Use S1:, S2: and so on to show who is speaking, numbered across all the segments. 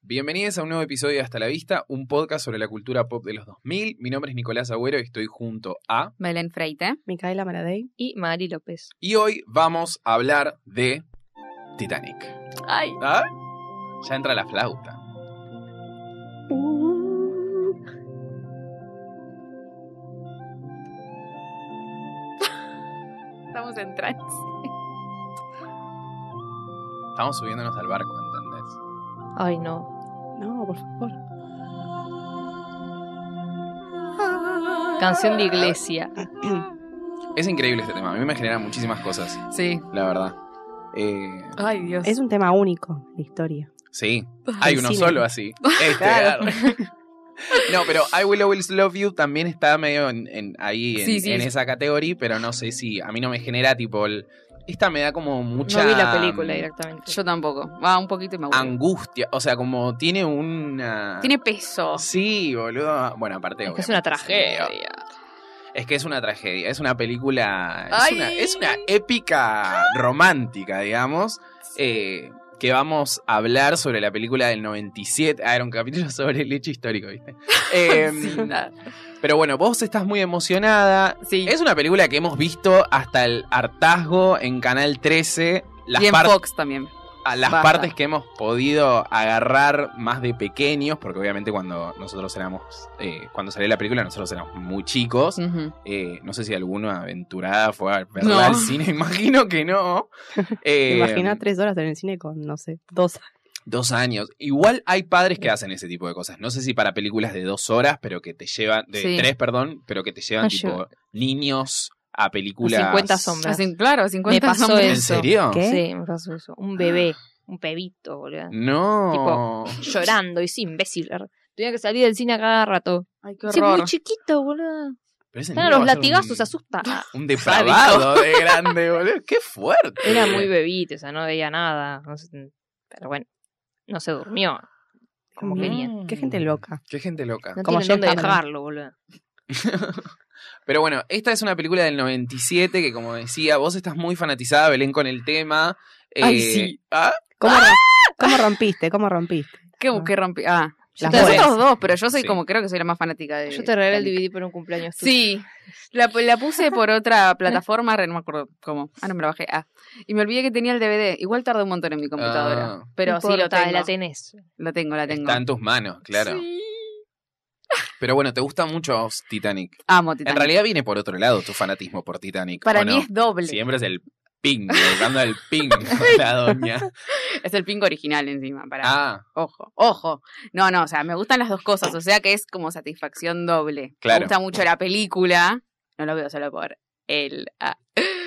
S1: Bienvenidos a un nuevo episodio de Hasta la Vista, un podcast sobre la cultura pop de los 2000. Mi nombre es Nicolás Agüero y estoy junto a...
S2: Belén Freite
S3: Micaela Maradei.
S2: y Mari López.
S1: Y hoy vamos a hablar de Titanic.
S2: Ay,
S1: ¿Ah? Ya entra la flauta.
S2: estamos en trance.
S1: Estamos subiéndonos al barco, ¿entendés?
S2: Ay, no.
S3: No, por favor.
S2: Canción de iglesia. Ah.
S1: Es increíble este tema, a mí me genera muchísimas cosas,
S2: Sí.
S1: la verdad. Eh,
S2: Ay, Dios.
S3: Es un tema único en la historia.
S1: sí, hay uno
S3: cine.
S1: solo así. Este,
S3: Claro.
S1: arre. No, pero I Will Always Love You también está medio en, en- ahí en,
S2: Sí, sí.
S1: en esa categoría, pero no sé si a mí no me genera tipo el- esta me da como mucha
S2: No vi la película directamente. Yo tampoco. Va un poquito y me
S1: mm, angustia, o sea, como tiene una
S2: Tiene peso.
S1: Sí, boludo. Bueno, aparte
S2: Es que es una
S1: obviamente,
S2: tragedia.
S1: Es que es una tragedia, es una película, es,
S2: Ay.
S1: una, es una épica romántica, digamos, eh, que vamos a hablar sobre la película del 97. Ah, era un capítulo sobre el hecho histórico, ¿viste? Eh,
S2: Sí, nada.
S1: pero bueno, vos estás muy emocionada.
S2: Sí.
S1: Es una película que hemos visto hasta el hartazgo en Canal 13. Las,
S2: y en
S1: par-
S2: Fox también.
S1: a las
S2: Basta.
S1: partes que hemos podido agarrar más de pequeños, porque obviamente cuando nosotros éramos, eh, cuando salió la película nosotros éramos muy chicos.
S2: Ujú.
S1: Eh, no sé si alguna aventurada fue a verla
S2: Mm. No.
S1: al cine, imagino que no. Eh,
S3: Imagina tres horas en el cine con, no sé, dos.
S1: Dos años. Igual hay padres que hacen ese tipo de cosas. No sé si para películas de dos horas, pero que te llevan, de
S2: Sí.
S1: tres, perdón, pero que te llevan
S3: Ay,
S1: tipo niños a películas.
S4: 50 sombras.
S2: Así, claro, 50
S4: pasó
S1: ¿En
S2: sombras.
S4: eso.
S1: serio?
S3: ¿Qué?
S4: Sí, me pasó eso. Un bebé, un pebito, boludo.
S1: No.
S4: Llorando, y sí, imbécil. ar- Tenía que salir del cine a cada rato.
S2: Ay, qué
S4: Sí,
S2: horror.
S4: muy chiquito, boludo.
S1: Pero ese
S4: Están a
S1: niño
S4: los
S1: va a ser un-
S4: latigazos, se asusta. Ah,
S1: Un depravado de grande, boludo. Qué fuerte.
S4: Era muy bebito, o sea, no veía nada. no sé, pero bueno, no se durmió. Como
S3: Mm.
S4: quería.
S3: Qué gente loca.
S1: Qué gente loca.
S4: No
S3: Como
S4: tienen dónde
S3: James Cameron.
S4: dejarlo, boludo.
S1: Pero bueno, esta es una película del 97 que, como decía, vos estás muy fanatizada, Belén, con el tema.
S2: Ay, sí.
S1: ah,
S3: ¿Cómo, ro- cómo rompiste? ¿cómo rompiste?
S2: Qué, qué rompi- Ah,
S3: Las
S2: Los
S3: mujeres.
S2: otros dos, pero yo soy
S1: Sí.
S2: como, creo que soy la más fanática de.
S4: Yo te regalé el
S2: Titanic.
S4: DVD por un cumpleaños. tuyo.
S2: Sí, la, la puse por otra plataforma, re- no me acuerdo cómo. Ah, no me la bajé. Ah, y me olvidé que tenía el DVD. Igual tardó un montón en mi computadora.
S1: Ah.
S2: pero
S4: No
S2: sí lo
S4: importa,
S2: tengo.
S4: la tenés.
S2: lo tengo, la tengo.
S1: Está en tus manos, claro.
S2: Sí.
S1: Pero bueno, te gusta mucho Titanic.
S2: Amo
S1: En
S2: Titanic.
S1: realidad viene por otro lado tu fanatismo por Titanic.
S2: Para
S1: ¿o
S2: mí
S1: no?
S2: es doble.
S1: Siempre es el ping, buscando el ping, la doña.
S2: Es el ping original encima, para.
S1: Ah,
S2: Ojo, ojo. No, no, o sea, me gustan las dos cosas. O sea que es como satisfacción doble.
S1: Claro.
S2: Me gusta mucho la película. No lo veo solo por él. Ah.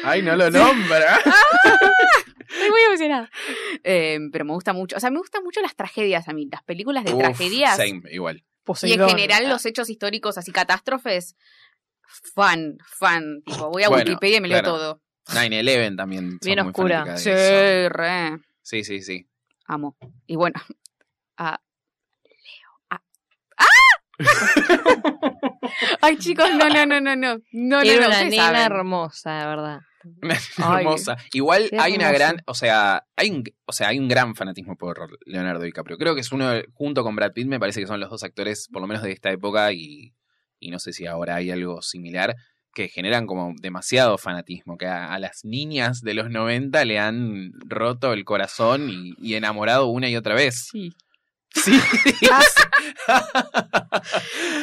S1: ay, no lo nombra.
S2: Estoy muy emocionada. Eh, pero me gusta mucho. O sea, me gustan mucho las tragedias a mí. Las películas de
S1: Uf,
S2: tragedias.
S1: same, igual.
S2: Y en
S3: Poseidón.
S2: general los hechos históricos, así catástrofes, fan, fan. Tipo, voy a
S1: Bueno,
S2: Wikipedia y me leo
S1: claro.
S2: todo.
S1: 9-11 también. sos
S4: Bien
S1: muy
S4: oscura.
S1: fanática de
S2: Sí,
S1: eso.
S2: re.
S1: Sí, sí, sí.
S2: Amo. Y bueno, a Leo. a- ¡Ah! Ay, chicos, no, no, no, no, no. No, no,
S4: Era
S2: no,
S4: una
S2: ustedes
S4: nena
S2: saben.
S4: hermosa, de verdad.
S2: Ay.
S1: hermosa. Igual
S4: Qué
S1: hay una
S4: hermoso.
S1: gran, o sea, hay un, o sea, hay un gran fanatismo por Leonardo DiCaprio. Creo que es uno, de- junto con Brad Pitt, me parece que son los dos actores, por lo menos de esta época, y, y no sé si ahora hay algo similar, que generan como demasiado fanatismo, que a, a las niñas de los 90 le han roto el corazón y, y enamorado una y otra vez.
S2: Sí.
S1: Sí.
S4: Ah,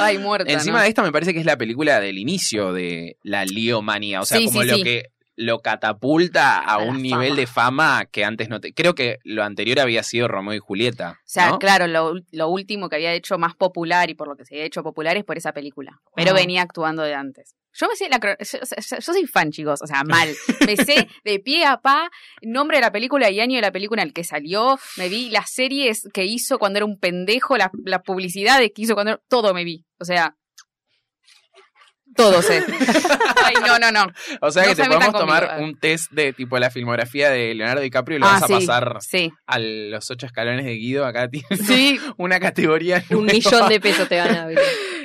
S2: Ay, muerta.
S1: Encima
S2: ¿no?
S1: de esta me parece que es la película del inicio de la liomanía, o sea,
S2: Sí,
S1: como
S2: sí,
S1: lo
S2: sí.
S1: que lo catapulta a,
S2: A la
S1: un nivel
S2: fama.
S1: de fama que antes no te... Creo que lo anterior había sido Romeo y Julieta.
S2: O sea,
S1: ¿no?
S2: claro, lo, ul- lo último que había hecho más popular y por lo que se había hecho popular es por esa película. Pero
S4: Wow.
S2: venía actuando de antes. Yo me sé la cro- yo, yo- yo soy fan, chicos, o sea, mal. Me sé de pie a pa nombre de la película y año de la película en el que salió. Me vi las series que hizo cuando era un pendejo, las la publicidades que hizo cuando era- todo me vi. O sea, todo sé. Ay, no, no, no.
S1: O sea
S2: no
S1: que te
S2: se metan
S1: podemos tomar
S2: conmigo, eh.
S1: un test de tipo la filmografía de Leonardo DiCaprio y lo
S2: Ah,
S1: vas a
S2: sí.
S1: pasar
S2: Sí.
S1: a los ocho escalones de Guido. Acá tiene
S2: Sí,
S1: una categoría
S4: Un
S1: nueva.
S4: millón de pesos te van a abrir.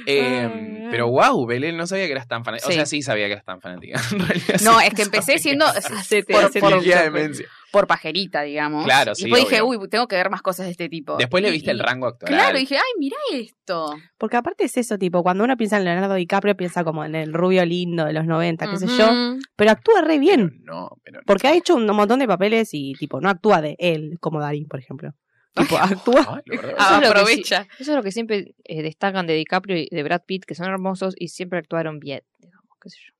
S1: Eh,
S2: Ay,
S1: Pero wow, Belén, no sabía que eras tan fanática. O
S2: Ah. Sí.
S1: sea, sí sabía que eras tan fanática. En realidad,
S2: No,
S1: sí
S2: es que empecé
S1: sabía.
S2: siendo
S4: Hacete,
S2: por,
S4: hacete.
S2: por-
S1: Fingida
S2: por-
S1: demencia.
S2: por pajerita, digamos.
S1: Claro,
S2: y
S1: sí,
S2: después dije,
S1: obvio.
S2: uy, tengo que ver más cosas de este tipo.
S1: Después le
S2: Y-
S1: viste el
S2: y-
S1: rango actoral.
S2: Claro, y dije, ay, mira esto.
S3: Porque aparte es eso, tipo, cuando uno piensa en Leonardo DiCaprio, piensa como en el rubio lindo de los 90, qué sé yo.
S2: Ujú.
S3: Pero actúa re
S1: Pero
S3: bien.
S1: No, pero no.
S3: Porque ha hecho un montón de papeles y, tipo, no actúa de él, como Darín, por ejemplo. Tipo, actúa.
S1: Ay, lo verdad.
S4: Ah, Eso es lo que
S2: Aprovecha.
S4: Eso es lo que siempre eh, destacan de DiCaprio y de Brad Pitt, que son hermosos y siempre actuaron bien, digamos, qué sé yo.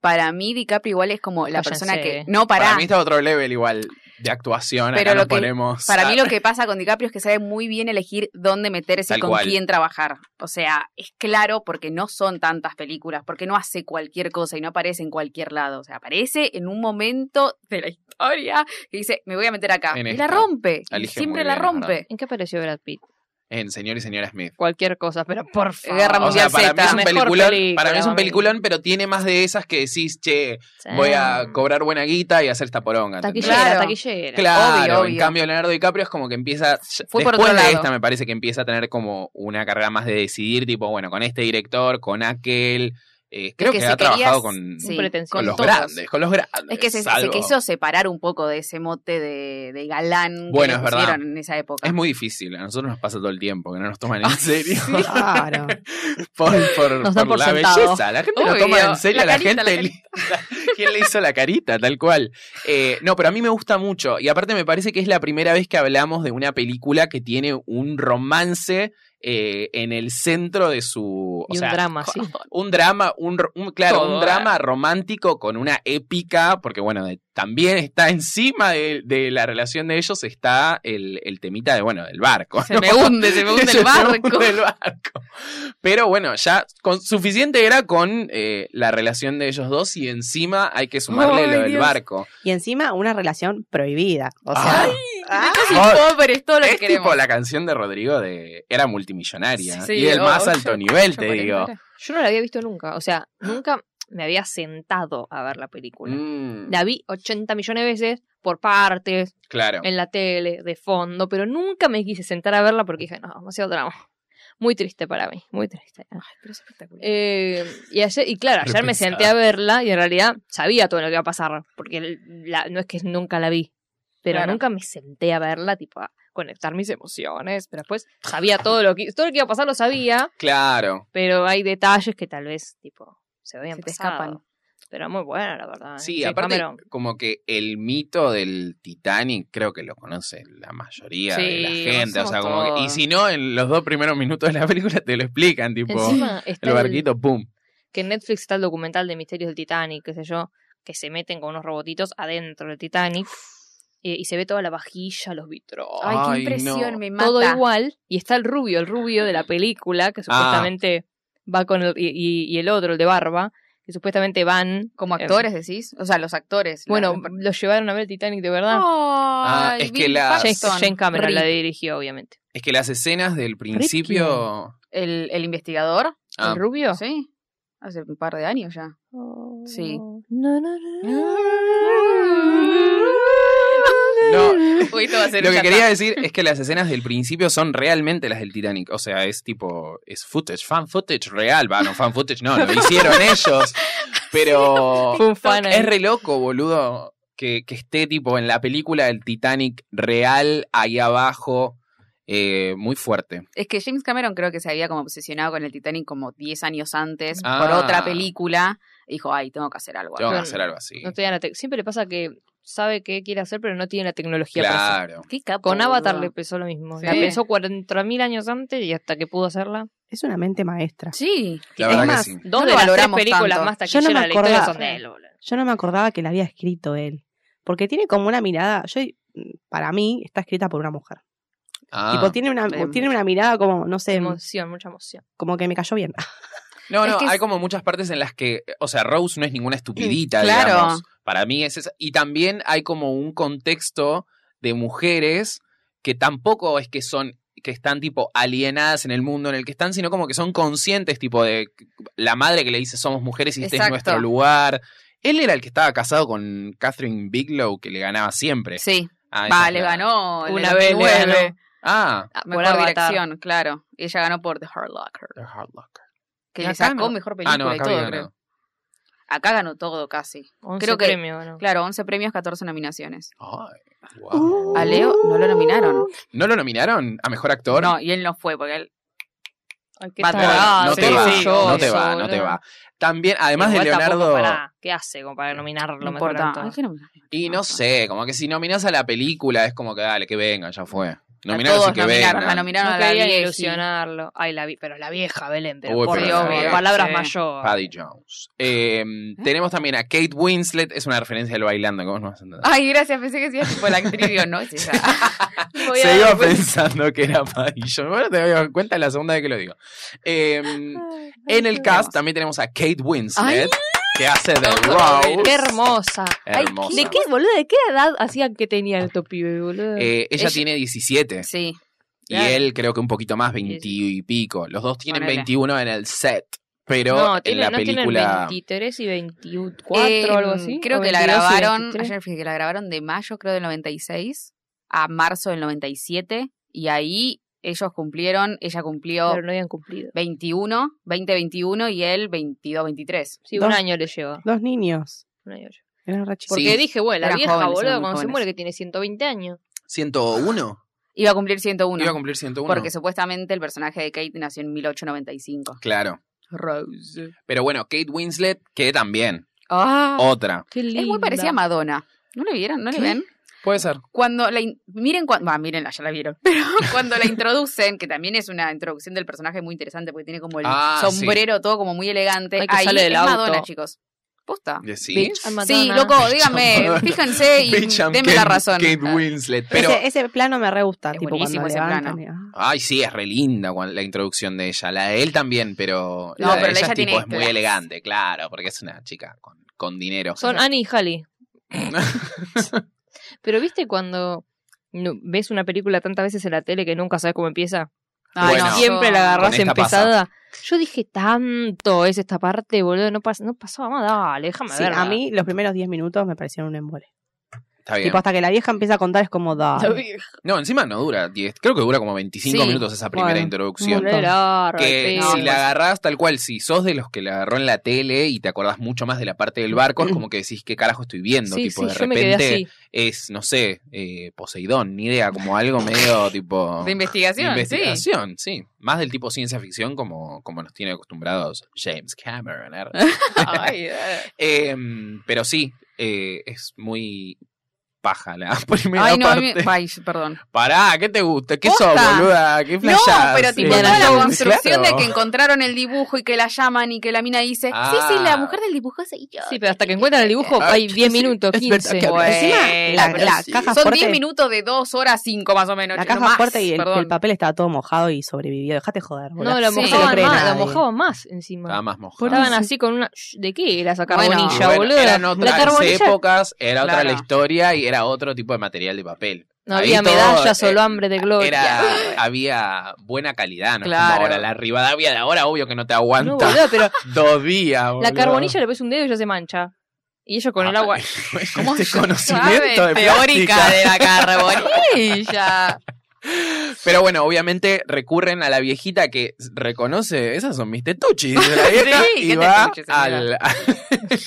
S2: Para mí, DiCaprio igual es como la
S4: Cállense.
S2: persona que. No, pará.
S1: Para mí está otro level igual de actuación. Acá
S2: Pero lo
S1: nos
S2: que-
S1: ponemos.
S2: Para
S1: a-
S2: mí lo que pasa con DiCaprio es que sabe muy bien elegir dónde meterse
S1: Tal
S2: y con
S1: cual.
S2: quién trabajar. O sea, es claro porque no son tantas películas, porque no hace cualquier cosa y no aparece en cualquier lado. O sea, aparece en un momento de la historia que dice, me voy a meter acá.
S1: En
S2: y
S1: esta.
S2: la rompe. y
S1: Elige
S2: siempre
S1: muy
S2: la
S1: bien, la
S2: rompe.
S4: ¿En qué apareció Brad Pitt?
S1: En Señor y Señora Smith.
S4: Cualquier cosa, pero eh, por favor.
S2: Guerra
S1: O sea,
S2: Mundial
S1: para mí, es un
S4: Mejor
S1: peliculón,
S4: película,
S1: para mí es un
S4: mami.
S1: peliculón, pero tiene más de esas que decís, che,
S4: Sí.
S1: voy
S2: Ah.
S1: a cobrar buena guita y hacer esta poronga. ¿entendés?
S4: Ah. Taquillera,
S2: Claro.
S4: taquillera.
S1: Claro,
S2: Obvio,
S1: en
S2: obvio.
S1: cambio Leonardo DiCaprio es como que empieza,
S2: Fue
S1: después
S2: por otro
S1: de
S2: lado.
S1: esta me parece que empieza a tener como una carrera más de decidir, tipo, bueno, con este director, con aquel, eh, creo que,
S2: que
S1: ha
S2: si
S1: trabajado
S2: querías-
S1: con,
S2: Sí,
S4: pretencioso.
S1: con
S2: con
S1: los
S2: todos.
S1: grandes, con los grandes.
S2: Es que se, se
S1: salvo-
S2: quiso separar un poco de ese mote de, de galán
S1: Bueno,
S2: que
S1: es
S2: le
S1: verdad.
S2: pusieron en esa época.
S1: Es muy difícil, a nosotros nos pasa todo el tiempo, que no nos toman en serio.
S3: Claro.
S1: Por, por-
S4: Nos dan
S1: por
S4: por
S1: la
S4: sentado.
S1: belleza, la gente lo
S2: Obvio,
S1: toma en serio,
S2: la
S1: la,
S2: carita,
S1: gente...
S2: la
S1: li- ¿Quién le hizo la carita? Tal cual. Eh, no, pero a mí me gusta mucho. Y aparte me parece que es la primera vez que hablamos de una película que tiene un romance eh, en el centro de su... O
S4: Y un
S1: sea,
S4: drama, sí.
S1: un drama, un, r- un- claro,
S4: Todo,
S1: un drama romántico con una épica, porque bueno, de- también está encima de, de la relación de ellos, está el, el temita de, bueno, del barco.
S2: Se
S1: ¿no?
S2: me hunde, se me hunde
S1: Se
S2: el
S1: me
S2: barco.
S1: hunde el barco. Pero bueno, ya con, suficiente era con eh, la relación de ellos dos y encima hay que sumarle
S2: Ay,
S1: lo del
S2: Dios.
S1: barco.
S3: Y encima, una relación prohibida. O sea,
S1: Ay,
S3: ah,
S2: Casi
S1: Ah.
S2: pobre es todo lo
S1: es
S2: que queremos.
S1: tipo la canción de Rodrigo de era multimillonaria
S2: Sí,
S1: y del
S2: oh,
S1: más
S2: oh,
S1: alto nivel, te
S2: Yo por
S1: digo.
S2: entera.
S4: Yo no la había visto nunca. O sea, nunca me había sentado a ver la película.
S1: Mm,
S4: La vi 80 millones de veces por partes,
S1: claro.
S4: en la tele, de fondo, pero nunca me quise sentar a verla porque dije, no, demasiado drama. Muy triste para mí, muy triste.
S2: Ay, pero es espectacular.
S4: Eh, y, ayer, y claro, ayer me
S1: Repensada.
S4: senté a verla y en realidad sabía todo lo que iba a pasar, porque el- la- no es que nunca la vi, pero
S2: Claro.
S4: nunca me senté a verla, tipo, a conectar mis emociones, pero después sabía todo lo que, todo lo que iba a pasar, lo sabía,
S1: Claro.
S4: pero hay detalles que tal vez, tipo, se habían
S2: Se te
S4: pasado.
S2: escapan.
S4: Pero muy buena, la
S2: Ah,
S4: verdad. ¿eh?
S1: Sí,
S4: James
S1: aparte,
S4: Cameron.
S1: como que el mito del Titanic creo que lo conoce la mayoría de la
S4: Sí,
S1: gente. O sea,
S4: conocemos
S1: como que- y
S4: todo.
S1: si no, en los dos primeros minutos de la película te lo explican, tipo,
S4: Encima
S1: el
S4: está el-
S1: barquito, pum.
S4: que en Netflix está el documental de Misterios del Titanic, qué sé yo, que se meten con unos robotitos adentro del Titanic eh, y se ve toda la vajilla, los vitró.
S2: Ay, qué
S1: Ay,
S2: impresión,
S1: no.
S2: me mata. Ah.
S4: todo igual. Y está el rubio, el rubio de la película, que supuestamente va con el. Y, y- y el otro, el de barba, que supuestamente van.
S2: Como
S4: eh,
S2: actores decís, o sea, los actores. la-
S4: bueno, lo llevaron a ver el Titanic de verdad.
S2: Ah,
S1: es que la-
S4: Jane, Jane Cameron la dirigió, obviamente.
S1: Es que las escenas del principio.
S2: el, el investigador,
S1: Ah.
S4: ¿El rubio?
S2: sí, hace un par de años ya. Sí.
S4: No, no, no.
S1: No,
S2: Uy, esto va a ser
S1: lo
S2: un
S1: que
S2: chanta.
S1: quería decir es que las escenas del principio son realmente las del Titanic. O sea, es tipo, es footage, fan footage real. Va, no, fan footage no, lo hicieron ellos.
S2: Ah.
S1: Pero.
S4: Fue un fan ahí.
S1: Es re loco, boludo, que, que esté tipo en la película del Titanic real ahí abajo. eh, muy fuerte.
S2: Es que James Cameron creo que se había como obsesionado con el Titanic como 10 años antes por
S1: Ah.
S2: otra película. Dijo, ay, tengo que hacer algo. acá".
S1: Tengo que
S4: Pero-
S1: hacer algo así.
S4: No tenía la tec- Siempre le pasa que sabe qué quiere hacer, pero no tiene la tecnología para hacer.
S1: Claro.
S2: Qué capo,
S4: Con Avatar
S2: boludo.
S4: le pesó lo mismo.
S2: Sí.
S4: La pensó 40.000 años antes y hasta que pudo hacerla.
S3: es una mente maestra.
S2: Sí,
S1: La
S4: Es
S1: verdad
S3: más,
S1: que sí.
S4: Dos
S2: No
S4: de
S2: lo
S4: las tres
S2: valoramos
S4: películas
S2: tanto.
S4: más
S3: Yo no
S4: taquilleras
S3: me
S4: de la historia
S3: acordaba.
S4: son de él, boludo.
S3: Yo no me acordaba que la había escrito él. Porque tiene como una mirada. Yo, para mí, está escrita por una mujer.
S1: Ah.
S3: tipo, tiene una,
S2: bien.
S3: tiene una mirada como, no
S4: Em.
S3: sé,
S4: Emoción, mucha emoción.
S3: como que me cayó bien. Ah,
S1: No,
S2: Es
S1: no,
S2: que es-
S1: hay como muchas partes en las que, o sea, Rose no es ninguna estupidita,
S2: Claro.
S1: digamos. Para mí es esa. Y también hay como un contexto de mujeres que tampoco es que son que están tipo alienadas en el mundo en el que están, sino como que son conscientes, tipo de la madre que le dice somos mujeres y este es
S2: Exacto.
S1: nuestro lugar. Él era el que estaba casado con Catherine Biglow, que le ganaba siempre.
S2: sí.
S1: Ah, esa
S2: Va,
S1: es
S2: le
S1: la-
S2: ganó. el
S4: Una
S2: del
S4: vez le
S2: 2009.
S1: Ah,
S4: Ah, por
S2: Mejor
S4: Avatar.
S2: dirección, claro. Y ella ganó por The Hard Locker.
S1: The Hard Locker.
S2: que
S1: Y
S2: le
S1: acá
S2: sacó
S1: no.
S2: mejor película
S1: Ah, no,
S2: y
S1: acá
S2: todo.
S1: había
S2: creo.
S1: ganado.
S2: Acá ganó todo casi.
S4: 11
S2: Creo que-
S4: premios, ¿no?
S2: Claro, 11 premios, 14 nominaciones. Uh.
S1: Ay, guau.
S2: A Leo no lo nominaron.
S1: ¿No lo nominaron a mejor actor?
S2: No, y él no fue porque él...
S4: Ay, qué
S2: Va,
S1: Bueno,
S4: tarado,
S1: no te
S4: sí,
S1: va,
S4: sí,
S1: no te
S4: obvio,
S1: va, no te
S4: boludo.
S1: va. También, además de
S4: Igual tampoco,
S1: Leonardo.
S4: pará, ¿Qué hace como para nominarlo
S2: No
S4: mejor
S2: importa.
S4: actor?
S2: Ay, que nominaron.
S1: Y no sé, como que si nominas a la película es como que dale, que venga, ya fue.
S2: A
S1: Nominar
S2: todos
S1: así que
S2: nominaron, la
S1: vengan.
S2: nominaron a
S4: no
S2: la
S4: quería
S2: vieja.
S4: ilusionarlo. Ay, la vi- pero la vieja, Belén, pero
S1: Uy,
S4: por
S1: pero
S4: Dios,
S1: la vieja,
S4: palabras
S2: sí.
S4: mayores.
S1: Paddy Jones. Eh, Tenemos también a Kate Winslet, es una referencia al bailando, que vos no vas a entender.
S2: Ay, gracias, pensé que decías tipo la actriz, digo, no es esa. Voy a
S1: Se
S2: dar
S1: iba
S2: cuenta.
S1: pensando que era Paddy Jones. Bueno, te doy cuenta la segunda vez que lo digo. Eh, en el cast también tenemos a Kate Winslet, que hace de Rose.
S4: Qué hermosa. Ay,
S1: Hermosa.
S4: ¿De qué, boludo? ¿De qué edad hacían que tenía estos pibes, boludo?
S1: Eh, ella,
S2: Ella-
S1: tiene 17
S2: Sí,
S1: y
S4: claro.
S1: él creo que un poquito más, 20 y pico. Los dos tienen
S2: Ponele.
S1: 21 en el set, pero
S4: no,
S1: en
S4: tiene,
S1: la
S4: no
S1: película...
S4: tienen 23 y 24
S2: Eh,
S4: o algo así.
S2: Creo
S4: o
S2: que la
S4: 22 y
S2: grabaron,
S4: 23.
S2: ayer fijé que la grabaron de mayo, creo, del 96 a marzo del 97. Y ahí ellos cumplieron, ella cumplió
S4: Pero no habían cumplido.
S2: 21, 20, 21 y él 22, 23.
S4: Sí,
S3: Dos-
S4: un año le lleva.
S3: Dos niños.
S4: un año le lleva.
S3: Eran re chicos.
S4: Porque
S1: Sí.
S4: dije, bueno, la
S2: Eran
S4: vieja,
S2: jóvenes,
S4: boludo,
S2: eran muy
S4: cuando se
S2: jóvenes.
S4: muere que tiene 120 años.
S1: 101.
S2: Iba a cumplir 101.
S1: Iba a cumplir 101.
S2: Porque supuestamente el personaje de Kate nació en 1895.
S1: Claro.
S2: Rose.
S1: Pero bueno, Kate Winslet, que también.
S2: Ah,
S1: Otra.
S4: Qué lindo.
S2: es muy parecida a Madonna. ¿No le vieron? ¿No le
S1: ¿Qué?
S2: ven?
S1: Puede ser.
S2: Cuando la in- miren cuando ah, miren ya la vieron, pero cuando la introducen, que también es una introducción del personaje muy interesante porque tiene como el
S1: Ah, sí.
S2: sombrero todo como muy elegante.
S4: Ay, que
S2: Ahí
S4: sale del
S2: es
S4: auto.
S2: Madonna, chicos. Posta.
S1: ¿Sí?
S4: Bitch, I'm Madonna.
S2: Sí, loco, dígame,
S1: Madonna.
S2: fíjense y
S1: Bitch, I'm
S2: denme la
S1: Kate-
S2: razón.
S1: Kate Winslet. Pero,
S3: Pero ese, ese plano me re gusta.
S2: Es
S3: tipo, cuando
S2: buenísimo ese
S3: levantan
S2: plano.
S3: y- ah.
S1: ay, sí, es re linda cuan- la introducción de ella. La de él también, pero
S2: No,
S1: la de
S2: pero
S1: ella,
S2: ella
S1: es, tipo,
S2: tiene
S1: es muy
S2: clase.
S1: elegante, claro, porque es una chica con, con dinero.
S4: Son Annie y Halle. Pero viste cuando no- ves una película tantas veces en la tele que nunca sabes cómo empieza.
S2: Ay,
S1: Bueno,
S2: no,
S4: Siempre
S2: yo-
S4: la agarras
S1: Con esta
S4: empezada. Yo dije, tanto es esta parte, boludo. No, pas no pasaba más, dale, déjame
S3: Sí,
S4: ver.
S3: a mí los primeros 10 minutos me parecieron un embole.
S1: Está bien.
S3: Tipo, hasta que la vieja empieza a contar es como da.
S1: No, encima no dura 10. Creo que dura como 25
S2: Sí,
S1: minutos esa primera
S3: bueno,
S1: introducción.
S3: muy
S1: Que
S2: No,
S1: si la
S2: pues-
S1: agarrás tal cual, si sos de los que la agarró en la tele y te acordás mucho más de la parte del barco, es como que decís, ¿qué carajo estoy viendo?
S4: Sí,
S1: tipo,
S4: sí,
S1: de
S4: yo me quedé
S1: repente
S4: así.
S1: es, no sé, eh, Poseidón, ni idea, como algo medio tipo...
S2: de
S1: de
S2: investigación, sí.
S1: investigación, sí. Más del tipo ciencia ficción como, como nos tiene acostumbrados James Cameron. ¿eh?
S2: Ay, eh.
S1: Em, pero sí, eh, es muy paja la primera
S2: Ay, no, a mí-
S1: parte.
S2: ay, perdón.
S1: Pará, ¿qué te gusta? ¿Qué
S2: Posta.
S1: sos, boluda? ¿Qué
S2: No,
S1: flashás?
S2: pero tipo
S1: Eh,
S2: toda la
S1: claro.
S2: construcción de que encontraron el dibujo y que la llaman y que la mina dice, sí, sí,
S1: Ah.
S2: la mujer del dibujo soy yo.
S4: Sí, pero hasta que encuentran el dibujo
S1: Ah,
S4: hay 10
S1: sí,
S4: minutos,
S1: es verdad
S4: 15.
S1: que-
S4: Bueno,
S3: Encima, la,
S2: pero
S3: la
S1: sí.
S3: caja
S2: Son
S3: fuerte,
S2: 10 minutos de 2 horas 5 más o menos.
S3: la
S2: che, no
S3: caja
S2: más,
S3: fuerte y el,
S2: perdón.
S3: el papel estaba todo mojado y sobrevivió. Dejate joder, boludo.
S4: No, lo
S2: Sí.
S3: se lo
S4: mojaban
S3: cree
S4: más, lo
S3: nadie.
S4: mojaban más
S1: Estaba
S4: encima.
S1: más mojado.
S4: Estaban así con una... ¿De qué era esa
S2: Bueno.
S4: carbonilla,
S1: Y bueno,
S4: boludo?
S1: Eran
S4: la
S1: otras
S4: carbonilla
S1: épocas, era otra
S2: Claro.
S1: la historia y era otro tipo de material de papel.
S4: no
S1: Ahí
S4: había
S1: todo,
S4: medallas, solo
S1: eh,
S4: hambre de gloria.
S1: Era, había buena calidad, ¿no? es como
S2: Claro.
S1: ahora, la Rivadavia de ahora, obvio que no te aguanta
S4: No, boludo, pero
S1: dos días,
S4: la
S1: boludo.
S4: carbonilla le pones un dedo y ya se mancha. Y ellos con el agua...
S1: ¿Cómo este conocimiento de
S2: ¿Sabe? Teórica
S1: plástica.
S2: de la carbonilla.
S1: Pero bueno, obviamente recurren a la viejita que reconoce, esas son mis tetuchis, dice la vieja,
S2: Sí,
S1: y
S2: ¿qué
S1: va
S2: tetuchis,
S1: al...
S2: señora?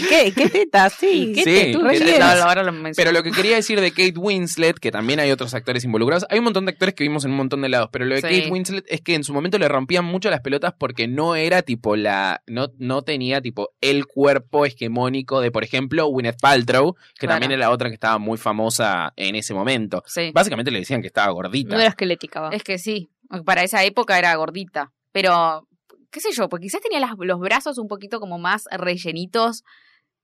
S3: ¿Qué, qué teta? Sí.
S1: ¿Qué Sí, tetuchis?
S3: re
S1: qué
S3: bien.
S1: teta.
S2: Ahora lo menciono.
S1: Pero lo que quería decir de Kate Winslet, que también hay otros actores involucrados, hay un montón de actores que vimos en un montón de lados, pero lo de
S2: Sí.
S1: Kate Winslet es que en su momento le rompían mucho las pelotas porque no era tipo la, no, no tenía tipo el cuerpo hegemónico de, por ejemplo, Gwyneth Paltrow, que
S2: Claro.
S1: también era la otra que estaba muy famosa en ese momento.
S2: Sí.
S1: Básicamente le decían que estaba gordita.
S4: No era esquelética, va.
S2: Es que sí. Para esa época era gordita. Pero, qué sé yo, porque quizás tenía las- los brazos un poquito como más rellenitos.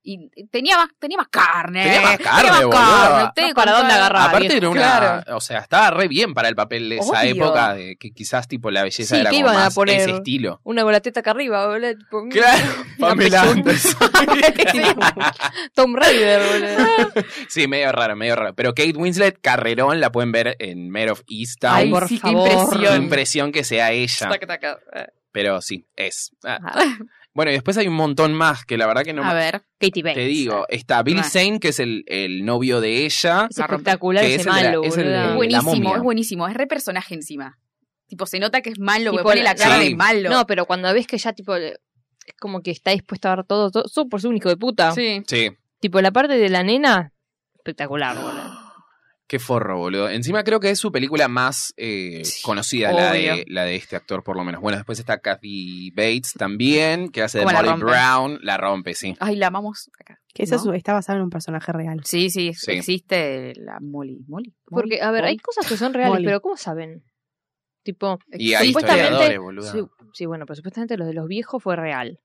S2: Y tenía más, tenía más carne.
S1: Tenía más carne,
S2: más
S1: boluda.
S2: carne, te
S4: No, ¿para
S2: contaba.
S4: dónde agarrar? rara,
S1: Aparte
S4: vieja.
S1: era una,
S2: Claro.
S1: o sea, estaba re bien para el papel de esa
S4: Obvio.
S1: época, de que quizás tipo la belleza
S4: Sí,
S1: era
S4: ¿qué
S1: como
S4: iban a
S1: más
S4: poner?
S1: ese estilo.
S4: Una con la teta acá arriba, boludo. tipo, mm,
S1: Pamela Anderson.
S4: Tom Raider, boludo.
S1: Sí, medio raro, medio raro. Pero Kate Winslet, carrerón, la pueden ver en Mare of Easttown.
S4: Ay,
S1: por
S4: sí, qué
S2: favor.
S1: la
S4: impresión.
S1: impresión que sea ella.
S2: Tac, tac, tac.
S1: Pero sí, es. Ah.
S4: Ah,
S1: Bueno, y después hay un montón más que la verdad que no
S2: A
S1: me-
S2: ver.
S4: Katie Bates.
S1: te digo. Está Billy
S2: Ah.
S1: Zane, que es el, el novio de ella.
S4: Es espectacular
S1: Que
S4: ese
S1: es el de la-
S4: malo,
S1: es el de-
S4: boluda.
S1: Eh,
S2: Es
S1: la
S2: buenísimo,
S1: momia.
S2: es buenísimo. Es re personaje encima. Tipo, se nota que es malo,
S4: Tipo,
S2: porque pone la
S4: la-
S2: cara
S1: sí.
S2: de malo.
S4: No, pero cuando ves que ya tipo le- es como que está dispuesto a dar todo, todo solo por ser un hijo de puta.
S2: Sí.
S1: Sí.
S4: Tipo, la parte de la nena, espectacular, boludo.
S1: Qué forro, boludo. Encima creo que es su película más eh,
S4: Sí,
S1: conocida, la de,
S4: obvio.
S1: la de este actor, por lo menos. Bueno, después está Kathy Bates también, que hace de
S4: Como la
S1: Molly
S4: rompe.
S1: Brown. La rompe, sí.
S2: Ay, la amamos acá.
S3: Que esa
S2: ¿No?
S3: su- está basada en un personaje real.
S2: Sí, sí,
S1: Sí.
S2: existe la Molly. Molly.
S4: Porque, a ver, hay cosas que son reales,
S3: Molly.
S4: pero ¿cómo saben? Tipo,
S1: Y hay
S4: Supuestamente-
S1: historiadores, boludo.
S4: sí, sí, bueno, pero supuestamente lo de los viejos fue real.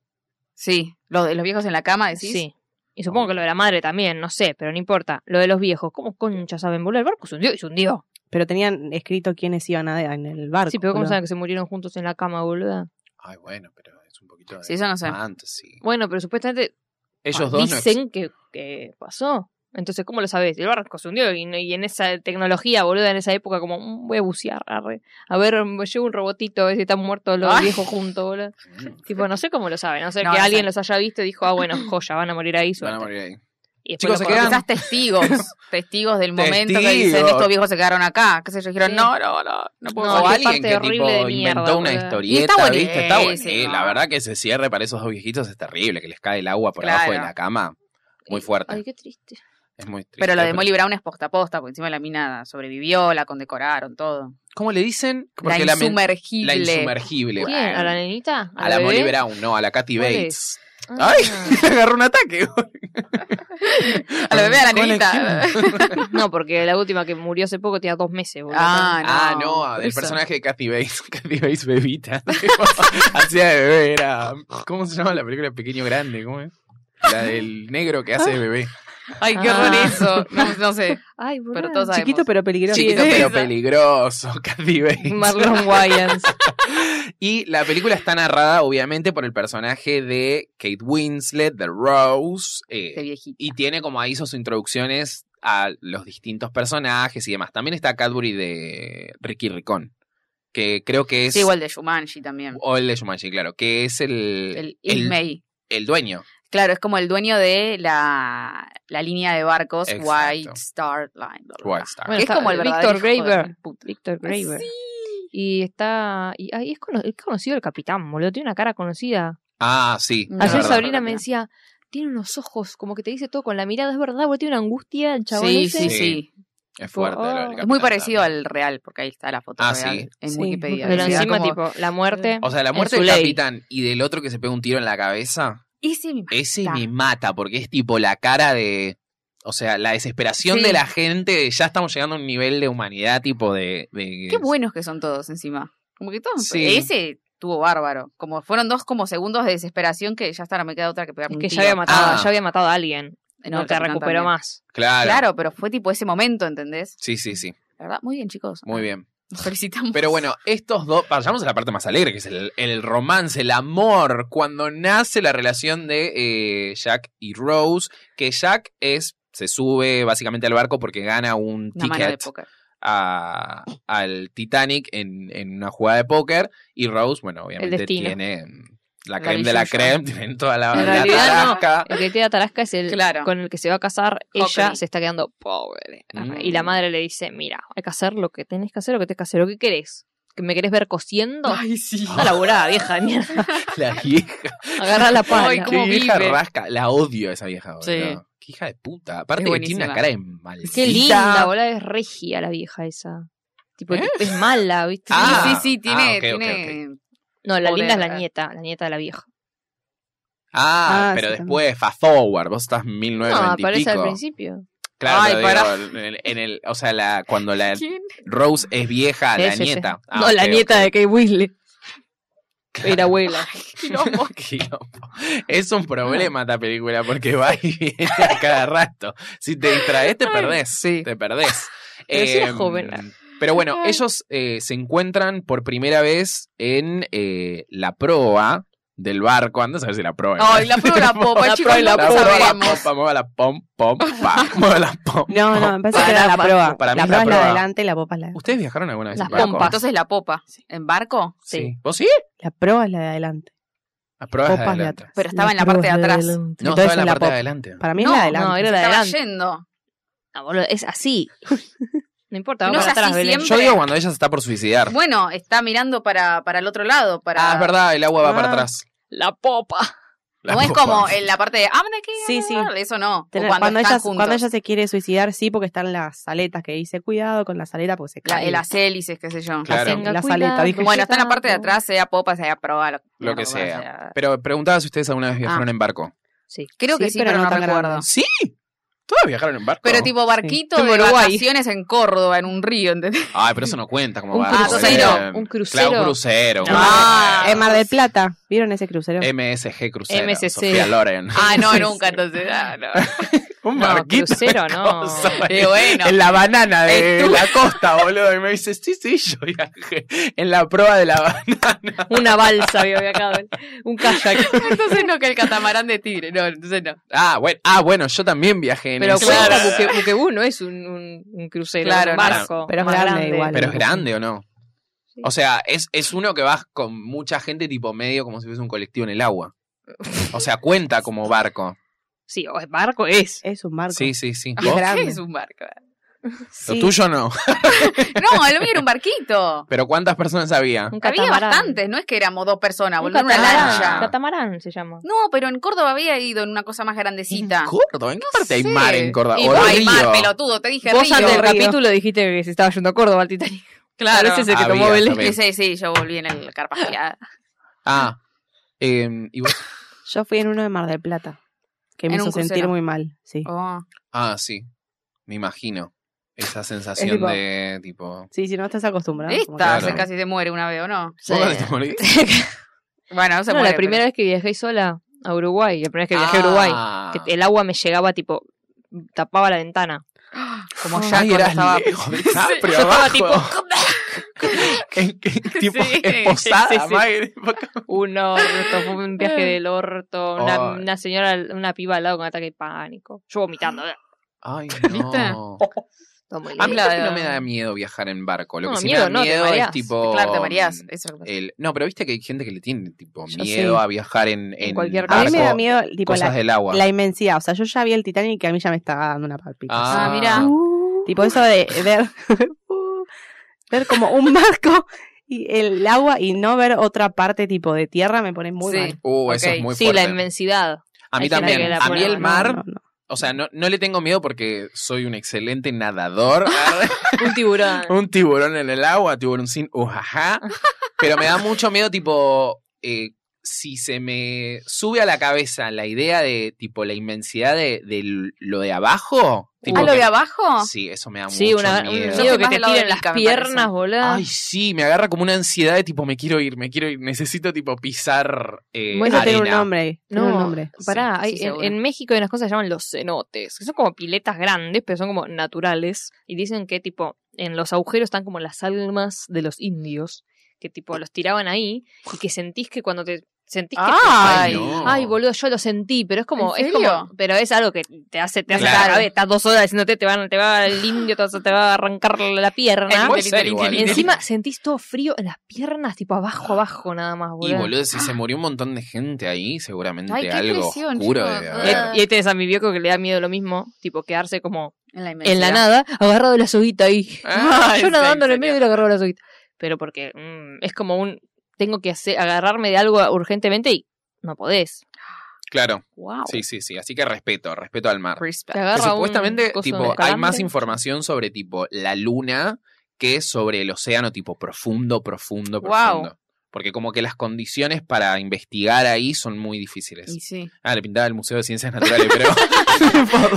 S2: Sí, lo de los viejos en la cama, decís.
S4: Sí. Y supongo que lo de la madre también, no sé, pero no importa. Lo de los viejos, ¿cómo concha saben? Boludo, el barco se hundió y se hundió.
S3: Pero tenían escrito quiénes iban a, en el barco.
S4: Sí, pero ¿cómo
S3: boludo.
S4: saben que se murieron juntos en la cama, boluda?
S1: Ay, bueno, pero es un poquito de
S2: Sí, eso no sé.
S1: Ah. fantasy.
S4: Bueno, pero supuestamente
S1: Ellos
S4: pa-
S1: dos no
S4: Ah, dicen que, que pasó. Entonces, ¿cómo lo sabés? El barco se hundió y, no- y en esa tecnología, boluda, en esa época, como, "Mm, voy a bucear, arre. A ver, mm, me llevo un robotito, a ver si están muertos
S1: Ah.
S4: los
S2: Ay.
S4: viejos juntos, boludo.
S1: existen.
S4: Tipo, no sé cómo lo saben. No sé
S2: No,
S4: que
S2: no
S4: alguien
S2: sé.
S4: los haya visto y dijo, ah, bueno, joya, van a morir ahí.
S1: Van a
S4: suerte".
S1: morir ahí.
S4: Y
S1: Chicos,
S4: después
S1: se
S4: lo
S2: Porque
S1: quedan-
S4: cortan.
S2: quizás testigos, testigos del momento que dicen
S1: Testigos.
S2: estos viejos se quedaron acá, que se yo, dijeron,
S4: Sí.
S2: no, no, no, no puedo
S4: No,
S1: o
S4: qué
S2: volver".
S1: alguien
S4: parte
S1: que
S4: horrible
S1: tipo
S4: de
S1: inventó
S4: mierda,
S1: una
S4: boluda.
S1: historieta,
S2: Y está
S1: ¿viste? Está
S2: buenísimo.
S1: buena. Eh, La verdad que ese cierre para esos dos viejitos está terrible, que les cae el agua por abajo de
S2: Claro.
S1: la cama. Muy fuerte.
S4: Ay, qué triste.
S1: Es muy triste.
S2: Pero lo de Molly Brown es posta a posta, porque encima la mina sobrevivió, la condecoraron, todo.
S1: ¿Cómo le dicen? Porque
S2: la
S1: la, men-
S2: insumergible.
S1: la insumergible.
S4: ¿Quién? ¿A la nenita?
S1: A la
S4: bebé?
S1: Molly Brown, no, a la Kathy
S4: ¿Cuál
S1: Bates.
S4: Ah.
S1: ¡Ay! Le agarró un ataque.
S2: A la bebé, a la
S1: ¿Cuál es
S2: nenita.
S4: No, porque la última que murió hace poco tenía dos meses, boludo.
S2: Ah,
S1: Ah, no,
S2: por
S1: del
S2: eso.
S1: personaje de Kathy Bates. Kathy Bates bebita. Hacía de bebé, era. ¿Cómo se llama la película Pequeño Grande? ¿Cómo es? La del negro que hace de bebé.
S2: Ay, qué horror
S4: Ah.
S2: eso. No, no sé.
S4: Ay, boludo.
S2: Pero todos sabemos.
S3: Ah, Chiquito pero peligroso.
S1: Chiquito
S2: sí,
S1: pero
S2: esa.
S1: peligroso, Kathy Bates.
S4: Marlon Wayans.
S1: Y la película está narrada, obviamente, por el personaje de Kate Winslet, de Rose. eh,
S2: Este viejito.
S1: y tiene como ahí sus introducciones a los distintos personajes y demás. También está Cadbury de Ricky Ricón, que creo que es.
S2: Sí, igual de Shumanji también.
S1: O el de Shumanji, claro, que es el.
S2: El
S1: el-
S2: Ismay.
S1: el dueño.
S2: Claro, es como el dueño de la, la línea de barcos
S1: Exacto.
S2: White Star Line. bla, bla, bla.
S1: White Star.
S4: Bueno,
S2: es
S4: está
S2: como el
S4: Víctor
S2: verdadero hijo de
S4: Graver.
S2: puta.
S4: Víctor Graver.
S2: Sí.
S4: Y está. Y, ay, es, cono- es conocido el capitán, boludo. Tiene una cara conocida.
S1: Ah, sí.
S2: No.
S1: es
S4: Ayer
S1: verdad.
S4: Sabrina me decía. Tiene unos ojos, como que te dice todo con la mirada, es verdad, boludo, tiene una angustia el chabón
S2: Sí,
S4: ese.
S2: sí,
S1: Sí.
S2: sí.
S1: Es fuerte. lo del
S4: Oh. Es
S2: Es
S1: capitán
S2: muy parecido
S1: también.
S2: al real, porque ahí está la foto
S1: Ah,
S2: real
S1: sí.
S2: en
S3: Sí,
S2: Wikipedia.
S4: Pero
S2: O sea,
S4: encima,
S2: como-
S4: tipo, la muerte.
S1: O sea, la
S4: en
S1: muerte
S4: su
S1: del
S4: ley.
S1: capitán y del otro que se pega un tiro en la cabeza,
S2: Ese me
S1: ese
S2: mata.
S1: me mata, porque es tipo la cara de. O sea, la desesperación
S2: Sí.
S1: de la gente, de ya estamos llegando a un nivel de humanidad, tipo de. de-
S2: Qué buenos que son todos encima. Como que todos.
S1: Sí.
S2: Ese tuvo bárbaro. Como fueron dos como segundos de desesperación que ya está, no me queda otra que pegarme
S4: Es
S2: un
S4: que ya
S2: tiro.
S4: había matado,
S1: Ah.
S4: ya había matado a alguien.
S2: En
S4: No,
S2: el
S4: te
S2: Capitán
S4: recuperó
S2: también.
S4: más.
S1: Claro.
S2: Claro, pero fue tipo ese momento, ¿entendés?
S1: Sí, sí, sí.
S2: La verdad, muy bien, chicos.
S1: Muy bien.
S2: Nos felicitamos.
S1: Pero bueno, estos dos, pasamos a la parte más alegre, que es el, el romance, el amor, cuando nace la relación de eh, Jack y Rose, que Jack es, se sube básicamente al barco porque gana un
S2: Una mano de
S1: ticket
S2: póker.
S1: a- al Titanic en, en una jugada de póker, y Rose, bueno, obviamente
S4: destino.
S1: tiene la
S2: La
S1: creme de la
S2: billulla.
S1: creme, tienen toda la,
S4: En
S1: la
S4: realidad no.
S1: tarasca.
S4: El que queda Tarasca es el
S2: Claro.
S4: con el que se va a casar. Ella
S2: Hawkeye.
S4: se está quedando
S2: eh.
S4: pobre. Ajá.
S1: Mm.
S4: Y la madre le dice: Mira, hay que hacer lo que tenés que hacer, lo que tenés que hacer, lo que querés. ¿Que ¿Me querés ver cosiendo?
S2: Ay, sí.
S4: Anda a laburar, vieja de mierda.
S1: La vieja,
S4: Agarra la pala.
S2: Ay,
S1: qué
S2: cómo
S1: vieja
S2: vive.
S1: rasca. La odio a esa vieja,
S2: Sí.
S1: boludo. Qué hija de puta. Aparte
S2: Es
S1: que tiene una
S2: buenísima.
S1: cara de maldita.
S4: Qué linda, boludo. Es regia la vieja esa. Tipo,
S1: ¿Eh?
S4: es mala, ¿viste?
S1: Ah.
S2: sí, sí, tiene.
S1: ah, ok, ok,
S2: tiene...
S4: No, la linda es la
S2: Joder.
S4: nieta, la nieta de la vieja.
S1: Ah,
S3: Ah,
S1: pero
S3: sí,
S1: después, fast forward, vos estás en
S4: No,
S1: 1920 y
S4: aparece Ah, al
S1: pico.
S4: principio.
S1: Claro,
S2: Ay,
S1: pero digo, en, el, en el- o sea, la, cuando la
S2: ¿Quién?
S1: Rose es vieja, la
S4: Sí, sí, sí.
S1: nieta. Ah,
S4: no, la
S1: ok,
S4: nieta
S1: ok.
S4: de Kate Weasley.
S1: Claro.
S4: Era abuela.
S2: Quilombo.
S1: Quilombo. Es un problema esta película porque va y viene a cada rato. Si te distraes, te perdés.
S2: sí.
S1: Te perdés.
S4: Pero sí era
S1: Em,
S4: joven.
S1: Pero bueno,
S4: Ay.
S1: ellos eh, se encuentran por primera vez en eh, la proa del barco. Andas a ver si la proa.
S2: Ay, la prueba la popa,
S4: La
S2: chicos,
S4: prueba y
S2: la
S4: la
S1: La
S2: popa
S1: proa, la
S2: veremos.
S1: pompa, mueva la pom, pom, pa. Mueva la pom.
S3: No, no, me parece que era la
S2: Para-
S3: proa.
S1: para mí
S3: la
S1: es la
S3: proa es la
S1: proa.
S3: de adelante y la popa es la de
S1: ¿Ustedes viajaron alguna vez?
S4: Las
S1: en barco?
S4: pompas.
S2: Entonces la popa. ¿En barco?
S1: Sí.
S4: Sí.
S1: ¿Vos sí?
S3: La proa es la de adelante.
S1: Las pruebas de
S3: Popas de
S1: adelante.
S3: atrás.
S2: Pero estaba en la parte
S3: proa es
S2: de
S3: de
S2: atrás.
S3: adelante.
S1: No,
S3: Entonces
S1: estaba en la, parte de
S3: popa.
S1: adelante.
S3: Para mí es
S2: No,
S3: la de adelante.
S4: no, era-
S2: Se
S4: de
S2: estaba
S4: adelante.
S2: yendo.
S4: No, boludo, es así. No importa,
S2: No
S4: vamos
S2: es
S4: para
S2: así
S4: atrás, Belén.
S1: Yo
S2: siempre.
S1: digo cuando ella se está por suicidar.
S2: Bueno, está mirando para, para el otro lado, para
S1: Ah, es verdad, el agua va para
S3: Ah.
S1: atrás.
S4: la popa.
S1: La
S2: no es
S1: popa.
S2: como en la parte de, ah, ¿de qué?
S3: Sí, sí.
S2: Eso no. O
S3: Tener-
S2: cuando,
S3: cuando,
S2: están
S3: ella,
S2: juntos.
S3: cuando ella se quiere suicidar, sí, porque están las aletas que dice, cuidado con las aletas porque se
S2: La-
S3: cae.
S2: el- las hélices, qué sé yo.
S1: Claro.
S4: Tenga
S3: Las
S4: cuidado,
S3: aletas, dije.
S2: Bueno, está en la parte de
S4: cuidado.
S2: atrás, sea popa, sea proa, lo,
S1: Lo que
S2: mierda,
S1: sea. Pero preguntaba si ustedes alguna vez viajaron en barco.
S4: Sí.
S2: Creo que sí, pero, no,
S3: tan
S2: recuerdo.
S3: grande.
S1: Sí. Todos viajaron en barco.
S2: Pero tipo barquito
S4: Sí.
S2: de
S4: En Uruguay.
S2: vacaciones en Córdoba, en un río, ¿entendés?
S1: Ay, pero eso no cuenta como
S4: Un
S1: barco.
S2: crucero,
S1: eh.
S4: un crucero.
S1: Claro, un crucero.
S2: No. Ah.
S3: En Mar del Plata, ¿vieron ese crucero?
S1: Eh, MSG crucero.
S4: MSC.
S1: Sofía Loren.
S2: Ah, no, nunca, entonces. Ah, no.
S1: Un
S4: No,
S1: barquito.
S4: crucero,
S1: de
S4: no.
S1: cosas.
S2: Y bueno.
S1: En la banana de
S2: Estuve-
S1: la costa, boludo. Y me dice, sí, sí, yo viajé. En la proa de la banana.
S4: Una balsa había viajado. Un kayak.
S2: Entonces no, que el catamarán de tigre. No, entonces no.
S1: Ah, bueno, ah, bueno yo también viajé en
S4: Pero
S1: eso.
S4: cuenta buque, buquebú, no es un, un, un crucero,
S2: Claro,
S4: un
S2: no,
S4: barco.
S3: pero es
S4: más
S3: grande igual.
S1: Pero es grande o no.
S4: Sí.
S1: O sea, es, es uno que vas con mucha gente tipo medio como si fuese un colectivo en el agua. O sea, cuenta como barco.
S4: Sí, o es barco es.
S3: Es un barco.
S1: Sí, sí, sí.
S3: Y es
S1: ¿Vos?
S2: ¿Qué
S3: grande.
S2: es un barco?
S1: Lo
S3: Sí.
S1: tuyo no.
S2: No, el mío era un barquito.
S1: Pero ¿cuántas personas había?
S4: Un
S2: Había
S4: catamarán.
S2: bastantes, no es que éramos dos personas,
S4: Un
S2: boludo, una
S4: catamarán.
S1: lancha.
S4: Catamarán se llama.
S2: No, pero en Córdoba había ido en una cosa más grandecita.
S1: ¿En Córdoba? ¿En qué parte hay
S2: Sí.
S1: mar en Córdoba?
S2: Y
S1: ¿O
S2: vos,
S1: hay
S2: hay mar,
S1: río?
S2: pelotudo, te dije
S4: Vos
S2: río.
S4: antes del
S3: Río.
S4: capítulo dijiste que se estaba yendo a Córdoba al Titanic.
S2: Claro.
S4: Pero ese se te
S1: Había
S4: tomó Belén.
S1: también.
S2: Sí, sí, yo volví en el carpajeada.
S1: Ah. eh, y vos-
S3: Yo fui en uno de Mar del Plata, que me
S2: En un
S3: hizo sentir
S2: crucero.
S3: muy mal. Sí.
S2: Oh.
S1: Ah, sí. Me imagino. Esa sensación
S4: tipo-
S1: de tipo.
S3: Sí, si no estás acostumbrado.
S2: Esta
S3: como
S1: Claro.
S2: se casi se muere una vez, ¿o no?
S4: Sí.
S1: ¿Vos te morís?
S2: Bueno, no se
S4: No,
S2: muere.
S4: la primera vez que viajé sola a Uruguay, la primera vez que viajé a Uruguay,
S1: Ah.
S4: que el agua me llegaba tipo tapaba la ventana. Ah,
S2: Como
S1: Ay,
S2: ya cuando
S1: eras
S2: estaba...
S1: lejos de DiCaprio
S4: Yo estaba
S1: abajo.
S4: tipo
S1: En- en- tipo
S2: Sí.
S1: esposada,
S4: Sí, sí.
S1: madre, tipo,
S4: uno, esto fue un viaje del orto, una,
S1: Ay.
S4: una señora, una piba al lado con ataque de pánico. Yo
S2: Mm.
S4: vomitando. eh.
S1: Ay,
S2: ¿Viste?
S1: no.
S4: Todo muy
S1: A mí
S4: lindo.
S1: casi no me da miedo viajar en barco. Lo
S4: No,
S1: que sí
S4: miedo
S1: me da
S4: no, te
S1: miedo es
S4: mareás.
S1: tipo. mm,
S2: Claro, te mareás. Eso es lo que pasa.
S1: el- no, pero viste que hay gente que le tiene tipo
S3: Yo
S1: miedo
S3: sí.
S1: a viajar en, en
S4: cualquier
S1: barco,
S3: A mí me da miedo tipo,
S1: cosas
S3: la,
S1: del agua.
S3: la inmensidad. O sea, yo ya vi el Titanic que a mí ya me estaba dando una palpitación.
S2: Ah, mira.
S3: Tipo eso de ver, ver como un barco y el agua y no ver otra parte tipo de tierra me pone muy
S2: Sí.
S3: mal.
S1: Uh, eso
S2: Ok.
S1: es muy
S4: sí,
S1: fuerte.
S4: la inmensidad.
S1: a mí
S4: hay gente que
S1: también.
S4: la
S1: A mí
S4: pone-
S1: el
S4: no,
S1: mar,
S3: no, no.
S1: o sea, no, no le tengo miedo porque soy un excelente nadador.
S4: Un tiburón.
S1: un tiburón en el agua, tiburón sin ujaja. Pero me da mucho miedo, tipo, eh, si se me sube a la cabeza la idea de, tipo, la inmensidad de, de lo de abajo. Tipo
S2: ¿Ah, lo
S1: que-
S2: de abajo?
S1: Sí, eso me da
S4: sí,
S1: mucho
S4: una, un
S1: miedo.
S4: miedo que
S2: Más
S4: te
S2: del lado de
S4: tiren las
S2: Mica, me
S4: piernas,
S2: parece.
S4: boludo.
S1: Ay, sí, me agarra como una ansiedad de tipo, me quiero ir, me quiero ir, necesito tipo pisar eh,
S4: Bueno,
S3: Eso tiene un
S1: arena.
S3: nombre. Tiene un
S4: No,
S3: nombre.
S4: pará,
S2: Sí,
S4: hay-
S2: sí,
S4: en,
S2: seguro.
S4: en México hay unas cosas que se llaman los cenotes, que son como piletas grandes, pero son como naturales, y dicen que tipo, en los agujeros están como las almas de los indios, que tipo los tiraban ahí, y que sentís que cuando te sentís que
S1: Ay,
S4: ay,
S1: no.
S4: ay, boludo, yo lo sentí, pero es como,
S2: ¿En
S4: es como,
S2: serio?
S4: pero es algo que te hace, te hace
S1: Claro.
S4: la cabeza, estás dos horas diciéndote, te van, te va el indio, te, vas- te va a arrancar la pierna.
S1: Puede ser igual.
S4: Y encima sentís todo frío en las piernas, tipo abajo, abajo nada más,
S1: Y
S4: boludo.
S1: boludo, si se murió un montón de gente ahí, seguramente
S2: Ay, qué
S1: algo
S2: presión,
S1: oscuro
S2: chicos.
S1: debe
S4: Y
S1: haber.
S2: Ah.
S4: y este es a mi viejo que le da miedo lo mismo, tipo quedarse como
S2: En la
S4: en la
S2: inmensidad.
S4: nada, agarrado de la soguita ahí.
S1: Ah,
S4: Yo
S1: ¿en
S4: nadando en
S1: serio?
S4: el medio y le agarrado la soguita. Pero porque mm, es como un. Tengo que hacer, agarrarme de algo urgentemente y no podés.
S1: Claro,
S4: ¡Wow!
S1: sí, sí, sí. Así que respeto, respeto al mar.
S4: Te
S2: Respect.
S1: Que
S4: agarra un
S1: supuestamente
S4: coso de
S1: tipo, hay
S4: escalante.
S1: más información sobre tipo la luna que sobre el océano tipo profundo, profundo,
S4: Guau.
S1: profundo. Porque como que las condiciones para investigar ahí son muy
S2: Y
S1: difíciles.
S2: sí.
S1: Ah, le pintaba el Museo de Ciencias Naturales, pero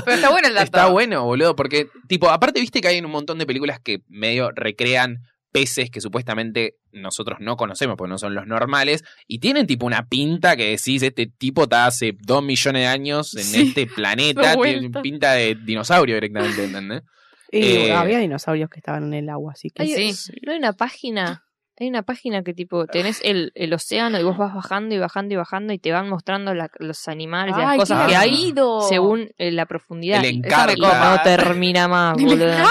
S2: Pero está bueno el dato.
S1: está bueno, boludo, porque tipo, aparte viste que hay un montón de películas que medio recrean peces que supuestamente nosotros no conocemos porque no son los normales y tienen tipo una pinta que decís este tipo está hace dos millones de años en
S2: Sí.
S1: este planeta,
S2: Da
S1: tiene
S2: vuelta.
S1: pinta de dinosaurio directamente, ¿entendés?
S3: Y
S1: Eh,
S3: había dinosaurios que estaban en el agua, así que.
S4: Hay-
S2: Sí.
S4: No hay una página. Hay una página que tipo tenés el, el océano y vos vas bajando y bajando y bajando y te van mostrando la- los animales y las
S2: Ay,
S4: cosas
S2: qué
S4: que hay
S2: ido.
S4: Ah. según eh, la profundidad.
S1: El
S4: Y eso
S1: Encarta.
S4: me como no termina más,
S2: Me
S4: boludo.
S2: encanta.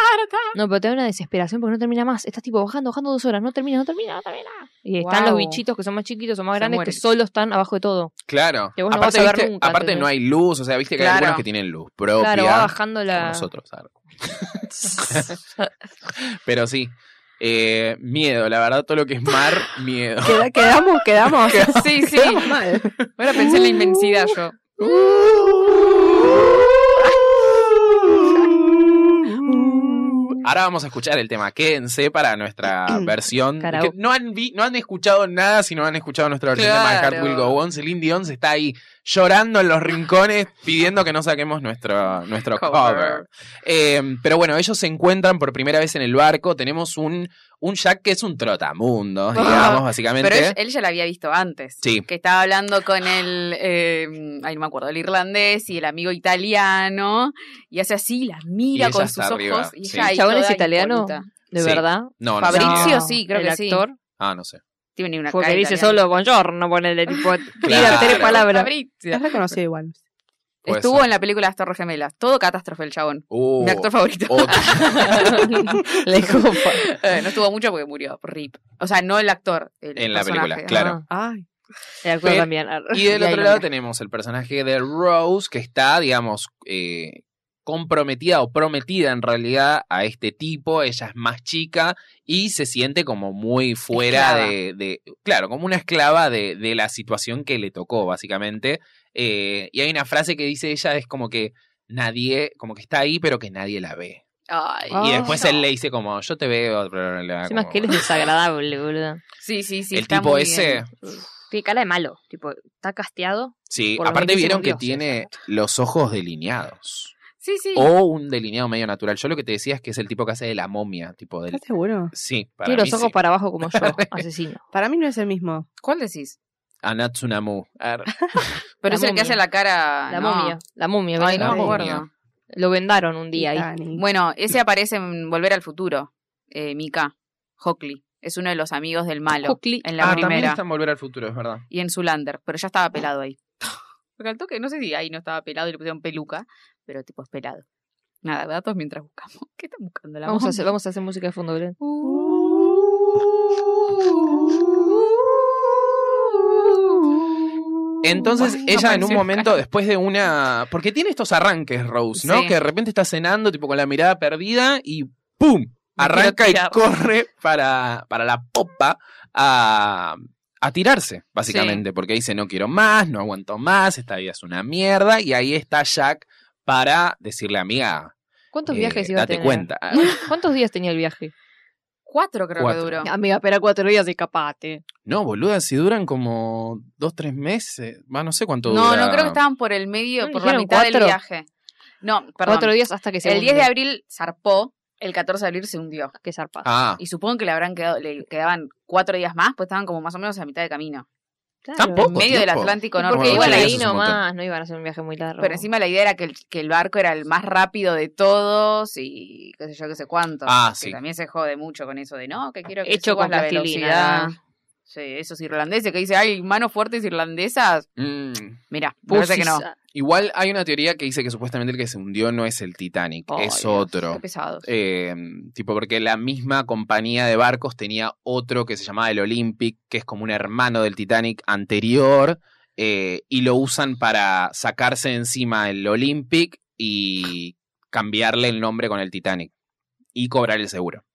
S4: No, pero te da una desesperación porque no termina más. Estás tipo bajando, bajando dos horas. No termina, no termina, no termina. Y están
S2: Guau.
S4: los bichitos que son más chiquitos o más
S2: Se
S4: grandes
S2: mueren.
S4: que solo están abajo de todo.
S1: Claro.
S4: Que vos no
S1: aparte
S4: vas a ver
S1: viste-
S4: nunca,
S1: aparte
S4: ¿entendés?
S1: no hay luz, o sea, viste que hay
S2: Claro.
S1: algunos que tienen luz propia.
S4: Claro, va bajando
S1: como
S4: la.
S1: nosotros. ¿sabes? Pero sí. Eh, miedo, la verdad, todo lo que es mar, miedo.
S3: Queda- quedamos, quedamos.
S2: Sí, sí.
S3: Quedamos mal.
S2: Ahora pensé en la inmensidad yo.
S1: Ahora vamos a escuchar el tema. Quédense para nuestra versión.
S4: Karaoke.
S1: Que no, han vi- no han escuchado nada si no han escuchado nuestra versión de My Heart
S2: Claro.
S1: Will Go On. Celine Dion se está ahí llorando en los rincones pidiendo que no saquemos nuestro, nuestro cover.
S2: Cover.
S1: Eh, pero bueno, ellos se encuentran por primera vez en el barco. Tenemos un, un Jack que es un trotamundo, digamos, básicamente.
S2: Ah. Pero él, él ya la había visto antes.
S1: Sí.
S2: Que estaba hablando con el, eh, ay, no me acuerdo, el irlandés y el amigo italiano. Y hace así, las
S1: Y
S2: mira
S1: ella
S2: con
S1: está
S2: sus
S1: arriba,
S2: ojos. Y
S1: sí.
S2: ella ahí
S4: ¿El chabón es
S2: toda
S4: italiano?
S2: impoluta.
S4: De
S1: Sí.
S4: verdad.
S1: No, no sé.
S2: Fabrizio
S4: No,
S2: sí, creo
S4: el
S2: que sí.
S4: actor.
S1: Ah, no sé.
S2: Tiene una
S4: Porque
S2: cara
S4: dice
S2: italiana.
S4: solo buongiorno, ponele tipo.
S1: Claro.
S4: Tira tres palabras.
S2: Fabrizio.
S3: Es reconocido igual.
S1: Puede
S2: Estuvo
S1: ser.
S2: en la película Las Torres Gemelas. Todo catástrofe el chabón.
S1: Uh,
S2: Mi actor favorito.
S1: otro.
S3: Le copa.
S2: Eh, no estuvo mucho porque murió. Rip. O sea, no el actor. el
S1: En la
S2: personaje.
S1: película, claro.
S3: Ay.
S4: El actor
S1: Pero-
S4: también. ar-
S1: Y del
S2: Y ahí
S1: otro
S2: lo
S1: lado
S2: mira.
S1: tenemos el personaje de Rose que está, digamos, eh, comprometida o prometida en realidad a este tipo. Ella es más chica y se siente como muy fuera
S2: Esclava.
S1: de, de- Claro, como una esclava de, de la situación que le tocó, básicamente. Eh, y hay una frase que dice ella: es como que nadie, como que está ahí, pero que nadie la ve.
S2: Ay,
S1: y
S4: Ah.
S1: después él le dice, como, yo te veo. bla, bla, bla,
S4: Encima
S1: Ah, como-
S4: que él es desagradable, boludo.
S2: Sí, sí, sí.
S1: el
S2: está
S1: tipo
S2: muy
S1: ese.
S2: bien.
S4: Tiene cara de malo. Tipo, está casteado.
S1: Sí,
S4: Por los
S1: aparte vieron
S4: bendísimos
S1: que tiene
S4: dioses.
S1: los ojos delineados.
S2: Sí, sí.
S1: O un delineado medio natural. Yo lo que te decía es que es el tipo que hace de la momia, tipo del.
S3: ¿Estás seguro?
S1: Sí, para
S4: Tiene
S1: mí
S4: los ojos
S1: sí.
S4: para abajo como yo, asesino.
S3: Para mí no es el mismo.
S2: ¿Cuál decís?
S1: Anatsunamu. Ar-
S2: Pero
S4: La
S2: es el que
S4: momia.
S2: hace la cara.
S4: La
S2: no.
S4: momia. La momia,
S2: Ay,
S4: ¿verdad?
S2: no
S1: La
S2: me acuerdo.
S1: momia. Mm.
S4: Lo vendaron un día ahí.
S3: Titanic.
S2: Bueno, ese aparece en Volver al Futuro. Eh, Mika. Hockley. Es uno de los amigos del malo.
S4: Hucli.
S2: En
S1: ah,
S2: la
S1: también
S2: primera.
S1: está en Volver al Futuro, es verdad.
S2: Y en Zulander. Pero ya
S1: Ah.
S2: estaba pelado ahí. Porque al toque, no sé si ahí no estaba pelado y le pusieron peluca. Pero tipo es pelado. Nada, datos mientras buscamos. ¿Qué están buscando? La
S4: Vamos a,
S2: momia?
S4: hacer, vamos a hacer música de fondo, Belén.
S1: Entonces
S4: Ay,
S1: ella en
S4: apareció
S1: un
S4: un
S1: momento, después de una. Porque tiene estos arranques, Rose, ¿no?
S2: Sí.
S1: Que de repente está cenando, tipo con la mirada perdida y ¡pum! Arranca y
S4: tirar.
S1: corre para, para la popa a, a tirarse, básicamente. Porque dice: No quiero más, no aguanto más, esta vida es una mierda. Y ahí está Jack para decirle, amiga,
S4: ¿Cuántos
S1: eh,
S4: viajes iba a
S1: date
S4: tener?
S1: cuenta. Ah,
S4: ¿Cuántos días tenía el viaje?
S2: Cuatro creo
S1: Cuatro.
S2: que duró.
S4: Amiga, espera cuatro días y capate.
S1: No, boluda, si duran como dos, tres meses. Va, no sé cuánto
S2: No,
S1: dura.
S2: no creo que estaban por el medio,
S4: ¿No
S2: por la
S4: dijeron
S2: mitad del
S4: cuatro?
S2: viaje. No, perdón.
S4: Cuatro días hasta que se
S2: el 10 de
S4: hundió.
S2: abril zarpó, el 14 de abril se hundió.
S4: Que zarpa.
S1: Ah,
S2: Y supongo que le habrán quedado, le quedaban cuatro días más, pues estaban como más o menos a mitad de camino.
S4: Claro.
S1: tampoco.
S2: medio del
S1: tiempo.
S2: Atlántico
S1: No,
S2: Norte.
S4: Porque
S1: ocho
S4: igual
S1: días
S4: ahí
S1: es un montón.
S4: nomás no iban a hacer un viaje muy largo.
S2: Pero encima la idea era que el, que el barco era el más rápido de todos y qué sé yo, qué sé cuánto.
S1: Ah,
S2: que
S1: sí.
S2: también se jode mucho con eso de no, que quiero que
S4: Hecho
S2: subas
S4: con
S2: la
S4: plastilina.
S2: velocidad. Sí, esos irlandeses que dicen, ay, manos fuertes irlandesas.
S1: Mm.
S2: Mira, parece que no.
S4: Pusis.
S1: Igual hay una teoría que dice que supuestamente el que se hundió no es el Titanic,
S4: Ay,
S1: es
S4: Dios,
S1: otro.
S2: Qué pesados.
S1: Eh, tipo, porque la misma compañía de barcos tenía otro que se llamaba el Olympic, que es como un hermano del Titanic anterior, eh, y lo usan para sacarse de encima el Olympic y cambiarle el nombre con el Titanic y cobrar el seguro.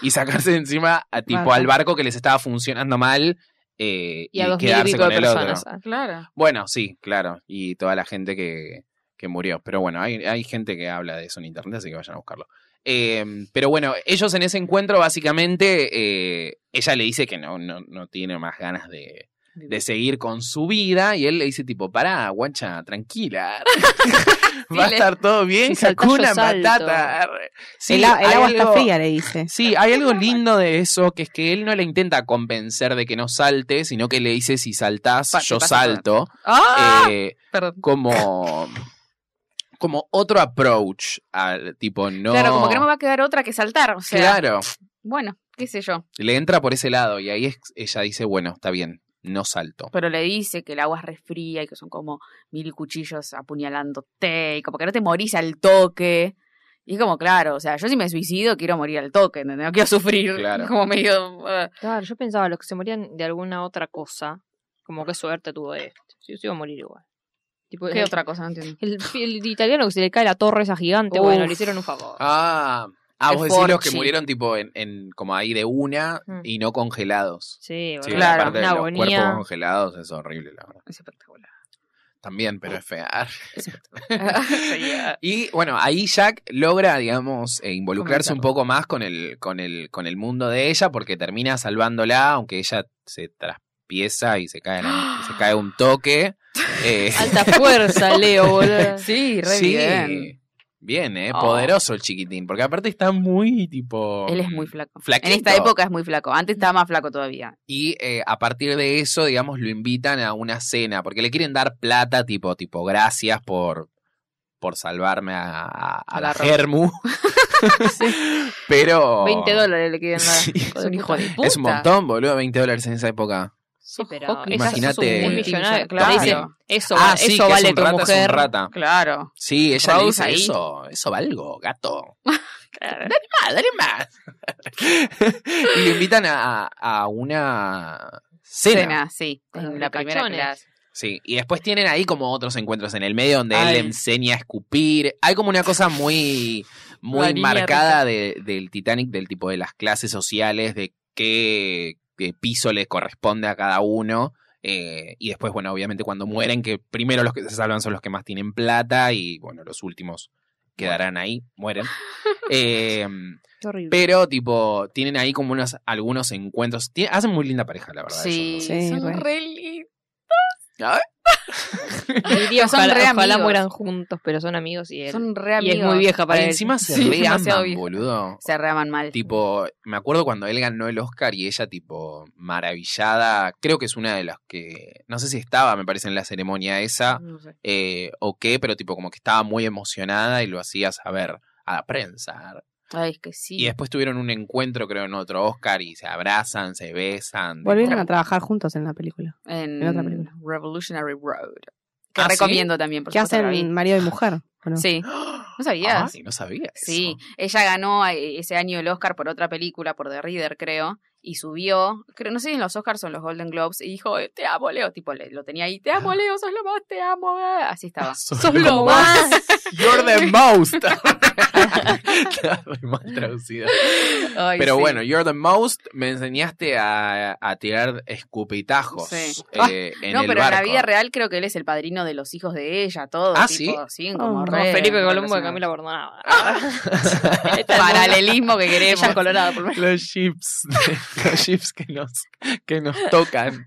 S1: Y sacarse de encima a tipo
S3: Bárbaro.
S1: al barco que les estaba funcionando mal eh, y,
S4: Y a dos mil y
S1: quedarse
S4: pico
S1: con
S4: de
S1: el
S4: personas.
S1: otro.
S4: Ah,
S2: Claro.
S1: Bueno, sí, claro. Y toda la gente que, que murió. Pero bueno, hay, hay gente que habla de eso en internet, así que vayan a buscarlo. Eh, pero bueno, ellos en ese encuentro, básicamente, eh, ella le dice que no, no, no tiene más ganas de, de seguir con su vida. Y él le dice, tipo, pará, guacha, tranquila. Va a
S2: le-
S1: estar todo bien,
S4: Si saltás, yo
S1: Hakuna
S4: salto.
S1: Matata. Sí,
S3: el, a- el
S1: hay
S3: agua
S1: algo-
S3: está fría, le dice.
S1: Sí, hay algo lindo de eso, que es que él no le intenta convencer de que no salte, sino que le dice, si saltás,
S2: Pa- te
S1: yo
S2: pasa todo.
S1: salto.
S2: ¡Ah!
S1: Eh,
S2: Perdón.
S1: como como otro approach al tipo Eh, no
S2: Claro, como que no me va a quedar otra que saltar. O sea,
S1: Claro,
S2: bueno, qué sé yo.
S1: le entra por ese lado y ahí es, ella dice bueno está bien no salto
S2: Pero le dice que el agua es resfría y que son como mil cuchillos apuñalándote y como que no te morís al toque. Y es como, claro, o sea, yo si me suicido quiero morir al toque, ¿entendés? No quiero sufrir.
S1: Claro.
S2: Como medio. eh.
S4: Claro, yo pensaba, los que se morían de alguna otra cosa, como qué suerte tuvo de esto. Si yo se iba a morir igual. Tipo,
S2: ¿Qué
S4: el-
S2: otra cosa? No entiendo.
S4: El, el italiano que se le cae la torre esa gigante, bueno,
S2: Uf.
S4: le hicieron un favor.
S1: ah Ah,
S4: El
S1: vos decís los
S4: forchi.
S1: que murieron tipo en, en- como ahí de una
S4: Mm.
S1: y no congelados.
S4: Sí,
S1: Sí, la
S4: boludo,
S2: claro,
S1: parte de
S4: una
S1: los cuerpos
S4: agonía.
S1: congelados es horrible, la verdad.
S2: Es espectacular. Eh,
S1: También, pero es fea.
S2: Sería-
S1: Y bueno, ahí Jack logra, digamos, eh, involucrarse un
S2: Convencerla.
S1: poco más con el, con el, con el mundo de ella, porque termina salvándola, aunque ella se traspieza y se cae, en un- se cae un toque. Eh,
S4: Alta fuerza, Leo, boludo.
S2: sí, re
S1: sí,
S2: bien.
S1: bien, eh,
S2: Oh.
S1: poderoso el chiquitín, porque aparte está muy tipo.
S2: Él es muy flaco.
S1: flaquito.
S2: En esta época es muy flaco. Antes estaba más flaco todavía.
S1: Y eh, a partir de eso, digamos, lo invitan a una cena, porque le quieren dar plata, tipo, tipo, gracias por, por salvarme a, a- a
S2: A
S1: la
S2: la Ro-
S1: Germu. Pero.
S4: 20 dólares le quieren dar.
S1: Oh. Sí.
S2: Es un
S4: Hijo de puta.
S2: hijo de puta.
S1: Es un montón, boludo, 20 dólares en esa época.
S4: Sí, pero
S2: Ojo,
S4: esas
S1: imagínate-
S4: sos un multimillonario, claro.
S2: Claro.
S4: Te dicen, eso,
S1: ah,
S4: va-
S1: sí,
S4: eso
S1: que
S4: vale
S1: es un
S4: tu
S1: rata, Es
S4: mujer.
S1: un rata.
S2: Claro.
S1: Sí, ella le
S2: Rose
S1: dice
S2: ahí.
S1: eso, eso valgo, gato.
S4: Claro.
S1: Ah, dale más. y le invitan a, a una cena.
S2: Cena, sí.
S4: Con
S2: en
S4: los
S2: la primera
S4: cachones.
S2: clase.
S1: Sí, y después tienen ahí como otros encuentros en el medio donde él
S2: Ay.
S1: le enseña a escupir. Hay como una cosa muy, muy
S4: Varía,
S1: marcada de- del Titanic, del tipo de las clases sociales, de qué, qué piso le corresponde a cada uno. Eh, y después, bueno, obviamente cuando mueren, que primero los que se salvan son los que más tienen plata y bueno, los últimos quedarán ahí, mueren. Eh,
S4: Qué horrible.
S1: pero tipo, tienen ahí como unos, algunos encuentros. Tien- hacen muy linda pareja, la verdad.
S2: Sí,
S1: ellos dos.
S3: Sí,
S2: son
S3: re.
S2: re lindos.
S4: Diría,
S2: Pero son
S4: ojalá,
S2: re
S4: ojalá
S2: amigos.
S4: mueran juntos, pero son amigos y él.
S2: Son re
S4: y
S2: amigos.
S4: es muy vieja para
S1: Ay,
S4: él.
S1: encima se
S2: Sí,
S1: re
S2: demasiado
S1: aman,
S2: vieja.
S1: boludo.
S2: Se reaman mal.
S1: Tipo, me acuerdo cuando él ganó el Oscar y ella, tipo, maravillada. Creo que es una de las que. No sé si estaba, me parece, en la ceremonia esa
S4: No sé.
S1: eh, o qué, pero, tipo, como que estaba muy emocionada y lo hacía saber a la prensa.
S2: Ay, es que sí.
S1: Y después tuvieron un encuentro, creo, en otro Oscar y se abrazan, se besan.
S3: Volvieron
S1: tipo.
S3: a trabajar juntos en la película.
S2: en,
S3: en otra película.
S2: Revolutionary Road. Que
S1: ¿Ah, sí?
S2: recomiendo también, por
S3: ¿Qué
S2: supuesto, la vi.
S3: hacen marido y mujer? ¿o no?
S2: Sí. ¿No sabías?
S1: Ay, ah, no sabía. eso.
S2: Sí, ella ganó eh, ese año el Oscar por otra película, por The Reader, creo, y subió, creo, no sé si en los Oscars o en los Golden Globes, y dijo, "Eh, te amo, Leo, tipo, le- lo tenía ahí, te amo, Leo, sos lo más, te amo, ah". así estaba.
S1: Sos
S4: lo
S1: lo
S4: más.
S1: You're the most. Claro, mal traducido.
S2: Ay,
S1: Pero
S2: sí.
S1: bueno, You're the Most me enseñaste a, a tirar escupitajos
S2: Sí.
S1: eh, en
S2: no,
S1: el
S2: pero en la
S1: barco.
S2: vida real creo que él es el padrino de los hijos de ella, todo.
S1: Ah,
S2: tipo, sí, como
S3: Oh.
S2: re
S4: Como Felipe Colombo de
S2: relacionado.
S4: Camila Bornada.
S2: Paralelismo que queremos.
S4: Ella en Colorado, por lo menos.
S1: Los chips, los chips que nos, que nos tocan.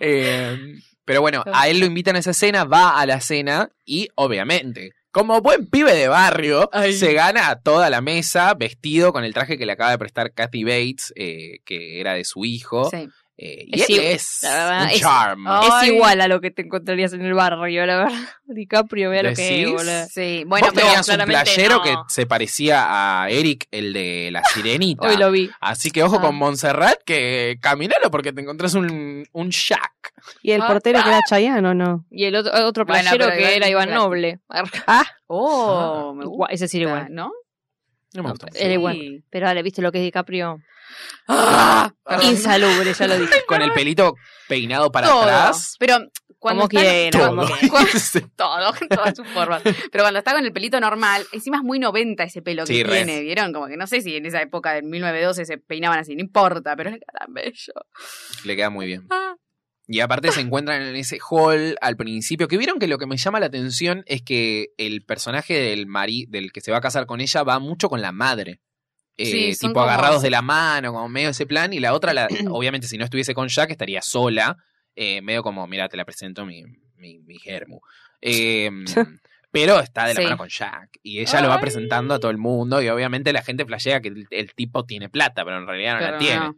S1: Eh, pero bueno, a él lo invitan a esa cena, va a la cena y obviamente, como buen pibe de barrio,
S4: Ay.
S1: se gana a toda la mesa vestido con el traje que le acaba de prestar Kathy Bates, eh, que era de su hijo.
S2: Sí.
S1: Eh, y
S4: Es
S1: él
S4: igual,
S1: es
S4: la verdad,
S1: un
S4: es-
S1: charm.
S2: Oh,
S4: Es
S2: Ay.
S4: igual a lo que te encontrarías en el barrio, la verdad. DiCaprio, vea lo que
S1: ¿Decís?
S4: es, boludo.
S2: Sí,
S1: Bueno,
S2: bueno,
S1: Vos
S2: pero
S1: tenías un
S4: claramente
S1: playero
S4: no. Ah,
S1: que se parecía a Eric, el de la sirenita.
S4: Hoy lo vi.
S1: Así que ojo
S4: Ah.
S1: con Montserrat, que caminalo porque te encontrás un, un Jack.
S3: ¿Y el
S4: Ah.
S3: portero que era Chayanne o no?
S4: Y el otro, otro
S2: Bueno,
S4: playero
S2: pero
S4: que
S2: igual-
S4: era Iván
S2: igual.
S4: Noble.
S2: Oh, me gusta,
S4: Igual, Ese sí era igual.
S2: ¿no?
S1: No me gusta.
S4: Era igual.
S2: Sí.
S4: Pero ahora, ¿viste lo que es DiCaprio?
S2: Ah, perdón.
S4: Insalubre, ya lo dije.
S1: Con el pelito peinado para
S2: Todo.
S1: atrás.
S2: Pero cuando
S4: Como
S2: está,
S4: quiera.
S1: Todo.
S4: Como
S2: que-
S4: quiera.
S2: Cuando-
S1: Sí.
S2: todo, en todas sus formas. Pero cuando está con el pelito normal, encima es muy 90 ese pelo que
S1: Sí, re.
S2: tiene, ¿vieron? Como que no sé si en esa época del 1912 se peinaban así, no importa, pero es tan bello.
S1: Le queda muy bien.
S2: Ah,
S1: Y aparte se encuentran en ese hall al principio, que vieron que lo que me llama la atención es que el personaje del mari del que se va a casar con ella va mucho con la madre. Eh,
S2: Sí, son
S1: tipo
S2: como-
S1: agarrados de la mano, como medio ese plan, y la otra, la, obviamente si no estuviese con Jack estaría sola, eh, medio como, mira, te la presento mi, mi, mi germu. Eh, pero está de la
S2: Sí.
S1: mano con Jack, y ella lo va
S2: Ay.
S1: presentando a todo el mundo, y obviamente la gente flashea que el, el tipo tiene plata, pero en realidad no
S2: pero
S1: la
S2: no.
S1: tiene.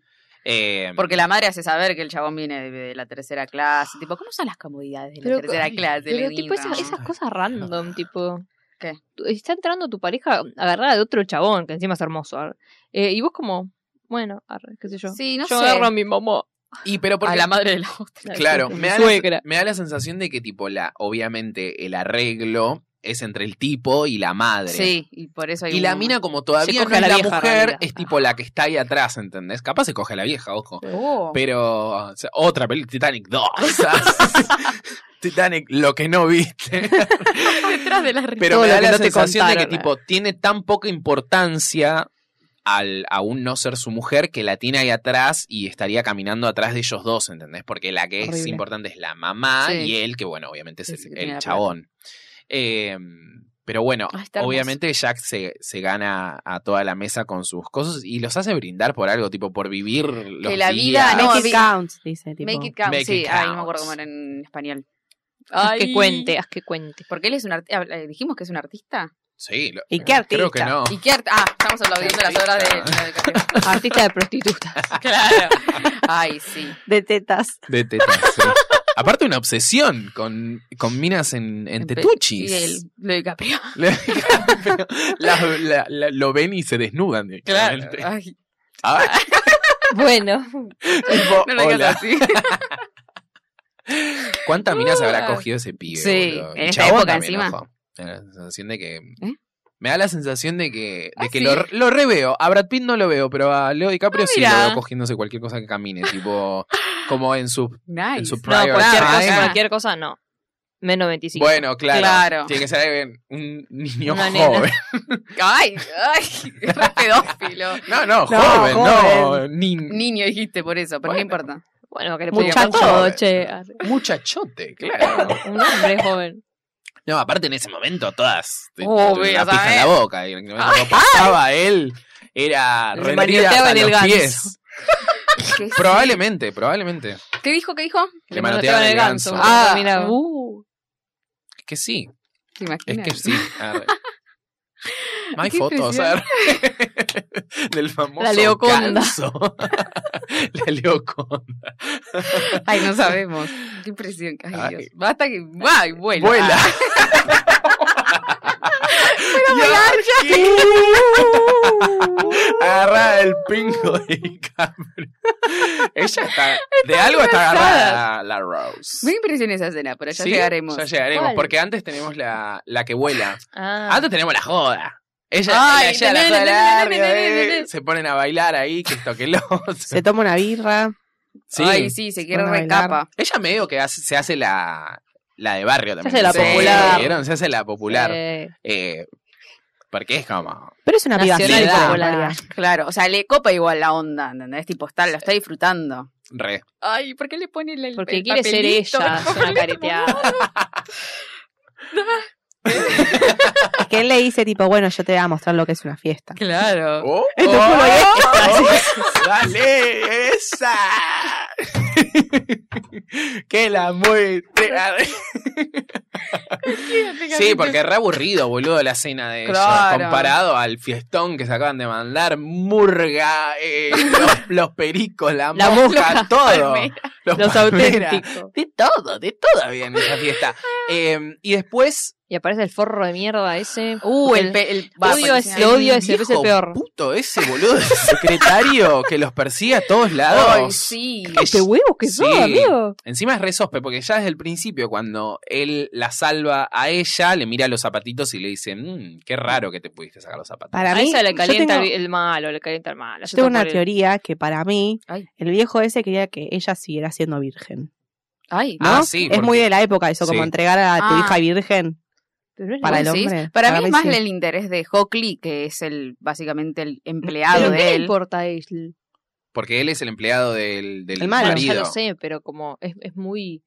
S1: Eh,
S2: Porque la madre hace saber que el chabón viene de, de la tercera clase. Tipo, ¿cómo son las comodidades de
S4: Pero-
S2: la tercera clase?
S4: Pero
S2: Lenita?
S4: tipo esas, esas cosas random, tipo.
S2: ¿Qué?
S4: tú- Está entrando tu pareja agarrada de otro chabón, que encima es hermoso. ar. Eh, y vos como, bueno, ar, qué sé yo.
S2: Sí, no
S4: yo
S2: sé.
S4: agarro a mi mamá.
S1: y pero porque
S2: a la madre de la otra.
S1: Claro,
S4: Mi
S1: me da, la,
S4: suegra.
S1: me da la sensación de que, tipo, la, obviamente el arreglo es entre el tipo y la madre.
S2: Sí, y por eso hay
S1: Y
S2: un-
S1: la mina, como
S4: Se
S1: todavía no
S4: coge a
S1: es
S4: la
S1: la
S4: vieja, en
S1: mujer,
S4: realidad.
S1: es tipo la que está ahí atrás, ¿entendés? Capaz se coge a la vieja, ojo.
S2: Oh.
S1: Pero, o sea, otra película, Titanic 2. Titanic, lo que no viste.
S2: detrás de la
S1: Pero
S4: Todo
S1: me
S4: lo
S1: da
S4: que
S1: la
S4: no te
S1: sensación de que,
S4: contaron,
S1: tipo, tiene tan poca importancia al, a un no ser su mujer que la tiene ahí atrás y estaría caminando atrás de ellos dos, ¿entendés? Porque la que es
S3: Horrible.
S1: importante es la mamá
S2: Sí.
S1: y él, que bueno, obviamente es
S2: Es el
S1: el,
S2: que tiene
S1: el
S2: la plata.
S1: chabón. Eh, pero bueno,
S2: Ay, está hermoso.
S1: obviamente Jack se, se gana a toda la mesa con sus cosas y los hace brindar por algo, tipo por vivir los
S2: la
S1: días.
S2: vida Ah, no-
S3: Make it
S2: vi-
S3: count, dice. Tipo.
S2: Make it count.
S1: Make
S2: sí,
S1: it
S2: ay, no
S1: count.
S2: me acuerdo cómo era en español.
S4: Haz
S2: Ay.
S4: que cuente, haz que cuente.
S2: Porque él es un artista. ¿Dijimos que es un artista?
S1: Sí, lo-
S3: ¿Y qué
S1: creo que
S3: artista?
S1: no.
S2: ¿Y qué art- Ah, estamos aplaudiendo las obras de Leonardo DiCaprio.
S4: Artista de prostitutas.
S2: Claro. Ay, sí.
S3: De tetas.
S1: De tetas, sí. Aparte una obsesión con, con minas en, en tetuchis.
S2: Y él, lo DiCaprio.
S1: Le- pero la- la- la- lo ven y se desnudan directamente.
S2: Ay,
S1: Ay,
S4: Bueno,
S1: tipo,
S2: no lo
S1: hola.
S2: digas así.
S1: ¿Cuántas minas habrá
S2: Ah.
S1: cogido ese pibe?
S2: Sí,
S1: boludo?
S2: en
S1: Y
S2: esta
S1: chabón
S2: época
S1: también,
S2: encima.
S1: ojo. Me da la sensación de que.
S2: ¿Eh?
S1: Me da la sensación de que, de
S2: Ah,
S1: que
S2: sí. Ah,
S1: lo, lo reveo. A Brad Pitt no lo veo, pero a Leo DiCaprio sí lo
S4: mira.
S1: veo cogiéndose cualquier cosa que camine. Tipo, como en su.
S2: Nice.
S1: En su
S4: no,
S1: Prior
S4: cualquier
S1: time.
S4: cosa, cualquier cosa no. Menos 25.
S1: Bueno, claro,
S2: Claro.
S1: Tiene que ser alguien- un niño
S4: Una nena.
S1: joven.
S2: Ay, ay, re pedófilo.
S1: No, no, joven, no. Ni,
S2: Niño dijiste por eso, pero
S1: Bueno.
S2: no importa.
S4: Bueno, que le
S3: Muchacho.
S4: pongan todo, che.
S1: Muchachote, claro.
S4: Un hombre joven.
S1: No, aparte en ese momento todas te-
S2: Obvio,
S1: te la
S2: ¿sabes?
S1: pija en la boca. directamente. Lo pasaba él era
S4: Se
S1: rendida
S4: manoteaba
S1: hasta
S4: en el
S1: los
S4: ganso.
S1: pies.
S2: ¿Qué,
S1: Probablemente, probablemente.
S2: ¿Qué dijo? ¿Qué dijo?
S1: Le manoteaban el ganso.
S4: Ah,
S2: mira.
S4: mira.
S1: Es que sí,
S2: ¿Te
S1: es
S2: imaginas?
S1: que sí. Arre. No hay
S2: Qué
S1: fotos
S2: impresión.
S1: arre. del famoso
S4: La Leoconda.
S1: ganso. la Leoconda.
S2: Ay, no sabemos. Qué impresión. Ay,
S1: Ay.
S2: Dios. Basta que. ¡Ay, vuela!
S1: Vuela. Y Agarrada del pingo de DiCaprio. Ella está. De algo está agarrada la, la Rose.
S2: Me impresiona esa escena, pero ya
S1: ¿Sí?
S2: llegaremos.
S1: Ya llegaremos,
S4: ¿Cuál?
S1: porque antes tenemos la, la que vuela.
S4: Ah,
S1: Antes tenemos la joda. Ella,
S2: Ay,
S1: ella la
S2: nene,
S1: joda
S2: nene,
S1: larga,
S2: nene, nene,
S1: eh,
S2: nene.
S1: se ponen a bailar ahí, que esto que lo otro.
S3: Se toma una birra.
S1: Sí.
S2: Ay, sí, se quiere
S3: Van a
S2: recapa.
S1: Ella medio que hace- se hace la, la de barrio también.
S4: hace la
S1: Sí,
S4: popular.
S1: ¿vieron? Se hace la popular.
S4: eh,
S1: Eh, porque es como...
S3: Pero es una piba
S4: Nacional
S3: fina,
S4: popular.
S3: en realidad.
S2: Claro, o sea, le copa igual la onda, ¿entendés? Tipo, está, lo está disfrutando.
S1: Re.
S2: Ay, ¿por qué le pone el
S4: porque quiere ser ella, es una careteada.
S3: Es que él le dice, tipo, bueno, yo te voy a mostrar lo que es una fiesta.
S2: Claro.
S1: Oh,
S3: Esto
S1: oh,
S3: fue lo
S1: ¡Dale! ¡Esa! ¡Que la muerte! Sí, porque es re aburrido, boludo, la cena de ellos.
S2: Claro.
S1: Comparado al fiestón que se acaban de mandar. Murga, eh, los, los pericos, la,
S4: La
S1: mosca,
S4: mosca,
S1: todo.
S2: palmera.
S4: Los
S1: palmeras.
S4: auténticos.
S1: De todo, de todo había en esa fiesta. Eh, y después
S4: Y aparece el forro de mierda ese.
S2: Uh, el, pe- el va,
S4: Odio
S2: policía.
S4: ese- odio ese,
S1: viejo
S4: es el peor.
S1: puto ese, boludo, del secretario que los persigue a todos lados.
S2: Ay, sí.
S4: ¡Qué huevo que
S1: Sí.
S4: sos, amigo!
S1: Encima es re sospe, porque ya desde el principio, cuando él la salva a ella, le mira los zapatitos y le dice, "Mm, qué raro que te pudiste sacar los zapatos.
S3: Para
S4: A
S3: mí,
S4: ella le
S3: yo
S4: calienta
S3: tengo-
S4: el- el malo, le calienta el malo.
S3: Yo
S4: Yo
S3: tengo una
S4: tampoco le-
S3: teoría que para mí,
S2: Ay.
S3: el viejo ese quería que ella siguiera siendo virgen.
S2: Ay,
S3: ¿no?
S1: Ah, sí,
S3: es
S1: porque-
S3: muy de la época eso, como
S1: Sí.
S3: entregar a tu
S2: Ah.
S3: hija virgen
S4: Pero no es
S3: para el
S2: ¿Vos decís?
S3: hombre.
S2: Para, mí es más
S3: sí.
S2: el interés de Hockley, que es el básicamente el
S4: Pero
S2: empleado de
S4: ¿qué le
S2: él.
S4: importa a él?
S1: Porque él es el empleado del, del
S3: El malo.
S4: Bueno, ya
S1: marido.
S4: lo sé, pero como es, es muy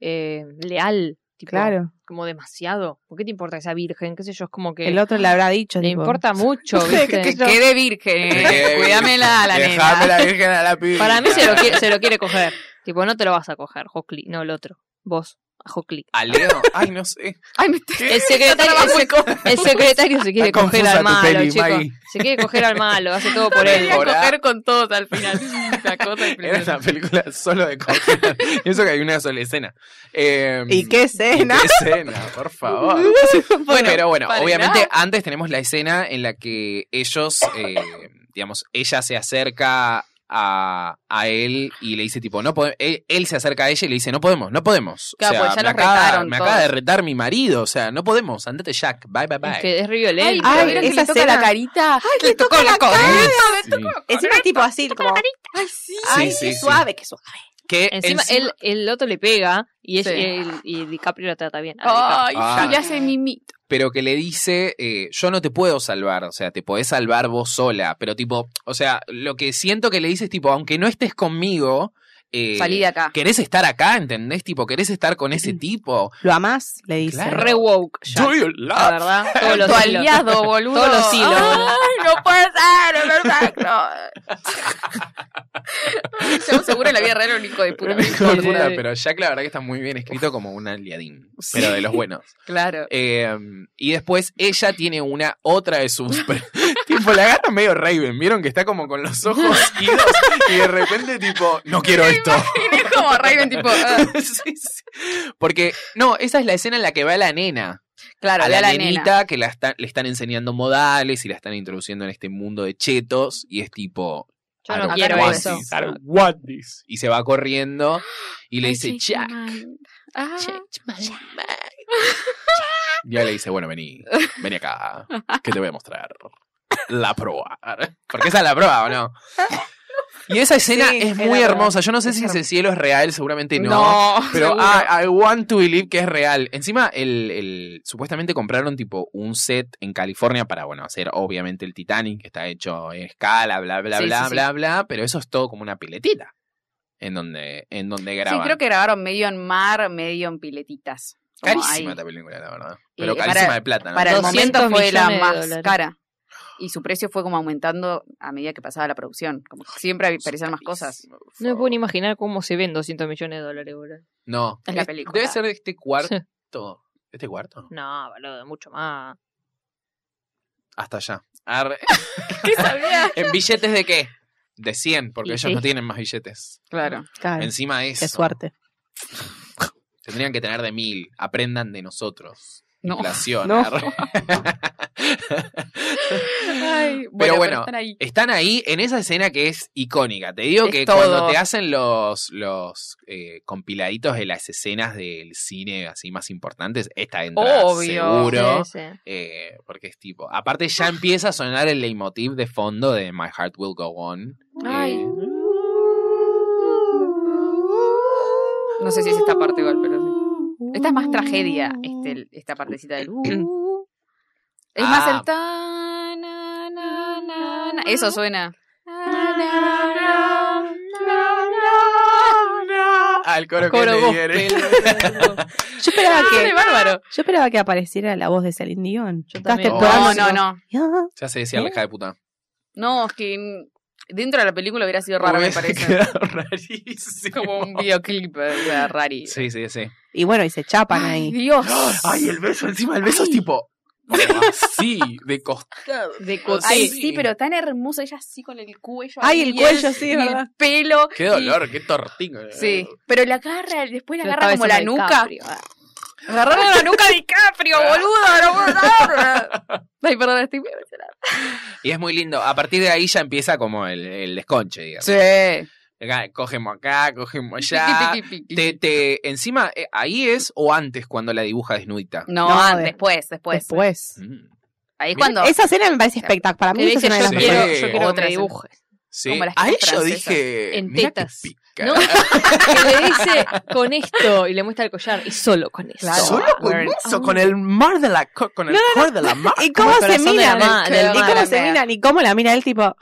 S4: eh, leal. Tipo,
S3: Claro.
S4: Como demasiado. ¿Por qué te importa esa virgen? ¿Qué sé yo? Es como que
S3: El otro le habrá dicho,
S4: le
S3: tipo,
S4: importa mucho.
S3: No sé, que-
S4: ¿viste?
S2: Que quede virgen, eh.
S1: Que-
S2: cuídamela a la
S1: Dejame
S2: nena.
S1: la virgen a la pibita.
S4: Para mí se lo, quiere, se lo quiere coger. Tipo, no te lo vas a coger, Hockley. No, el otro. Vos, a Hockley.
S1: A Leo, ay, no sé.
S2: Ay, me estoy-
S4: El secretario, el, sec- el secretario se quiere
S1: Está
S4: coger
S1: confusa
S4: al
S1: tu
S4: malo,
S1: peli,
S4: chico.
S1: Maggie.
S4: Se quiere coger al malo, hace todo por
S1: Dale,
S4: él.
S2: Voy a
S1: Ahora-
S2: coger con todos al final. La cosa
S1: Era
S2: impresionante.
S1: una película solo de coger. Y eso que hay una sola escena. Eh,
S3: ¿Y qué
S1: ¿Qué
S3: escena?
S1: escena, por favor.
S2: Bueno,
S1: Pero bueno,
S2: para
S1: obviamente
S2: nada.
S1: antes tenemos la escena en la que ellos, eh, digamos, ella se acerca a, a él y le dice tipo, no podemos, él, él se acerca a ella y le dice, no podemos, no podemos.
S2: Claro,
S1: o sea,
S2: pues
S1: me,
S2: ya los
S1: acaba,
S2: retaron
S1: me
S2: todos.
S1: acaba de retar mi marido, o sea, no podemos, andate Jack, bye, bye, bye.
S4: Es que es re
S2: Ay,
S4: violento.
S3: Ay,
S2: ¿vieron que
S3: esa
S2: le toca
S3: escena.
S2: la carita.
S3: le toca la
S2: cola.
S1: Sí,
S2: Ay,
S1: Ah, sí.
S3: Encima es tipo así, como,
S2: Ay, sí.
S1: Ay, Sí, qué sí, sí. suave,
S3: qué suave.
S1: Que
S4: Encima, él, el otro le pega y, es-
S2: Sí.
S4: y el- y DiCaprio lo trata bien. Ah,
S2: Ay,
S1: Ah.
S2: y le hace mimito.
S1: pero que le dice, eh, yo no te puedo salvar, o sea, te podés salvar vos sola, pero tipo, o sea, lo que siento que le dice es tipo, aunque no estés conmigo, eh,
S2: Salí de acá.
S1: querés estar acá, ¿entendés? Tipo, querés estar con ese tipo.
S3: ¿Lo amás? Le dice.
S1: Claro.
S4: DiCaprio. Re woke ya,
S1: Do you
S4: Ah,
S1: love?
S4: la verdad. Todos los
S2: tu
S4: hilos.
S2: aliado, boludo. Ah.
S4: Todos los hilos, boludo.
S2: Ay, no puede ser, es perfecto. Estamos seguro en la vida real era un hijo de puta.
S1: Un hijo de
S4: Sí, sí,
S1: puta,
S4: sí.
S1: pero Jack la verdad que está muy bien escrito como un aliadín, pero de los buenos.
S2: Claro.
S1: Eh, y después ella tiene una otra de sus. tipo, la gana medio Raven. Vieron que está como con los ojos idos y de repente, tipo, no quiero esto.
S2: Y es como Raven, tipo. ah,
S1: Sí, sí. Porque, no, esa es la escena en la que va la nena.
S2: claro,
S1: A
S2: ve
S1: la,
S2: a la
S1: nenita
S2: nena.
S1: que la está- le están enseñando modales y la están introduciendo en este mundo de chetos. Y es tipo.
S4: Yo
S1: "I
S4: no
S1: don't
S4: quiero
S1: want
S4: eso.
S1: this, I don't want this". Y se va corriendo y le
S2: Ay,
S1: dice,
S2: change my
S1: Jack.
S2: mind. Ah,
S1: Y ella le dice, bueno, vení, vení acá, que te voy a mostrar la proa. Porque esa es la proa, ¿o no? Y esa escena
S3: Sí,
S1: es
S3: es
S1: muy
S3: la proa.
S1: hermosa. Yo no sé
S3: Es
S1: si
S3: hermosa.
S1: ese cielo es real, seguramente no. pero ah,
S2: seguro.
S1: I, I want to believe que es real. Encima, el, el- supuestamente compraron tipo un set en California para, bueno, hacer obviamente el Titanic, que está hecho en escala, bla, bla,
S2: Sí,
S1: bla,
S2: sí, sí.
S1: bla, bla. Pero eso es todo como una piletita en donde, en donde
S2: Sí,
S1: graban.
S2: creo que grabaron medio en mar, medio en piletitas. Como ahí.
S1: Carísima esta película, la verdad. Pero
S2: Eh,
S1: carísima
S2: para-
S1: de plata, ¿no?
S2: Para el
S4: 200
S2: momento fue la
S4: millones de
S2: más
S4: dólares.
S2: cara. Y su precio fue como aumentando a medida que pasaba la producción. Como que siempre aparecían más cosas.
S4: No me puedo ni imaginar cómo se ven 200 millones de dólares, boludo.
S1: No.
S2: Es la
S1: Es-
S2: película.
S1: Debe ser de este cuarto. ¿Este cuarto?
S4: No, boludo, mucho más.
S1: Hasta allá. Arre.
S2: ¿Qué sabía?
S1: ¿En billetes de qué? De 100, porque
S4: Y
S1: ellos
S4: sí.
S1: no tienen más billetes.
S2: Claro.
S3: Claro,
S1: Encima de eso.
S3: qué suerte.
S1: Tendrían que tener de mil. Aprendan de nosotros.
S2: No.
S1: Inflación.
S3: No.
S1: arre.
S2: Ay,
S1: Pero bueno,
S2: están ahí.
S1: Están ahí en esa escena que es icónica. Te digo
S2: Es
S1: que
S2: todo.
S1: cuando te hacen los, los eh, compiladitos de las escenas del cine así más importantes, esta entra
S2: Obvio.
S1: seguro.
S4: Sí, sí.
S1: Eh, porque es tipo. Aparte, ya empieza a sonar el leitmotiv de fondo de My Heart Will Go On.
S2: Ay.
S1: Eh,
S2: No sé si es esta parte igual, pero sí. Esta es más tragedia, este, esta partecita del. uh, Es más
S1: Ah.
S2: el ta na, na, na, na. Eso suena.
S1: Al coro,
S4: Coro
S1: que le
S4: gospel,
S1: viene.
S4: boludo.
S3: Yo
S4: Ah,
S3: esperaba
S2: Ah, ¡Qué
S3: que.
S2: bárbaro!
S3: Yo esperaba que apareciera la voz de Celine Dion.
S4: Yo
S3: Estás
S4: también.
S2: No,
S3: temblando.
S2: no, no.
S1: Ya se decía la hija de puta.
S2: No, es que mm, dentro de la película hubiera sido raro, me
S1: Hubiese
S2: parece.
S1: quedado rarísimo.
S2: Como un videoclip, o sea, rari.
S1: Sí, sí, sí.
S3: Y bueno, y se chapan
S2: Ay,
S3: ahí.
S2: Dios.
S1: Ay, el beso, encima el beso es
S2: Ay.
S1: tipo. Sí, de costado.
S4: De
S2: Ay,
S1: Ay,
S2: sí,
S1: sí.
S2: pero tan hermosa ella así con el cuello.
S3: Ay, el
S2: ahí,
S3: cuello,
S2: y
S3: sí,
S2: el-
S3: es
S2: y
S3: verdad.
S2: El pelo.
S1: Qué
S2: y-
S1: dolor, qué tortín. eh.
S2: Sí, pero la agarra, después la
S4: Lo
S2: agarra
S4: estaba
S2: como la
S4: besando
S2: nuca.
S4: DiCaprio. Ah.
S2: Agarraron la nuca de DiCaprio, boludo. No puedo creer. Ay, perdón, estoy muy emocionada.
S1: Y es muy lindo. A partir de ahí ya empieza como el, el desconche, digamos.
S2: Sí.
S1: Acá, cogemos acá, cogemos allá. Te, te- encima, eh, ahí es o antes cuando la dibuja desnudita.
S2: No,
S3: No,
S2: ah,
S3: de-
S2: después, después.
S3: Después.
S1: Mm.
S2: Ahí es
S1: Mira,
S2: cuando.
S3: Esa escena me parece espectacular. Para
S4: Que
S3: mí,
S4: le
S3: esa es una
S4: dice,
S3: de las
S4: yo
S1: Sí.
S4: quiero,
S3: mejores.
S4: yo quiero que
S2: Otra
S4: me
S2: escena.
S4: dibujes.
S1: Sí.
S2: Como las
S1: A
S2: chicas
S1: ello
S2: francesas.
S1: dije.
S4: En
S1: "Mirá qué
S4: tetas".
S1: pica.
S4: No. Que le dice con esto y le muestra el collar y solo con eso.
S2: Claro.
S1: Solo con
S2: Awkward.
S1: eso, con el mar de la. co- Con el cor de la mar.
S3: ¿Y cómo
S4: el
S3: se
S4: corazón de la
S3: miran?
S4: ma- de la
S3: ¿Y cómo
S2: madre.
S3: se miran? ¿Y cómo la mira él? Tipo,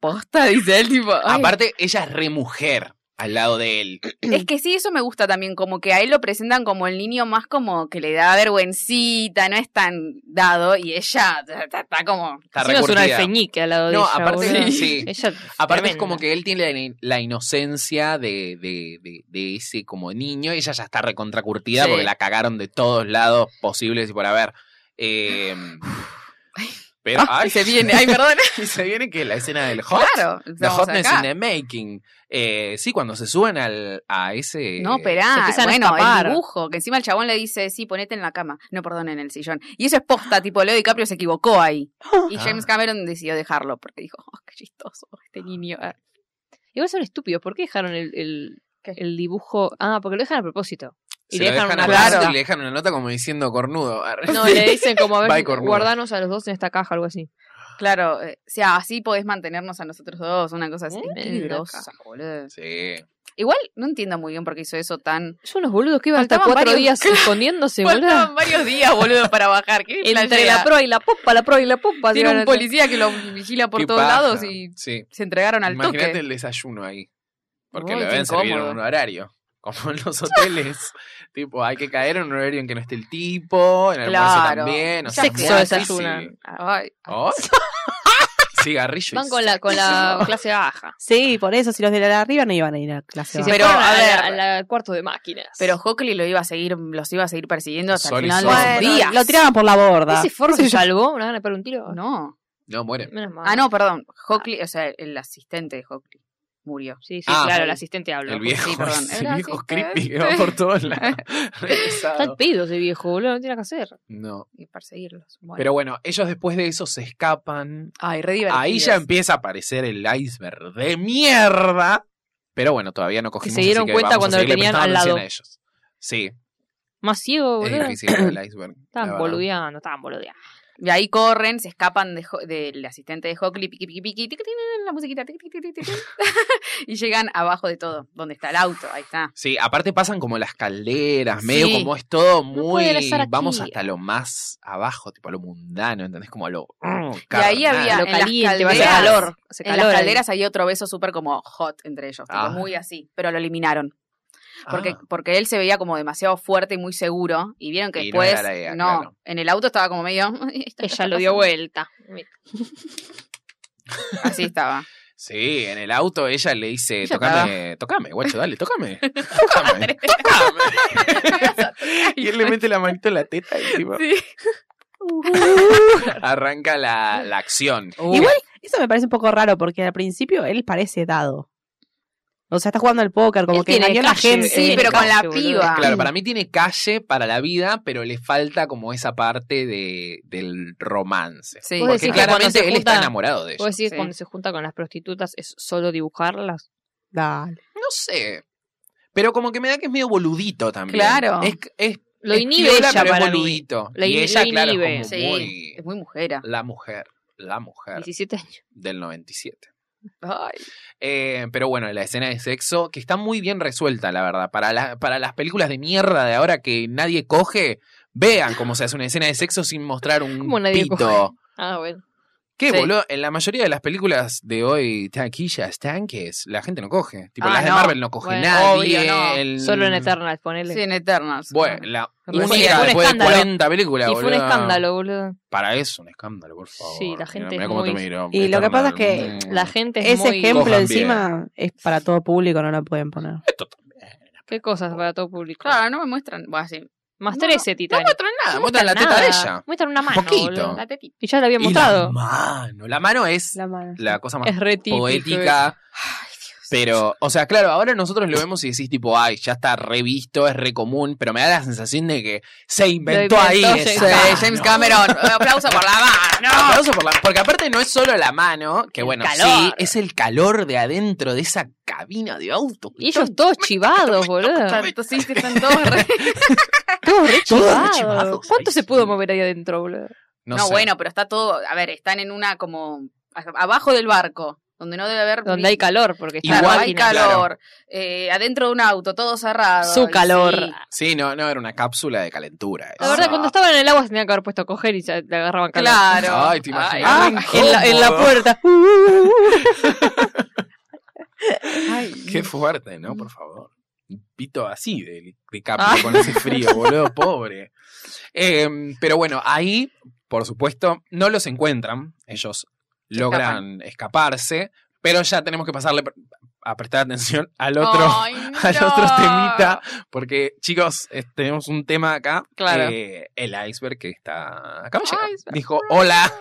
S2: posta, dice él, tipo. ay.
S1: Aparte, ella es re mujer al lado de él.
S2: Es que sí, eso me gusta también, como que a él lo presentan como el niño más como que le da vergüencita, no es tan dado, y ella ta- ta- está, como...
S1: Está
S4: Encima es una
S1: recurtida.
S4: alfeñique al lado de
S1: No,
S4: ella,
S1: aparte-
S4: boludo.
S1: sí.
S4: Ella
S1: Aparte es
S4: tremenda.
S1: como que él tiene la, in- la inocencia de, de- de- de ese como niño. Ella ya está recontracurtida
S2: Sí.
S1: porque la cagaron de todos lados posibles y por haber. Eh, pero Eh, ay,
S2: Ah, Se viene, ay, perdón.
S1: y se viene que la escena del hot.
S2: claro,
S1: The
S2: estamos
S1: hotness
S2: acá.
S1: in the making. Eh, sí, cuando se suben al, a ese.
S2: No,
S4: Se
S2: perá,
S4: empiezan a
S2: bueno, el
S4: escapar.
S2: dibujo, que encima el chabón le dice, sí, ponete en la cama, no, perdón, en el sillón. Y eso es posta, tipo, Leo DiCaprio se equivocó ahí. Y
S1: Ah.
S2: James Cameron decidió dejarlo, porque dijo, oh, qué chistoso, este niño. ah".
S4: Igual son estúpidos. ¿Por qué dejaron el, el, el dibujo? Ah, porque lo dejan a propósito. Y
S1: Se
S4: le
S1: lo
S4: dejan,
S1: dejan
S4: una
S1: a propósito
S4: carta.
S1: y le dejan una nota como diciendo cornudo.
S4: No, le dicen como a
S1: Bye,
S4: ver,
S1: cornudo.
S4: guardanos a los dos en esta caja, algo así.
S2: Claro, eh, o sea, así podés mantenernos a nosotros dos, una cosa así.
S4: Mm,
S2: Qué grosa, boludo.
S1: Sí.
S2: Igual no entiendo muy bien por qué hizo eso tan.
S4: Son unos boludos que iban hasta
S2: Faltaban
S4: cuatro
S2: varios-
S4: días escondiéndose, boludo.
S2: Faltaban varios días, boludo, para bajar. ¿Qué
S4: Entre
S2: flashea?
S4: la proa y la popa, la proa y la popa. se
S2: Tiene
S4: van
S2: un
S4: a-
S2: policía que lo vigila por
S1: Qué
S2: todos
S1: paja.
S2: lados y
S1: Sí.
S2: se entregaron al
S1: Imagínate
S2: toque.
S1: el desayuno ahí. Porque
S2: Uy,
S1: lo
S2: qué
S1: deben servir en
S2: incómodo.
S1: un horario. Como en los hoteles. tipo, hay que caer en un horario en que no esté el tipo, en el almuerzo
S2: Claro.
S1: también. O sea,
S2: Ya
S1: es
S4: Sexo
S1: muy
S2: fue.
S1: difícil.
S4: desayunan.
S2: Ay,
S1: ¿Oh? Cigarrillo. y
S4: Van con la, con la clase baja.
S3: Sí, por eso, si los de la de arriba no iban a ir a clase
S4: Si
S3: baja.
S4: se
S2: Pero,
S4: fueron
S2: a
S4: a
S2: ver.
S4: la- a la- al cuarto de máquinas.
S2: pero Hockley lo iba a seguir, los iba a seguir persiguiendo hasta
S1: Sol y
S2: el final
S1: sol.
S2: de los
S1: Bueno,
S2: días. Oh.
S3: lo tiraban por la borda.
S4: ¿Ese forro se salvó? ¿Una gana para un tiro?
S2: No.
S1: No, muere.
S4: Menos mal.
S2: Ah, no, perdón. Hockley, o sea, el asistente de Hockley murió.
S4: Sí, sí,
S1: Ah.
S4: claro, el asistente habla.
S1: El viejo,
S2: sí, perdón.
S1: el
S2: Era
S1: viejo
S2: así,
S1: creepy que
S2: ¿eh?
S1: va por todos lados. Re
S4: Está al
S1: pesado.
S4: pedo ese viejo, boludo, no tiene nada que hacer.
S1: No.
S2: Y perseguirlos. Bueno.
S1: Pero bueno, ellos después de eso se escapan.
S2: Ay, re divertido.
S1: Ahí ya empieza a aparecer el iceberg de mierda. Pero bueno, todavía no cogimos.
S4: se dieron
S1: así que
S4: cuenta
S1: vamos a
S4: cuando lo
S1: seguirle
S4: tenían
S1: prestando
S4: al lado.
S1: atención a ellos. Sí,
S4: Más ciego,
S1: es
S4: boludo.
S1: difícil ver el iceberg. la
S4: Estaban
S1: verdad.
S4: boludeando, estaban boludeando.
S2: Y ahí corren, se escapan de Ho- del asistente de Hockley, piqui, piqui, piqui, tiqui, tiqui, la musiquita, tiqui, tiqui, tiqui, tiqui, y llegan abajo de todo, donde está el auto, ahí está.
S1: Sí, aparte pasan como las calderas, medio
S2: Sí.
S1: como es todo muy.
S4: puede estar aquí.
S1: vamos hasta lo más abajo, tipo a lo mundano, ¿entendés? Como a lo. mm,
S2: ahí
S1: carnal.
S2: había-
S4: Lo
S2: en las
S4: caliente, va a hacer
S1: calderas.
S4: calor. Hace
S2: En
S4: calor.
S2: las
S4: ahí.
S2: calderas hay otro beso súper como hot entre ellos, tipo,
S1: Ah.
S2: muy así, pero lo eliminaron. Porque,
S1: Ah,
S2: porque él se veía como demasiado fuerte y muy seguro. Y vieron que
S1: Y no
S2: después. No,
S1: era la idea, claro.
S2: en el auto estaba como medio. "Esto
S4: Ella
S2: está
S4: lo dio
S2: pasando".
S4: vuelta.
S2: Así estaba.
S1: sí, en el auto ella le dice:
S2: Ella
S1: tocame, tocame, guacho, dale, tocame. Tocame, tocame. y él le mete la manito en la teta y tipo,
S2: Sí.
S1: arranca la, la acción.
S3: Igual, eso me parece un poco raro, porque al principio él parece dado. O sea, está jugando al póker, como
S4: Él
S3: que
S4: tiene
S3: engañó a la
S4: calle,
S3: gente.
S2: Sí,
S4: Eh,
S2: pero con la
S4: boludo.
S2: piba.
S1: Claro, para mí tiene calle para la vida, pero le falta como esa parte de, del romance.
S2: Sí.
S4: Vos
S1: Porque
S4: decís que cuando
S1: claramente
S4: se pues
S1: él está
S4: juntan-
S1: enamorado de ella.
S4: Vos decís
S2: Sí.
S4: que cuando se junta con las prostitutas es solo dibujarlas.
S3: Dale.
S1: No sé. Pero como que me da que es medio boludito también.
S2: Claro.
S1: Es, es-
S4: Lo
S1: es
S4: inhibe
S1: piola,
S4: ella
S1: pero es
S4: para mí.
S1: boludito.
S4: Lo
S1: y
S4: in-
S1: ella,
S4: lo
S1: claro, es
S4: inhibe.
S1: como
S2: Sí,
S1: muy...
S2: es muy mujera.
S1: La mujer. La mujer
S4: 17 años.
S1: del 97.
S2: Ay.
S1: Eh, pero bueno, la escena de sexo, que está muy bien resuelta, la verdad. Para, la- para las películas de mierda de ahora que nadie coge, vean cómo se hace una escena de sexo sin mostrar un
S4: ¿Cómo nadie
S1: pito.
S4: coge? Ah, bueno.
S1: ¿Qué,
S2: Sí.
S1: boludo? En la mayoría de las películas de hoy, taquillas, tanques, la gente no coge. Tipo,
S2: Ah,
S1: las de
S2: no.
S1: Marvel no coge
S4: Bueno,
S1: nadie.
S2: obvio, no.
S1: el-
S4: Solo en Eternals, ponele.
S2: Sí, en Eternals.
S1: Bueno, la
S4: Y fue-
S1: única
S4: y fue
S1: después
S4: un
S1: de
S4: escándalo.
S1: 40 películas,
S4: y fue
S1: boludo.
S4: un escándalo, boludo.
S1: Para eso, un escándalo, por favor.
S4: Sí, la gente es
S1: cómo te
S4: muy-
S1: miro, mm.
S3: Y lo que pasa es
S1: Eternal.
S4: La gente es
S3: Ese
S4: muy...
S3: ejemplo
S1: Cojan
S3: encima es para todo público, no lo pueden poner.
S1: Esto también.
S4: ¿Qué cosas para todo público?
S2: Claro, no me muestran. Bueno, sí.
S4: Más
S2: No,
S4: 13,
S1: No
S4: Titanic.
S1: muestran nada, muestran la teta de ella.
S4: Muestran una mano,
S1: Poquito.
S4: boludo.
S2: La tetita.
S4: Y ya la había
S1: Y la
S4: mostrado.
S1: mano. La mano es
S3: La mano.
S1: la cosa más
S4: Es re típico
S1: poética.
S2: Ay, Dios.
S1: Pero, o sea, claro, ahora nosotros lo vemos y decís tipo, ay, ya está revisto, es re común, pero me da la sensación de que se inventó,
S4: inventó
S1: ahí.
S4: James
S1: ese-
S2: Sí, Eh, James Cameron. Aplauso por la mano.
S1: Aplauso por la- porque aparte no es solo la mano, que
S4: El
S1: bueno, sí,
S4: calor.
S1: es el calor de adentro de esa cabina de auto.
S4: Y ellos todos chivados, boludo.
S2: Tanto, sí, que están todos re-
S4: Todos re
S1: Todos re
S4: chivados.
S1: chivados,
S4: ¿Cuánto
S1: sí,
S4: se
S1: sí.
S4: pudo mover ahí adentro, boludo?
S1: No,
S2: No,
S1: sé.
S2: bueno, pero está todo. A ver, están en una como. a- Abajo del barco, donde no debe haber.
S4: Donde hay calor, porque está
S2: Claro,
S1: Igual,
S2: hay
S1: claro.
S2: calor. eh, adentro de un auto, todo cerrado.
S4: su
S2: y
S4: calor.
S2: sí.
S1: Sí, no, no, era una cápsula de calentura.
S4: La verdad,
S1: eso.
S4: cuando estaban en el agua se tenían que haber puesto a coger y se le agarraban calor.
S2: Claro. Ah,
S1: Ay, te imaginas.
S2: Ay,
S1: Re
S3: en, la, en la
S1: incómodo.
S3: puerta.
S2: Uh, Mm.
S1: Qué fuerte, ¿no? Por favor. Un Pito así de, de capri
S2: Ah.
S1: con ese frío, boludo, pobre. Eh, pero bueno, ahí, por supuesto, no los encuentran. Ellos logran escaparse, pero ya tenemos que pasarle pre- a prestar atención al otro.
S2: Ay,
S1: Al
S2: no.
S1: otro temita, porque chicos, eh, tenemos un tema acá.
S2: Claro.
S1: eh, el iceberg que está. Acá me llega.
S2: Iceberg.
S1: Dijo: Hola,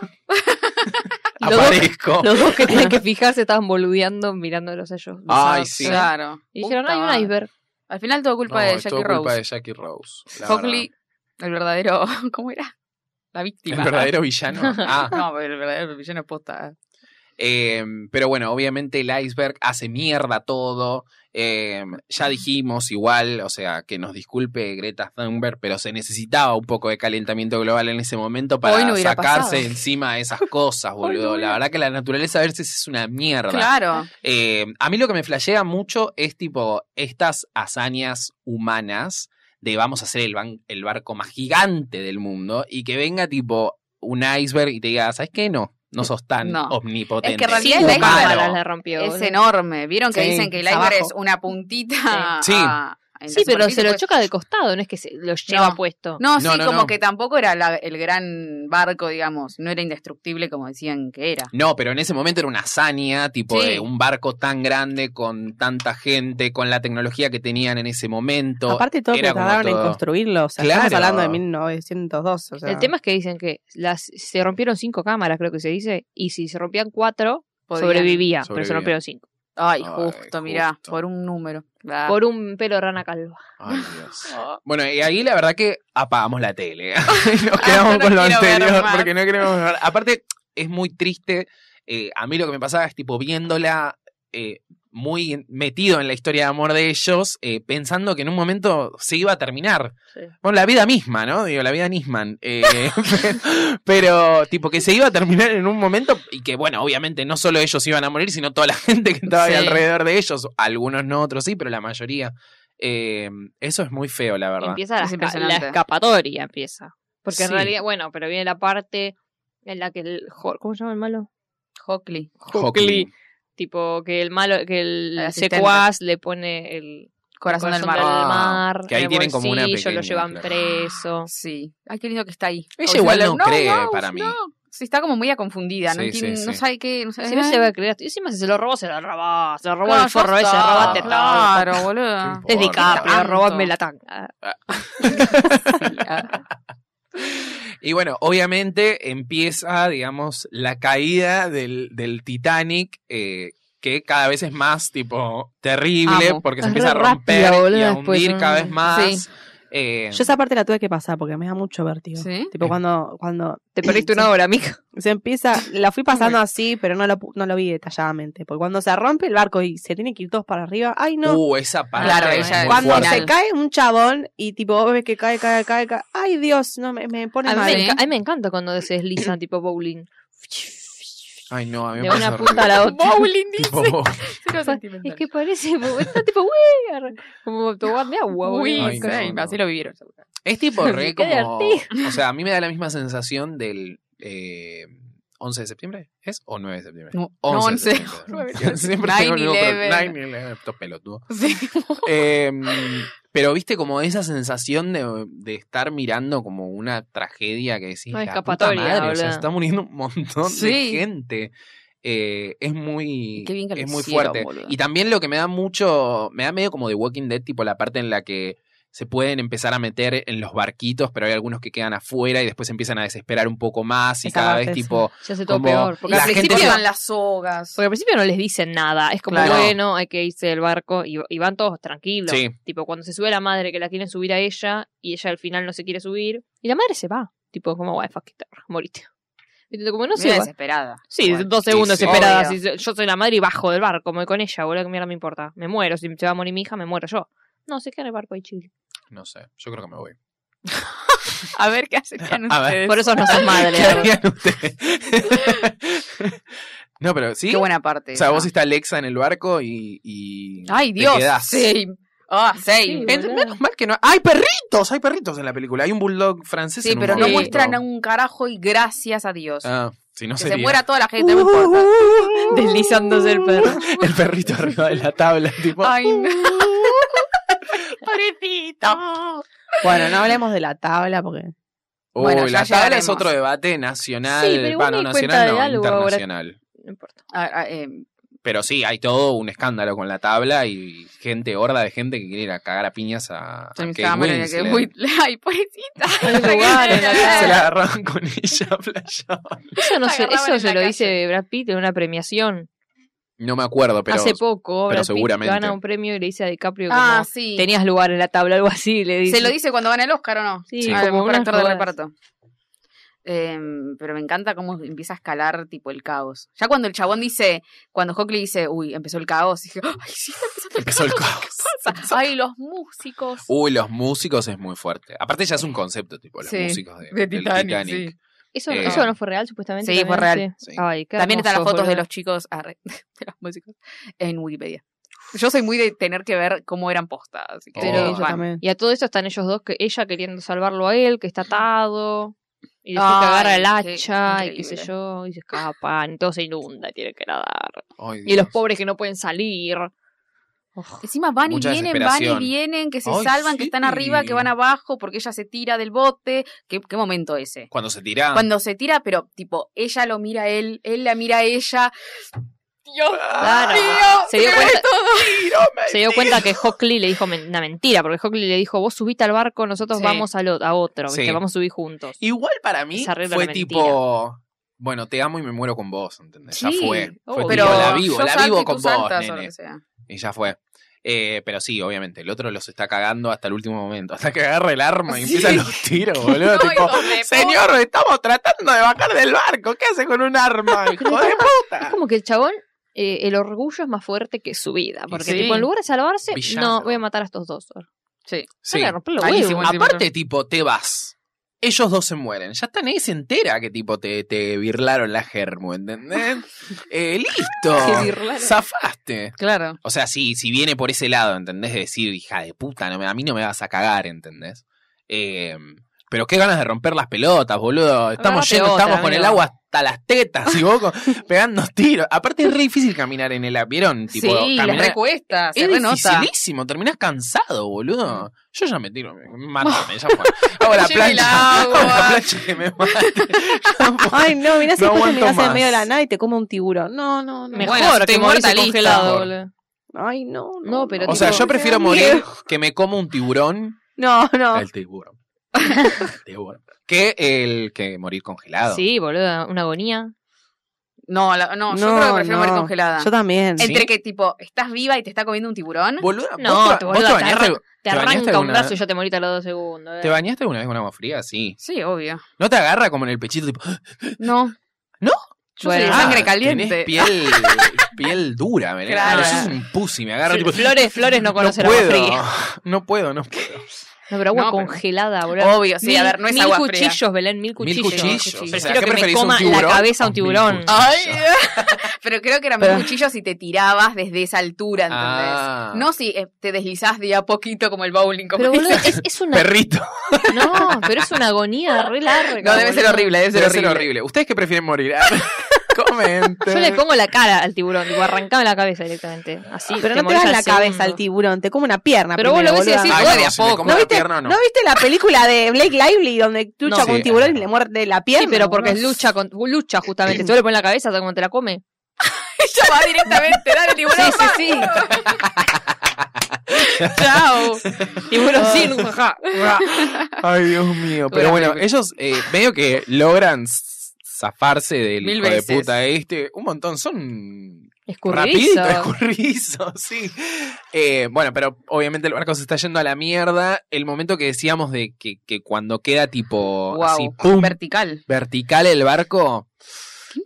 S4: Y luego-
S1: aparezco.
S4: Los
S2: uh.
S4: dos que tenían que fijarse estaban boludeando mirándolos a ellos.
S1: Ay,
S4: besados.
S1: sí.
S2: Claro.
S4: Y dijeron,
S2: Puta
S4: hay un
S2: madre.
S4: iceberg.
S2: Al final todo culpa
S1: No,
S2: de
S1: es
S2: Jackie
S1: todo culpa
S2: Rose.
S1: de Jackie Rose. la
S2: Hockley, el verdadero. ¿Cómo era? La
S1: El
S2: víctima.
S1: verdadero villano. Ah, em,
S2: No, pero el verdadero villano es posta.
S1: eh, pero bueno, obviamente el iceberg hace mierda todo. Eh, ya dijimos igual, o sea, que nos disculpe Greta Thunberg, pero se necesitaba un poco de calentamiento global en ese momento para
S2: Hoy no hubiera
S1: sacarse
S2: pasado.
S1: encima esas cosas, boludo. la verdad que la naturaleza a veces es una mierda.
S2: Claro.
S1: Eh, a mí lo que me flashea mucho es tipo estas hazañas humanas de vamos a hacer el, ban- el barco más gigante del mundo y que venga tipo un iceberg y te diga, ¿sabes qué? No, no sos tan
S2: No.
S1: omnipotente.
S2: Es que en realidad
S1: Humano.
S2: el iceberg-
S4: cámaras le rompió.
S2: Es
S4: boludo.
S2: enorme. ¿Vieron que
S1: Sí,
S2: dicen que el iceberg
S3: abajo.
S2: es una puntita?
S1: Sí.
S2: a- en la
S4: Sí, pero se
S2: superficie,
S4: lo
S2: pues?
S4: choca de costado, no es que se lo lleva
S2: No.
S4: puesto.
S2: No,
S1: No,
S2: sí,
S1: no,
S2: como
S1: no.
S2: que tampoco era la- el gran barco, digamos. No era indestructible como decían que era.
S1: No, pero en ese momento era una hazaña, tipo
S2: Sí.
S1: de un barco tan grande, con tanta gente, con la tecnología que tenían en ese momento.
S3: Aparte todo
S1: era
S3: que
S1: como
S3: tardaron en
S1: todo.
S3: construirlo, o sea, estamos
S1: Claro.
S3: hablando de 1902. O sea,
S4: El tema es que dicen que las se rompieron cinco cámaras, creo que se dice, y si se rompían cuatro,
S2: Podían-
S4: sobrevivía, pero se
S1: Sobrevivía.
S4: rompieron cinco.
S2: Ay,
S1: Ay,
S2: justo, mirá,
S1: justo.
S2: por un número. Ah.
S4: Por un pelo de rana calva.
S1: Ay, Dios. Bueno, y ahí la verdad que apagamos la tele. Nos quedamos
S2: Ah, no
S1: con lo
S2: quiero ver
S1: anterior
S2: más.
S1: porque no queremos ver. Aparte, es muy triste. eh, a mí lo que me pasaba es tipo viéndola eh, muy metido en la historia de amor de ellos, eh, pensando que en un momento se iba a terminar.
S4: Sí.
S1: Bueno, la vida misma, ¿no? Digo, la vida Nisman. Eh, pero, tipo, que se iba a terminar en un momento y que, bueno, obviamente no solo ellos iban a morir, sino toda la gente que estaba ahí
S2: Sí.
S1: alrededor de ellos. Algunos no, otros sí, pero la mayoría. Eh, eso es muy feo, la verdad.
S4: Empieza la,
S2: Es
S4: esca-
S2: impresionante.
S4: la escapatoria, empieza. Porque en
S1: Sí.
S4: realidad, bueno, pero viene la parte en la que el... jo- ¿Cómo se llama el malo?
S2: Hockley.
S1: Hockley.
S4: Tipo, que el malo, que el
S2: El asistente.
S4: secuaz le pone el
S2: Corazón, del mar.
S1: del mar.
S4: mar
S1: que ahí
S4: en el
S1: tienen como una
S4: bolsillo, lo
S1: pequeña,
S4: llevan
S1: claro.
S4: preso.
S2: Sí. Ay, qué lindo que está ahí.
S1: Ella
S2: Como
S1: igual
S2: diciendo,
S1: no cree, para mí.
S2: Sí, está como muy confundida, no,
S1: Sí, sí,
S2: entiende- no
S1: sí.
S2: sabe qué, no sabe
S4: Si no se va a creer, y encima si se lo robó, se lo robó, se lo robó
S2: Claro,
S4: el forro
S2: Ah. ya
S4: ese,
S2: está.
S4: robaste todo.
S2: Claro, boludo.
S1: Qué
S4: Es DiCaprio,
S2: Tanto.
S4: robame la tanga.
S1: Y bueno, obviamente empieza, digamos, la caída del, del Titanic, eh, que cada vez es más, tipo, terrible,
S2: Amo.
S1: porque se
S4: Es
S1: empieza a
S4: re rápida,
S1: romper y
S4: boluda,
S1: a
S4: después,
S1: hundir
S4: ¿no?
S1: cada vez más.
S2: Sí.
S1: Eh,
S3: Yo esa parte la tuve que pasar porque me da mucho vértigo.
S2: ¿Sí?
S3: Tipo cuando, cuando
S4: Te perdiste una hora, mija.
S3: se empieza, la fui pasando así, pero no lo, pu- no lo vi detalladamente. Porque cuando se rompe el barco y se tiene que ir todos para arriba, ay no.
S1: Uh, esa parte.
S2: Claro,
S1: es
S2: ella-
S1: muy
S3: cuando
S1: fuerte.
S3: se cae un chabón y tipo vos ves que cae, cae, cae, cae. Ay Dios, no me, me pone
S4: A mí,
S3: mal.
S4: me
S2: Sí.
S4: enca- a mí me encanta cuando se deslizan tipo bowling.
S1: Ay, no, a mí me
S4: De
S1: parece
S4: una
S1: horrible.
S4: punta a la otra.
S2: Bowling
S1: Tipo,
S2: Cero
S4: Es
S2: sentimental.
S4: que parece, está tipo, "Wey", como tobogán de agua.
S2: Uy,
S4: boludo.
S1: Ay,
S2: sí,
S1: no, no.
S2: así lo vivieron. seguro.
S1: es tipo re
S4: Qué
S1: como.
S4: divertido.
S1: O sea, a mí me da la misma sensación del eh, 11 de septiembre, ¿es? ¿O 9 de septiembre?
S2: No,
S1: 11 de
S2: 11.
S1: septiembre. Siempre
S2: 9,
S1: tengo el mismo problema.
S2: 11.
S1: 9-11, estos pelotudos.
S2: Sí.
S1: Eh, pero viste como esa sensación de, de estar mirando como una tragedia que decís,
S4: No
S1: la
S4: hay
S1: puta
S4: escapatoria,
S1: madre, o sea,
S4: boluda.
S1: está muriendo un montón de
S2: Sí.
S1: gente. Eh, es muy,
S2: Qué bien que lo
S1: es muy
S2: hicieron,
S1: fuerte.
S2: boluda.
S1: Y también lo que me da mucho, me da medio como de Walking Dead, tipo la parte en la que se pueden empezar a meter en los barquitos, pero hay algunos que quedan afuera y después empiezan a desesperar un poco más y
S3: Esa
S1: cada
S3: parte,
S1: vez
S3: sí.
S1: tipo...
S4: Se hace todo
S1: Como
S4: peor. Porque
S2: Porque
S1: la
S2: al
S1: gente
S2: principio
S1: se-
S2: van las sogas.
S4: Porque al principio no les dicen nada, es como,
S2: Claro.
S4: bueno, hay que irse del barco y, y van todos tranquilos.
S1: Sí.
S4: Tipo, cuando se sube la madre que la quieren subir a ella y ella al final no se quiere subir y la madre se va. Tipo, como, guay, fuck it, moriste. Viste, Como no
S2: Medio
S4: sé.
S2: desesperada.
S4: Sí,
S2: Bueno.
S4: dos segundos
S1: sí.
S4: esperadas.
S2: Obvio.
S4: y se- Yo soy la madre y bajo del barco, me voy con ella, boludo, que mierda me importa. Me muero, si se va a morir mi hija, me muero yo. No, se queda en el barco de Chile.
S1: No sé, yo creo que me voy.
S2: A ver qué hacen
S1: A ver.
S2: ustedes.
S4: Por eso no sos madre.
S1: ¿Qué
S4: boludo.
S1: harían ustedes? no, pero sí.
S2: Qué buena parte.
S1: O sea,
S2: esa.
S1: vos está Alexa en el barco y. y
S2: este, Ay,
S1: te
S2: Dios.
S1: quedás.
S2: Sí. Ah, sí.
S4: Sí,
S1: En-
S4: boludo.
S1: menos mal que no. ¡Hay perritos! Hay perritos en la película. Hay un bulldog francés.
S2: Sí,
S1: en un
S2: pero no
S1: momento.
S2: muestran a un carajo y gracias a Dios.
S1: Ah, Uh, si no
S2: que
S1: sería.
S2: se muera toda la gente, no importa.
S4: Deslizándose el perro.
S1: El perrito arriba de la tabla, tipo.
S2: Ay, no.
S3: Bueno, no hablemos de la tabla porque
S1: Uy,
S2: Bueno,
S1: uh,
S2: ya
S1: la tabla es
S2: llegaremos.
S1: otro debate nacional.
S4: Sí, pero
S1: bueno,
S4: igual me di cuenta
S1: nacional
S4: de
S1: no,
S4: algo ahora.
S1: internacional.
S4: No importa.
S2: Ah, ah, eh,
S1: Pero sí, hay todo un escándalo con la tabla y gente, horda de gente que quiere ir a cagar a piñas a, a
S2: se me
S1: Kate
S2: estaba mal en el que
S1: Ah, Winslet.
S2: Whitley- Ay, pobrecita.
S4: Hay un lugar en la
S1: Se la agarraron con ella, flasheaba.
S4: Eso, no se,
S2: Agarraban
S4: eso
S2: en
S4: se
S2: la
S4: lo
S2: calle.
S4: dice Brad Pitt en una premiación.
S1: No me acuerdo, pero
S4: Hace poco,
S1: pero
S4: Brad Pitt
S1: seguramente.
S4: gana un premio y le dice a DiCaprio como,
S2: Ah, sí.
S4: tenías lugar en la tabla, algo así. Le dice.
S2: Se lo dice cuando gana el Oscar o no.
S4: Sí,
S1: Sí.
S2: Al
S4: como
S2: mejor
S4: unas
S2: actor de
S4: jodas.
S2: reparto. Eh, pero me encanta cómo empieza a escalar tipo el caos. Ya cuando el chabón dice, cuando Hockley dice, uy, empezó el caos, dije, ay, sí, está
S1: Empezó
S2: empezando el
S1: el caos.
S2: caos. Ay, los músicos.
S1: Uy, los músicos es muy fuerte. Aparte ya es un concepto, tipo, los
S2: Sí,
S1: músicos de,
S2: de
S1: del
S2: Titanic,
S1: Titanic.
S2: sí.
S4: Eso,
S1: Eh,
S4: eso no fue real, supuestamente.
S2: Sí, fue
S4: también,
S2: real.
S1: Sí.
S4: Ay, qué
S2: También están las
S4: hermoso,
S2: fotos de
S4: boludo.
S2: los chicos, ah, re, de los músicos, en Wikipedia. Yo soy muy de tener que ver cómo eran postas, así que
S1: Pero-
S2: soy
S1: yo
S2: fan.
S3: también.
S4: Y a todo esto están ellos dos, que ella queriendo salvarlo a él, que está atado. Y después que
S2: Ay,
S4: agarra el
S2: qué
S4: hacha y qué sé
S2: increíble.
S4: yo, y se escapan, y todo se inunda, tiene que nadar.
S1: Ay,
S4: Y los
S1: Dios.
S4: pobres que no pueden salir. Ugh.
S2: Encima van y
S1: Mucha
S2: vienen, van y
S1: desesperación.
S2: vienen, que se
S1: Ay,
S2: salvan, que están arriba,
S1: sí.
S2: que van abajo, porque ella se tira del bote. ¿Qué, qué momento ese?
S1: Cuando se tira.
S2: Cuando se tira, pero tipo, ella lo mira a él, él la mira a ella. Dios
S4: Claro.
S2: mío,
S4: Se dio
S2: se ve
S4: cuenta-
S2: todo.
S4: Se dio cuenta que Hockley le dijo men- una mentira, porque Hockley le dijo, vos subiste al barco, nosotros
S2: Sí.
S4: vamos al o- a otro, ¿viste?
S1: Sí.
S4: vamos a subir juntos.
S1: Igual para mí
S4: Se arregla
S1: fue
S4: la
S1: tipo. Bueno, te amo y me muero con vos, ¿entendés? ya
S2: Sí,
S1: fue. Fue
S4: obvio.
S1: tipo,
S2: Pero
S1: Pues la vivo,
S2: yo
S1: la
S2: salto y
S1: vivo
S2: tú
S1: con vos,
S2: saltas, o lo
S1: nene.
S2: que sea.
S1: Y ya fue. Eh, pero sí, obviamente, el otro los está cagando hasta el último momento. Hasta que agarra el arma y
S2: Sí.
S1: empiezan los tiros, boludo.
S2: No,
S1: tipo,
S2: hijo de
S1: señor, estamos tratando de bajar del barco. ¿Qué hace con un arma, hijo de
S4: Es
S1: puta?
S4: como que el chabón, eh, el orgullo es más fuerte que su vida, porque
S1: sí.
S4: tipo, en lugar de salvarse,
S1: Villano.
S4: no, voy a matar a estos dos.
S2: Sí.
S1: Sí.
S4: Dale, rompele los
S2: Malísimo.
S4: huevos.
S2: Buenísimo,
S1: Aparte, tipo, te vas. Ellos dos se mueren. Ya están ahí, se entera que, tipo, te, te virlaron la germo, ¿entendés? Eh,
S4: Te
S1: listo.
S4: virlaron.
S1: Zafaste.
S2: Claro.
S1: O sea, sí, si viene por ese lado, ¿entendés? De decir, hija de puta, no me- a mí no me vas a cagar, ¿entendés? Eh, pero qué ganas de romper las pelotas, boludo. Estamos
S4: Agarrate
S1: llenos,
S4: otra,
S1: estamos con el
S4: amigo.
S1: agua hasta las tetas y vos con- pegando tiros. Aparte es re difícil caminar en el avión, tipo,
S2: sí, les
S1: caminar.
S2: recuesta, se
S1: Es
S2: renota.
S1: dificilísimo, terminás cansado, boludo. Yo ya me tiro, mátame, ya fue. Hago la
S2: Lleve el
S1: plancha, hago
S2: agua.
S1: la plancha que me mate. Ya fue.
S3: Ay, no, mirá si
S1: No
S3: después
S1: aguanto
S3: te mirás en
S1: más.
S3: medio de la nada y te come un tiburón. No, no, no.
S4: Mejor
S2: Bueno, estoy
S4: que
S2: muerta,
S4: morirse
S2: listo.
S4: congelado,
S1: Mejor.
S4: boludo.
S3: Ay, no, no.
S4: No, pero
S1: o sea,
S4: tipo,
S1: yo
S3: Me
S1: prefiero
S3: da
S1: morir
S3: miedo.
S1: que me como un tiburón
S3: No, no.
S1: El tiburón. El tiburón. Que el que morir congelado.
S4: Sí, boludo, una agonía.
S2: No, la- no, yo
S3: No,
S2: creo que prefiero morir
S3: no.
S2: congelada.
S3: Yo también.
S1: El-
S2: Entre
S1: ¿Sí?
S2: que tipo, estás viva y te está comiendo un tiburón.
S1: Boluda,
S4: No,
S1: Ah, ¿vos, te-
S4: te-
S1: vos
S4: boluda,
S1: te
S4: te
S1: bañaste,
S4: Te
S1: bañaste
S4: arranca un
S1: alguna
S4: brazo y
S1: vez?
S4: ya te morita a los dos segundos. eh.
S1: ¿Te bañaste alguna vez con agua fría? Sí.
S2: Sí, obvio.
S1: ¿No te agarra como en el pechito? Tipo,
S2: No.
S1: ¿No?
S2: Yo soy de
S4: Bueno,
S1: ah,
S2: sangre
S1: tenés
S2: caliente.
S1: piel, piel dura, me
S2: Claro.
S1: Es un pussy, me agarra.
S4: Fl-
S1: Tipo,
S4: Flores, Flores no conoce
S1: no
S4: la agua
S1: puedo,
S4: fría.
S1: No puedo, no puedo.
S4: No, pero agua
S2: No, pero-
S4: congelada, boludo.
S2: Obvio, sí, a
S4: Mil-
S2: ver, no es
S4: mil
S2: agua fría.
S4: cuchillos, Belén, mil
S1: Mil
S4: cuchillos. Ah,
S1: cuchillos. O sea,
S4: Prefiero
S1: ¿qué
S4: que me
S1: preferís, un
S4: coma la
S1: tiburón
S4: cabeza a un
S1: o mil
S4: tiburón.
S1: cuchillos? Ay,
S2: Pero creo que eran
S3: Pero-
S2: mil cuchillos si te tirabas desde esa altura, ¿entendés?
S1: Ah,
S2: No si eh, te deslizás de a poquito como el bowling. Como
S4: Pero boludo,
S2: dicen.
S4: es, es una...
S1: Perrito.
S4: No, pero es una agonía re larga.
S2: no, debe ser
S4: boludo.
S2: horrible, debe ser
S1: Debe
S2: horrible.
S1: ser horrible. ¿Ustedes qué prefieren morir? Comenten.
S4: Yo le pongo la cara al tiburón, digo, arrancame la cabeza directamente. Así,
S3: Pero no te
S4: morís
S3: das
S4: al
S3: la
S4: segundo.
S3: cabeza al tiburón, te come una pierna.
S4: Pero vos
S3: primero,
S4: lo ves y
S3: boluda.
S4: decís,
S1: Ay,
S2: vos
S1: no,
S2: de a
S1: si me
S2: poco.
S1: como
S3: ¿No
S1: la
S3: viste,
S1: pierna, no.
S3: ¿No viste la película de Blake Lively donde lucha
S4: No.
S3: con
S1: Sí.
S3: un tiburón y le muerde la pierna?
S4: Sí, pero porque
S3: boludo?
S4: lucha, con, lucha justamente. Tú le pones la cabeza hasta como te la come.
S2: Ella va directamente, dale tiburón.
S4: Sí, sí, sí.
S2: Chao.
S4: Tiburón sin, jaja.
S1: Ay, Dios mío. Pero
S2: Dura
S1: bueno,
S2: película.
S1: ellos eh, medio que logran s- zafarse del
S2: Mil
S1: hijo de
S2: veces.
S1: puta este. Un montón, son
S4: Escurridizo.
S1: rapiditos, escurridizos, sí. Eh, bueno, pero obviamente el barco se está yendo a la mierda. El momento que decíamos de que, que cuando queda tipo
S2: Wow.
S1: así, pum,
S2: Vertical.
S1: vertical el barco,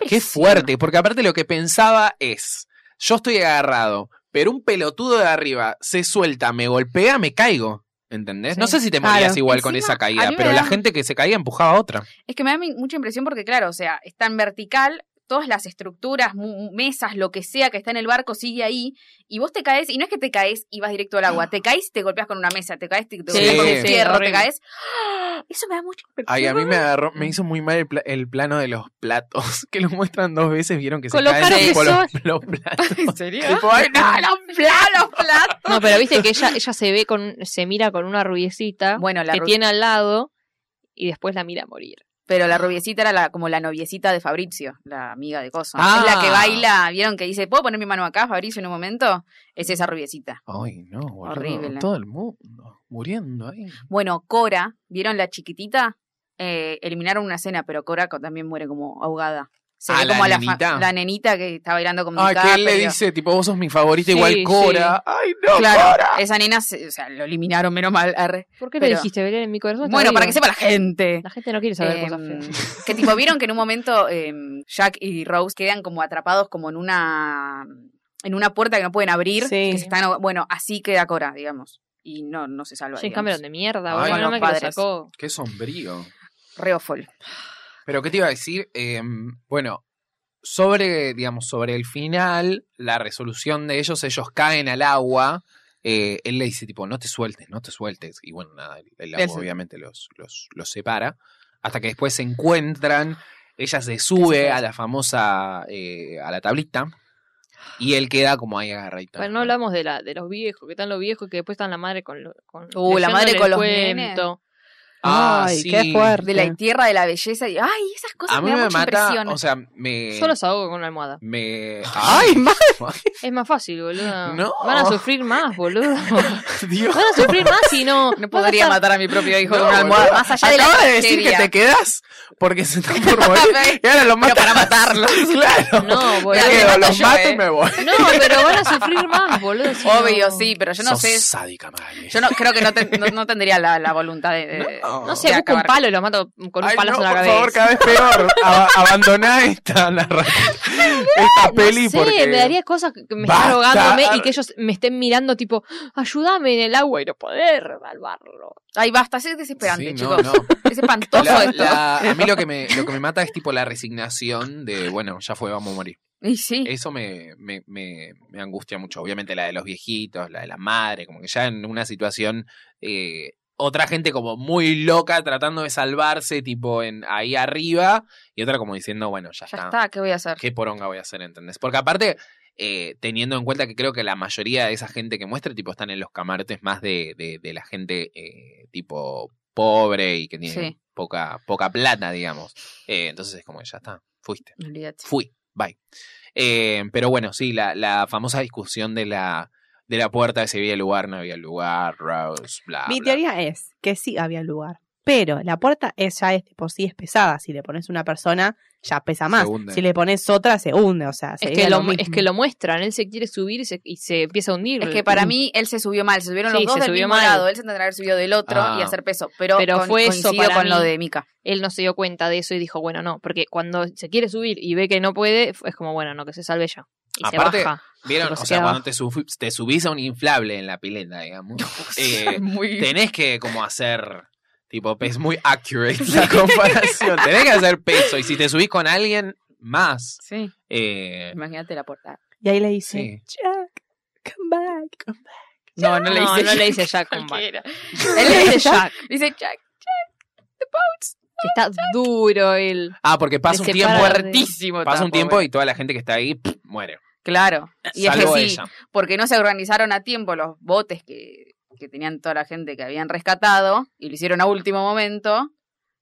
S1: Qué fuerte, porque aparte lo que pensaba es, yo estoy agarrado, pero un pelotudo de arriba se suelta, me golpea, me caigo. ¿Entendés?
S4: Sí.
S1: No sé si te morías
S3: Claro.
S1: igual con
S2: Encima,
S1: esa
S2: a
S1: caída,
S2: mí me
S1: pero
S2: da-
S1: la gente que se caía empujaba a otra.
S2: Es que me da mi- mucha impresión porque, claro, o sea, está en vertical, todas las estructuras, mu- mesas, lo que sea que está en el barco sigue ahí, y vos te caes, y no es que te caes y vas directo al agua, te caes y te golpeas con una mesa, te caes y te, te
S4: Ah. Sí,
S2: golpeas con
S1: sí,
S2: un fierro, te
S4: horrible.
S2: caes. Eso me da mucha impresión.
S1: Ay, a mí me agarró, me hizo muy mal el, pla- el plano de los platos, que lo muestran dos veces, vieron que se
S4: Con lo
S1: caen
S4: caro que
S1: tipo, los,
S4: son.
S1: los platos.
S2: ¿En serio?
S1: Tipo, ay, no.
S2: ¡Ah, los platos, platos!
S4: No, pero viste que ella, ella se ve con, se mira con una rubiecita
S2: Bueno, la
S4: que
S2: ru-
S4: tiene al lado y después la mira morir.
S2: pero la rubiecita era la, como la noviecita de Fabrizio, la amiga de Coso.
S1: Ah.
S2: Es la que baila, ¿vieron que dice, ¿puedo poner mi mano acá, Fabrizio, en un momento? Es esa rubiecita.
S1: Ay, no, boludo,
S2: Horrible.
S1: todo el mundo muriendo ahí.
S2: Bueno, Cora, ¿vieron la chiquitita? Eh, eliminaron una escena, pero Cora co- también muere como ahogada. Se
S1: Ah,
S2: ve
S1: la
S2: como a la, fa-
S1: nenita.
S2: la nenita que está bailando con
S1: Ah, que él le
S2: DiCaprio.
S1: dice, tipo, vos sos mi favorita
S4: Sí,
S1: igual Cora.
S4: sí.
S1: Ay, no,
S2: Claro,
S1: Cora.
S2: esa nena, se- o sea, lo eliminaron, menos mal. arre.
S4: ¿Por qué
S2: Pero-
S4: lo dijiste, Belén? En mi corazón está
S2: Bueno,
S4: vivo.
S2: para que sepa la gente.
S4: La gente no quiere saber
S2: Em,
S4: cosas feas.
S2: que tipo, vieron que en un momento em, Jack y Rose quedan como atrapados como en una en una puerta que no pueden abrir.
S3: Sí.
S2: que se están- bueno, así queda Cora, digamos. Y no, no se salva.
S4: James
S2: digamos.
S4: Cameron de mierda,
S1: Ay,
S4: boludo.
S1: con
S4: No
S2: los
S4: me que lo
S2: padres.
S4: sacó.
S1: Qué sombrío.
S2: Reofol.
S1: Pero, ¿qué te iba a decir? Eh, bueno, sobre, digamos, sobre el final, la resolución de ellos, ellos caen al agua. eh, él le dice, tipo, no te sueltes, no te sueltes. Y bueno, nada, el, el agua
S2: Eso.
S1: obviamente los, los, los separa. Hasta que después se encuentran. Ella se sube a la famosa, eh, a la tablita. Y él queda como ahí agarradito.
S4: Bueno, Pues no hablamos de, la, de los viejos, que están los viejos, que después están la madre con... lo- con
S2: Uh, la madre
S4: leyéndole
S2: con los
S4: el cuento.
S1: Ah,
S3: Ay,
S1: sí.
S3: qué fuerte.
S2: De la tierra de la belleza. Y, ay, esas cosas
S1: A mí
S2: me da
S1: me
S2: mucha
S1: mata,
S2: impresión.
S1: o sea, me...
S4: Yo los ahogo con una almohada.
S1: me...
S3: Ay, madre.
S4: Es más fácil, boludo.
S1: No.
S4: Van a sufrir más, boludo. Van
S1: Dios.
S4: a sufrir más si no.
S2: no podría
S4: vas a estar-
S2: matar a mi propio hijo
S1: No,
S2: con una almohada.
S1: boluda.
S2: Más allá de la
S1: Acabas de decir que
S2: tragedia.
S1: te quedas porque se está por morir. Y ahora los matan. para matarlo. Claro.
S4: No,
S1: Me
S4: boludo.
S2: me
S1: quedo,
S2: mato
S1: los
S2: yo,
S1: mato
S2: eh.
S1: y me voy.
S4: No, pero van a sufrir más, boludo. si no-
S2: Obvio, sí, pero yo no
S1: Sos
S2: sé.
S1: sádica, Mari.
S2: Yo no, creo que no, te- no- no tendría la, la voluntad de. de-
S1: No.
S4: No sé,
S2: de
S4: busco un
S2: acabar.
S4: palo y lo mato con un
S1: Ay,
S4: palazo
S1: no,
S4: en
S1: por
S4: la cabeza.
S1: favor, cada vez peor. Aba- abandoná esta narra- esta peli
S4: no sé,
S1: porque
S4: me daría cosas que me
S1: Basta.
S4: están ahogándome y que ellos me estén mirando tipo, ayúdame en el agua y no poder salvarlo.
S2: Ay, basta, es
S1: Sí,
S2: desesperante,
S1: no,
S2: chicos.
S1: no.
S2: Es espantoso
S1: La-
S2: esto.
S1: la- a mí lo que, me, lo que me mata es tipo la resignación de, bueno, ya fue, vamos a morir.
S2: Y sí.
S1: Eso me, me, me, me angustia mucho. Obviamente la de los viejitos, la de las madres, como que ya en una situación, eh, otra gente como muy loca tratando de salvarse, tipo en ahí arriba, y otra como diciendo, bueno, ya,
S2: Ya está, ¿qué voy a hacer?
S1: ¿Qué poronga voy a hacer, entendés? Porque aparte, eh, teniendo en cuenta que creo que la mayoría de esa gente que muestra, tipo, están en los camarotes más de, de, de la gente, eh, tipo, pobre y que tiene
S2: Sí.
S1: poca, poca plata, digamos. Eh, entonces es como, ya está, fuiste
S2: Olvídate.
S1: fui, bye. Eh, pero bueno, sí, la, la famosa discusión de la, de la puerta de si había lugar, no había lugar, Rose, bla.
S3: Mi
S1: bla.
S3: teoría es que sí había lugar. Pero la puerta es, ya es por sí es pesada. Si le pones una persona, ya pesa más.
S1: hunde.
S3: Si le pones otra, se hunde. O sea,
S4: Es
S3: sería
S4: que,
S3: lo
S4: lo, es
S3: mismo.
S4: que lo muestran, él se quiere subir y se, y se empieza a hundir.
S2: Es que para mí él se subió mal, se subieron los
S4: Sí,
S2: dos
S4: se
S2: del
S4: subió
S2: mismo
S4: mal.
S2: lado, él se tendrá que haber subido del otro
S1: Ah.
S2: y hacer peso, pero,
S4: Pero
S2: con-
S4: fue eso
S2: coincido
S4: para
S2: con lo
S4: mí.
S2: de Mika.
S4: Él no se dio cuenta de eso y dijo, bueno, no, porque cuando se quiere subir y ve que no puede, es como, bueno, no, que se salve ya. Y
S1: Aparte,
S4: se baja.
S1: ¿Vieron?
S4: Tipo, se
S1: O sea,
S4: queda
S1: cuando te, sufi- te subís a un inflable en la pileta, digamos, eh,
S2: Muy
S1: tenés que como hacer, tipo, es muy accurate la comparación. tenés que hacer peso y si te subís con alguien, más.
S2: Sí,
S1: Eh,
S2: imagínate la puerta.
S3: Y ahí le dice,
S1: Sí.
S3: Jack, come back.
S2: No, no
S4: No, no le dice Jack un
S2: Cualquiera.
S4: Él le dice Jack,
S2: Dice Jack.
S4: que está duro él.
S1: ah, porque pasa un
S4: Le
S1: tiempo,
S4: separa de-
S2: Muertísimo.
S1: pasa un
S2: tampoco,
S1: tiempo
S2: eh.
S1: y toda la gente que está ahí pff, muere.
S2: Claro. Y es que
S1: salvo
S2: sí,
S1: ella.
S2: porque no se organizaron a tiempo los botes que, que tenían toda la gente que habían rescatado y lo hicieron a último momento.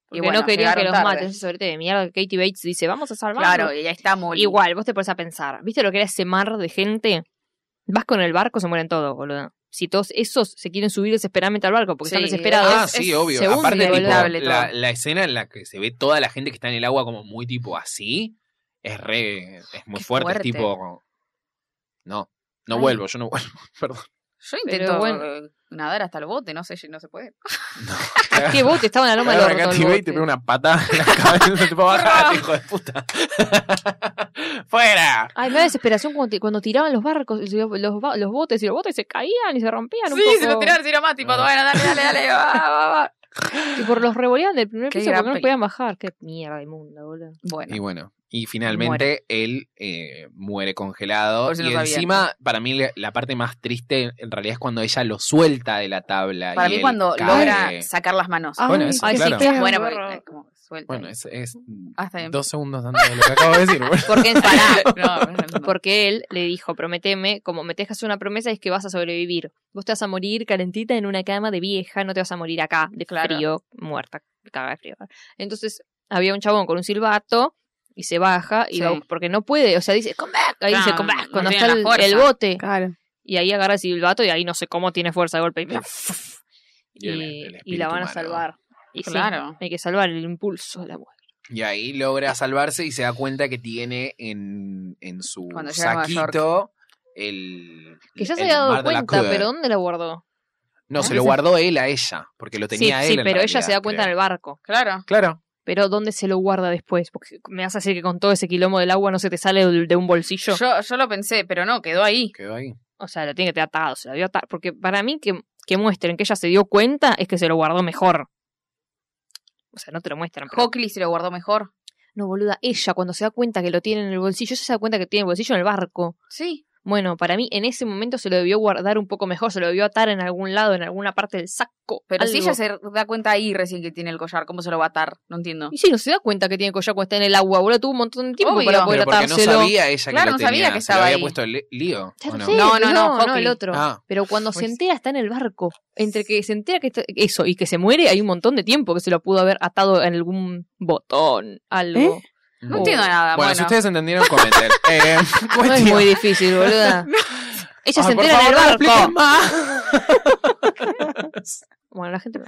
S4: Porque
S2: y bueno,
S4: no quería que
S2: llegaron
S4: los
S2: tarde.
S4: maten. Ese sorete de mierda que Katie Bates dice, vamos a salvarlo.
S2: Claro, y ya está Molly.
S4: Igual, vos te pones a pensar, ¿viste lo que era ese mar de gente? Vas con el barco, se mueren todos, boludo. Si todos esos se quieren subir desesperadamente al barco porque
S2: Sí,
S4: están desesperados.
S1: Ah,
S2: Es-
S1: sí,
S2: es
S1: obvio.
S4: segundo
S1: Aparte, tipo,
S2: inolvidable
S1: la,
S2: todo.
S1: la escena en la que se ve toda la gente que está en el agua como muy tipo así, es re, es muy
S2: Qué
S1: fuerte,
S2: fuerte.
S1: es tipo, no, no
S4: Ay.
S1: vuelvo, yo no vuelvo, perdón.
S2: Yo
S4: Pero
S2: intento
S4: bueno.
S2: eh, nadar hasta el bote, no sé, no se puede.
S4: ¿Qué bote? Estaba en la loma
S1: Agarra
S4: del
S1: a
S4: orto
S1: Katy
S4: el
S1: Bates y te
S4: bote.
S1: pega una patada en la cabeza, tipo, bajate, hijo de puta. ¡Fuera!
S4: Ay, me da desesperación cuando, ti- cuando tiraban los barcos, y los, los ba- los botes y los botes se caían y se rompían un
S2: Sí,
S4: poco.
S2: se lo tiraron, si no más, tipo, bueno, dale, dale, dale, va, va, va.
S4: Y por los revoleaban del primer
S2: Qué
S4: piso porque
S2: gran
S4: no los
S2: peli.
S4: podían bajar. Qué mierda inmunda, boludo.
S2: Bueno,
S1: Y bueno, y finalmente
S4: Muere.
S1: él eh, muere congelado.
S2: Por si
S1: y
S2: no sabían.
S1: encima, para mí, la- la parte más triste en realidad es cuando ella lo suelta de la tabla.
S2: para
S1: y
S2: mí
S1: él
S2: cuando
S1: cae.
S2: logra sacar las manos.
S1: Bueno, eso,
S4: Ah, Ay, sí,
S1: claro.
S4: qué
S2: Bueno,
S4: horror.
S2: porque, eh, como suelta.
S1: Bueno,
S2: ahí.
S1: es, es
S2: Ah, está bien.
S1: dos segundos antes de lo que acabo de decir. bueno.
S4: Porque en
S2: Pará, no, no, no.
S4: Porque él le dijo, prometeme, como me dejas una promesa, es que vas a sobrevivir. Vos te vas a morir calentita en una cama de vieja, no te vas a morir acá, de
S2: Claro.
S4: frío, muerta, caga de frío. Entonces, había un chabón con un silbato y se baja, y
S2: Sí.
S4: va- porque no puede, o sea, dice, come back", ahí
S2: Claro,
S4: dice, come back",
S2: no
S4: cuando
S2: tiene
S4: está
S2: la
S4: el,
S2: fuerza.
S4: el bote.
S3: Claro.
S4: Y ahí agarra el silbato y ahí no sé cómo tiene fuerza de golpe. Y,
S1: Y el- el
S4: y- y
S1: espíritu
S4: la van a
S1: humano.
S4: salvar. Y sí,
S2: Claro.
S4: hay que salvar el impulso de la muerte.
S1: Y ahí logra salvarse y se da cuenta que tiene en, en su
S2: Cuando llega a Nueva York.
S1: saquito el.
S4: Que ya se
S1: el
S4: había dado
S1: Mar de la
S4: cuenta,
S1: Cruz.
S4: pero ¿dónde la guardó?
S1: No, se lo guardó él a ella, porque lo tenía
S4: sí,
S1: él.
S4: sí,
S1: en
S4: pero ella
S1: realidad,
S4: se da cuenta en
S1: creo.
S4: el barco.
S2: Claro.
S1: Claro.
S4: Pero ¿dónde se lo guarda después? Porque me vas a decir que con todo ese quilombo del agua no se te sale del- de un bolsillo.
S2: Yo, yo lo pensé, pero no, quedó ahí.
S1: Quedó ahí.
S4: O sea, lo tiene que tener atado, se lo dio atado. Porque para mí que, que muestren que ella se dio cuenta es que se lo guardó mejor. O sea, no te lo muestran. pero-
S2: Hockley se lo guardó mejor.
S4: No, boluda, ella cuando se da cuenta que lo tiene en el bolsillo, ella se da cuenta que tiene el bolsillo en el barco.
S2: Sí.
S4: Bueno, para mí en ese momento se lo debió guardar un poco mejor, se lo debió atar en algún lado, en alguna parte del saco.
S2: Pero si
S4: algo.
S2: ella se da cuenta ahí recién que tiene el collar, ¿cómo se lo va a atar? No entiendo.
S4: Y sí, no se da cuenta que tiene collar cuando está en el agua, boludo, tuvo un montón de tiempo
S2: Obvio.
S4: para poder
S1: Pero porque no
S4: atárselo.
S1: sabía ella que lo
S2: Claro, no sabía
S1: tenía,
S2: que
S1: se lo
S2: estaba
S1: había
S2: ahí.
S1: puesto el lío.
S4: Ya
S1: ¿o
S4: lo
S1: no?
S4: sé,
S2: No, no, no,
S4: no,
S2: Hawking.
S4: el otro.
S1: Ah,
S4: Pero cuando se
S2: Pues-
S4: entera está en el barco. Entre que se entera que esto- eso y que se muere, hay un montón de tiempo que se lo pudo haber atado en algún botón, algo.
S3: ¿Eh?
S2: No
S1: Mm.
S2: entiendo
S1: Bueno,
S2: nada. Uh. Bueno,
S1: si ustedes entendieron, comenten. Eh,
S4: No es
S1: cuestión.
S4: muy difícil, boluda. Ella
S1: Ay,
S4: se
S1: Ah, por
S4: entera
S1: favor,
S4: en
S1: no lo
S4: el barco.
S1: expliquen más.
S4: Bueno, la gente.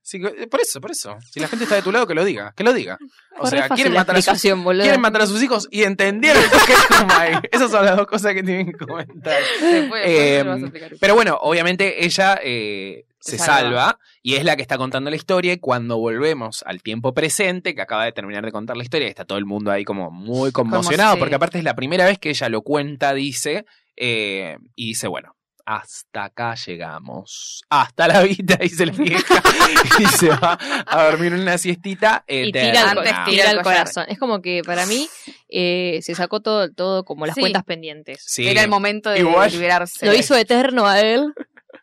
S1: Sí, que- por eso, por eso. Si la gente está de tu lado, que lo diga, que lo diga. O
S3: Fue re
S1: sea,
S3: fácil
S1: quieren
S4: La
S1: matar, a sus,
S4: explicación, boluda.
S1: quieren matar a sus hijos y entendieron que es Kumai. Esas son las dos cosas que tienen que comentar.
S2: después- después lo vas a explicar.
S1: Pero bueno, obviamente ella eh, se
S2: Se salva.
S1: salva y es la que está contando la historia. Y cuando volvemos al tiempo presente, que acaba de terminar de contar la historia, está todo el mundo ahí como muy conmocionado,
S2: sí.
S1: porque aparte es la primera vez que ella lo cuenta, dice, eh, y dice, bueno. Hasta acá llegamos. Hasta la vida, dice la vieja. y se va a dormir una siestita. eh,
S4: y tira, el,
S2: Antes
S1: eterna.
S2: tira
S4: tira el
S2: el collar.
S4: corazón. Es como que para mí eh, se sacó todo, todo como las
S2: Sí.
S4: cuentas pendientes.
S1: Sí.
S2: Era el momento de
S1: Igual.
S2: liberarse.
S4: Lo hizo eterno a él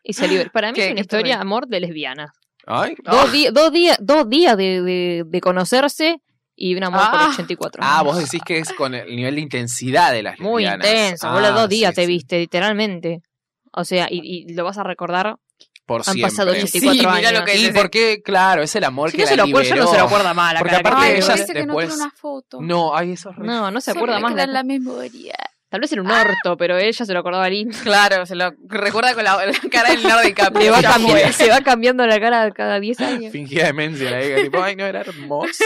S4: y se liberó. Para mí
S2: Qué-
S4: es una
S2: qué
S4: historia
S2: terrible.
S4: amor de lesbiana.
S1: Ay.
S2: Ah.
S4: Dos, di- dos, días dos días de, de- de conocerse y un amor
S2: Ah.
S4: por 84.
S1: Ah, vos decís que es con el nivel de intensidad de las
S4: Muy
S1: lesbianas.
S4: intenso,
S1: Ah,
S4: boludo, dos días
S1: sí,
S4: te
S1: sí.
S4: viste, literalmente. O sea, y, y lo vas a recordar.
S1: Por
S4: Han
S1: siempre.
S4: pasado
S2: Sí,
S4: 84
S2: mirá
S4: años.
S2: lo que
S1: Y
S2: dice.
S1: porque, claro, es el amor
S4: Si
S1: que la
S4: no se lo acuerda, ya
S1: liberó.
S4: no se lo acuerda más. la
S1: Porque
S4: cara que
S1: aparte
S2: Ay,
S4: tiene.
S1: ella
S2: dice que no
S1: después-
S2: tiene una foto.
S1: No, ay, eso es re-
S4: No, no se
S1: Siempre
S4: acuerda más.
S2: queda
S4: la-
S2: en la memoria.
S4: Tal vez era un orto, pero ella se lo acordaba lindo.
S2: Claro, se lo recuerda con la, la cara del Leonardo
S4: Le
S2: DiCaprio.
S4: va
S2: Ya
S4: cambiando-
S2: fue.
S4: se va cambiando la cara cada 10 años.
S1: Fingía demencia la vieja, tipo, ay, no, era hermoso.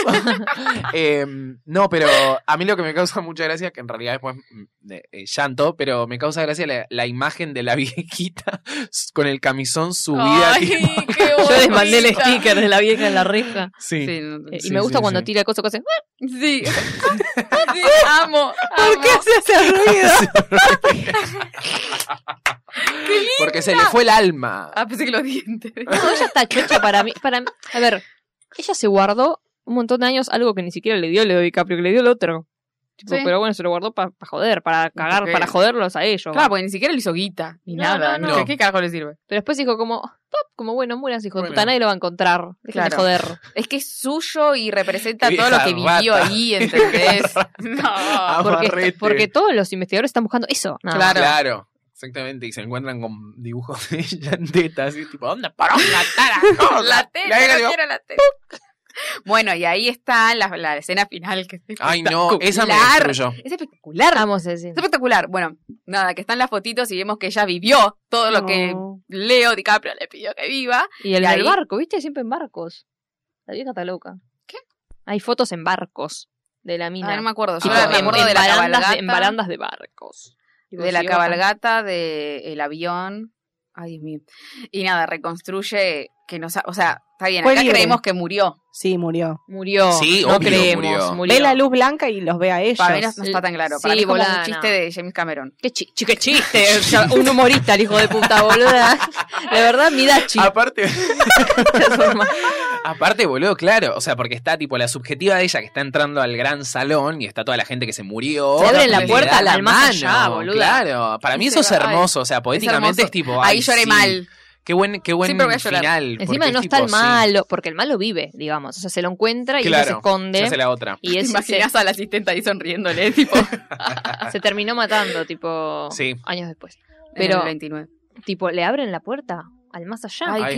S1: Em, no, pero a mí lo que me causa mucha gracia, que en realidad después mm, eh, eh, llanto, pero me causa gracia la, la imagen de la viejita s- con el camisón subida.
S2: Ay,
S1: tipo.
S2: qué
S4: Yo les mandé el
S2: bonita.
S4: sticker de la vieja en la reja.
S1: Sí.
S2: Sí, no-
S4: Eh,
S1: Sí,
S4: y me gusta
S1: sí,
S4: cuando
S1: sí.
S4: tira cosas, cosas.
S2: sí. Sí, amo,
S3: ¿Por
S2: amo.
S3: qué hace ese ruido?
S1: Porque se le fue el alma.
S2: Ah, pensé que los dientes.
S4: No, ella está chocha para mí. Para mí. A ver, ella se guardó un montón de años algo que ni siquiera le dio Leo DiCaprio, que le dio el otro. Tipo,
S2: Sí.
S4: Pero bueno, se lo guardó para joder, para cagar,
S2: Ok.
S4: para joderlos a ellos.
S2: Claro, porque ni siquiera le hizo guita, ni
S4: No,
S2: nada.
S4: no,
S1: no.
S2: ¿Qué, qué carajo le sirve?
S4: Pero después dijo como, "Pop", como bueno, mueran, hijo de
S1: Bueno.
S4: puta, nadie lo va a encontrar. Dejen de
S2: Claro.
S4: joder.
S2: Es que es suyo y representa
S1: Qué
S2: todo lo
S1: vieja
S2: que vivió
S1: rata.
S2: ahí, ¿entendés?
S1: Ah,
S2: No.
S4: Porque,
S1: Amarrete.
S4: porque todos los investigadores están buscando eso. nada más.
S2: Claro.
S1: Exactamente, y se encuentran con dibujos de ella en tetas, y tipo, ¿dónde paró la tara?
S2: La
S1: La
S2: teta,
S1: vieja,
S2: no
S1: tipo,
S2: quiero la teta. Bueno, y ahí está la, la escena final que es
S1: Ay, no, esa me
S2: espectacular.
S1: destruyó.
S2: Es espectacular.
S4: Vamos a decir.
S2: Es espectacular. Bueno, nada, que están las fotitos y vemos que ella vivió todo lo que
S3: No.
S2: Leo DiCaprio le pidió que viva.
S4: Y el
S2: Y
S4: del
S2: ahí-
S4: barco, ¿viste? Siempre en barcos. La vieja está loca.
S2: ¿Qué?
S4: Hay fotos en barcos de la mina.
S2: Ah, no me acuerdo. Yo
S4: Tipo,
S2: ahora me
S4: en-
S2: acuerdo
S4: en
S2: de la
S4: barandas
S2: cabalgata.
S4: de- en barandas de barcos. Tipo,
S2: de la
S4: si bajan-
S2: cabalgata, del avión. Ay, Dios mío. Y nada, reconstruye que no sa- O sea, está bien,
S3: Fue
S2: acá
S3: libre.
S2: creemos que murió.
S3: Sí, murió.
S4: Murió.
S1: Sí,
S4: no
S1: obvio,
S4: creemos.
S1: murió.
S4: Murió.
S3: Ve la luz blanca y los ve a ellos.
S2: Para mí no, no está tan claro. Para
S4: Sí,
S2: mí es como un
S4: volá,
S2: chiste
S4: no.
S2: de James Cameron.
S4: Qué, chi- chi- qué chiste. o sea, un humorista, el hijo de puta, boluda. La verdad, Midachi.
S1: Aparte,
S4: es un ma-
S1: aparte, boludo, claro. O sea, porque está tipo la subjetiva de ella que está entrando al gran salón y está toda la gente que se murió.
S4: Se abren
S1: Y
S4: la
S1: le
S4: puerta
S1: da la
S4: al más
S1: mano,
S4: allá, boluda.
S1: Claro. Para mí
S2: Y
S1: eso es
S2: se va, ay,
S1: hermoso. O sea, poéticamente es,
S2: hermoso.
S1: tipo.
S2: Ahí
S1: ay,
S2: lloré
S1: sí,
S2: mal.
S1: Qué buen, qué buen
S2: Siempre voy a llorar.
S1: final.
S4: Encima no está el
S1: mal
S4: malo, porque el malo vive, digamos. O sea, se lo encuentra y él se
S1: Claro,
S4: esconde.
S1: hace la otra.
S4: Y
S2: ¿Te
S4: él se,
S2: imaginas a la asistente ahí sonriéndole, tipo, en
S4: se terminó matando, tipo,
S1: Sí.
S4: años después.
S2: el
S4: Pero, Ah,
S2: 29?
S4: tipo, le abren la puerta al más allá.
S1: Ay,
S2: Ay, qué
S1: es muy
S4: y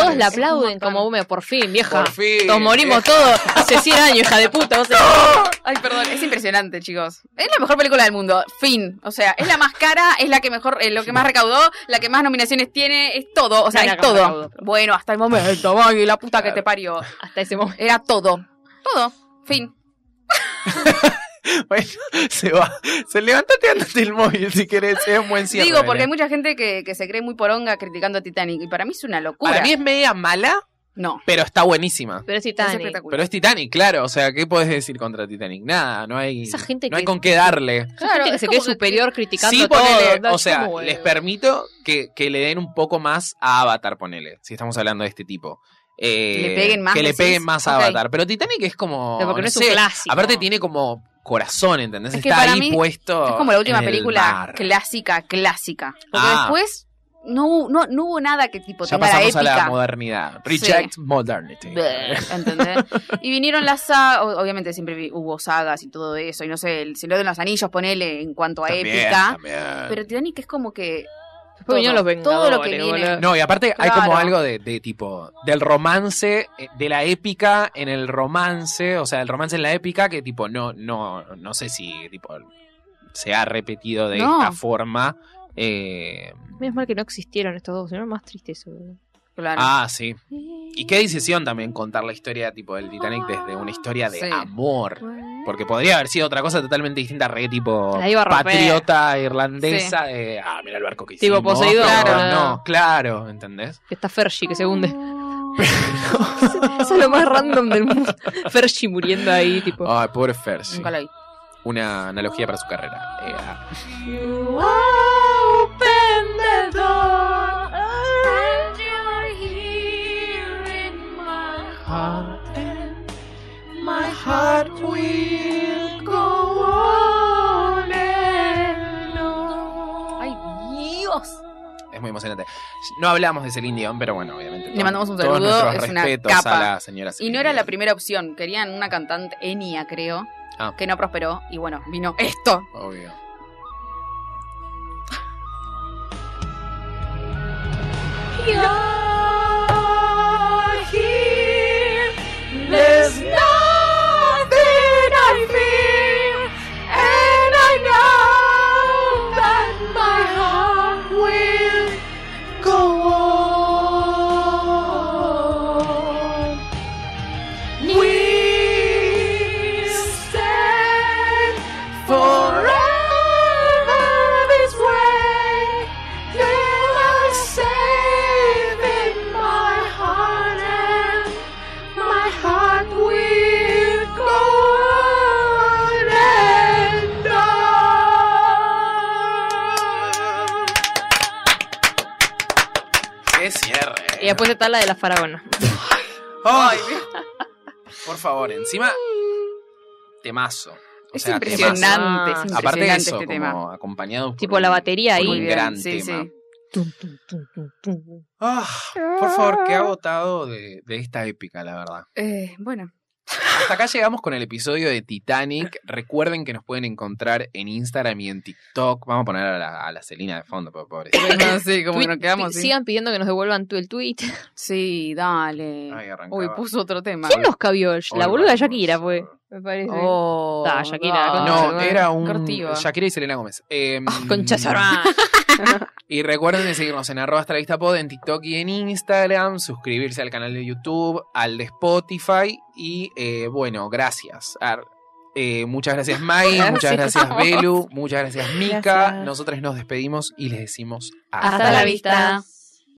S1: fuerte.
S4: todos la
S2: Es un
S4: aplauden
S2: montón.
S4: como, bueno, por fin, vieja.
S1: Por fin.
S4: Nos morimos todos hace 100 años, hija de puta. vos sabés.
S2: Ay, perdón, es impresionante, chicos. Es la mejor película del mundo, fin. O sea, es la más cara, es la que mejor, eh, lo que más recaudó, la que más nominaciones tiene, es todo, o sea,
S4: No, la
S2: es
S4: que más
S2: todo.
S4: recaudó, pero-
S2: Bueno, hasta el momento, y la puta que te parió.
S4: Hasta ese momento.
S2: Era todo, todo, fin.
S1: bueno, se va. Se levantate antes del móvil si querés. Es un buen cierre. ¿eh?
S2: Digo, porque hay
S1: Belén.
S2: mucha gente que, que se cree muy poronga criticando a Titanic. Y para mí es una locura.
S1: Para mí es media mala,
S2: No,
S1: pero está buenísima.
S4: Pero es
S2: es
S4: Titanic.
S2: espectacular.
S1: Pero es Titanic, claro. O sea, ¿qué podés decir contra Titanic? Nada, no hay,
S4: Esa gente
S1: no hay
S4: que-
S1: con qué darle.
S4: Claro, gente que
S2: es
S4: se
S2: como
S4: cree
S2: que-
S4: superior criticando
S1: sí,
S4: todo.
S1: ponele,
S4: ¿verdad?
S1: o sea,
S4: ¿Cómo,
S1: les
S4: eh?
S1: permito que, que le den un poco más a Avatar, ponele, si estamos hablando de este tipo. Eh,
S2: Que le peguen más,
S1: Que le
S2: decís.
S1: peguen más a
S2: Ok.
S1: Avatar. Pero Titanic es como.
S4: Pero porque no es un
S1: sé,
S4: clásico.
S1: Aparte tiene como corazón, ¿entendés?
S2: Es que
S1: Está
S2: para
S1: ahí
S2: mí
S1: puesto.
S2: Es como la última
S1: en el
S2: película
S1: mar.
S2: clásica, clásica. Porque
S1: Ah.
S2: después no, hubo- no, no hubo nada que tipo
S1: Ya
S2: tenga la
S1: pasamos a la
S2: épica.
S1: modernidad. Reject modernity.
S2: Bleh, ¿entendés? Y vinieron las sagas, obviamente siempre vi- hubo sagas y todo eso, y no sé, el Señor de los Anillos, ponele en cuanto a
S1: También,
S2: épica,
S1: también.
S2: pero Titanic es como que
S4: Después vinieron los
S2: todo lo que
S4: Vengadores,
S2: viene.
S4: boludo.
S1: No, y aparte hay como
S2: Claro.
S1: algo de, de tipo, del romance, eh, de la épica en el romance, o sea, el romance en la épica que tipo, no, no, no sé si tipo, se ha repetido de
S2: No.
S1: esta forma. Eh,
S4: Menos mal que no existieron estos dos, sino más triste eso. boludo.
S2: Claro.
S1: ah, sí. Y qué decisión también contar la historia tipo del Titanic desde una historia de
S2: Sí.
S1: amor. Porque podría haber sido otra cosa totalmente distinta, re tipo
S4: La iba a romper.
S1: patriota irlandesa de, ah, mira el barco que
S4: Tipo
S1: hicimos.
S4: Poseidón.
S1: Claro,
S4: Claro.
S1: no, claro, ¿entendés?
S4: Que está Fergie que se hunde. Eso es lo más random del mundo. Fergie muriendo ahí, tipo.
S1: Ay, pobre Fergie.
S2: Nunca la vi.
S1: una analogía para su carrera. Eh, ah. ah,
S2: Ay, Dios.
S1: Es muy emocionante. No hablamos de Celine Dion, pero bueno, obviamente.
S2: Le
S1: todo-
S2: mandamos un
S1: todos
S2: saludo,
S1: nuestros
S2: es una
S1: respetos
S2: capa.
S1: a la señora
S2: Y
S1: Celine
S2: no era la
S1: Dion.
S2: primera opción, querían una cantante Enya, creo,
S1: Ah.
S2: que no prosperó, y bueno, vino esto.
S1: Obvio. ¡Qué cierre!
S4: Y después está la de la faraona.
S1: ¡Ay! Por favor, encima. Temazo. O
S2: es
S1: sea, temazo.
S2: impresionante, es
S4: Ah.
S2: impresionante
S1: Aparte de eso,
S2: este
S1: como
S2: tema.
S1: acompañado por
S4: Tipo la
S1: un-
S4: batería
S1: por
S4: ahí.
S1: un
S2: Muy bien,
S1: gran
S2: sí,
S1: tema.
S2: sí.
S4: Tum, tum, tum, tum, tum.
S1: Ah, por favor, qué agotado de, de esta épica, la verdad.
S2: Eh, bueno,
S1: Hasta acá llegamos con el episodio de Titanic. Recuerden que nos pueden encontrar en Instagram y en TikTok. Vamos a poner a la, a la Celina de fondo, po- pobre.
S2: no sé, como
S4: Tweet-
S2: nos quedamos.
S4: pi-
S2: Sí,
S4: Sigan pidiendo que nos devuelvan tú el tweet.
S2: sí dale.
S1: Ay, arrancaba.
S2: Uy, puso otro tema.
S4: ¿Quién nos cabió? La
S1: Hoy
S4: boluda
S1: vamos.
S4: Shakira fue. Me parece.
S2: Oh,
S4: Ta, Shakira,
S2: dale.
S1: No, era un...
S2: Cortiva.
S1: Shakira y Selena Gómez. Eh,
S4: concha
S2: Ah,
S1: Y recuerden de seguirnos en arroba hasta la vista pod, en TikTok y en Instagram, suscribirse al canal de YouTube, al de Spotify y eh, bueno, gracias. Ar- eh, muchas gracias Mai, muchas
S4: Gracias.
S1: gracias Belu, muchas gracias Mika.
S3: Gracias.
S1: Nosotros nos despedimos y les decimos
S4: Hasta la vista.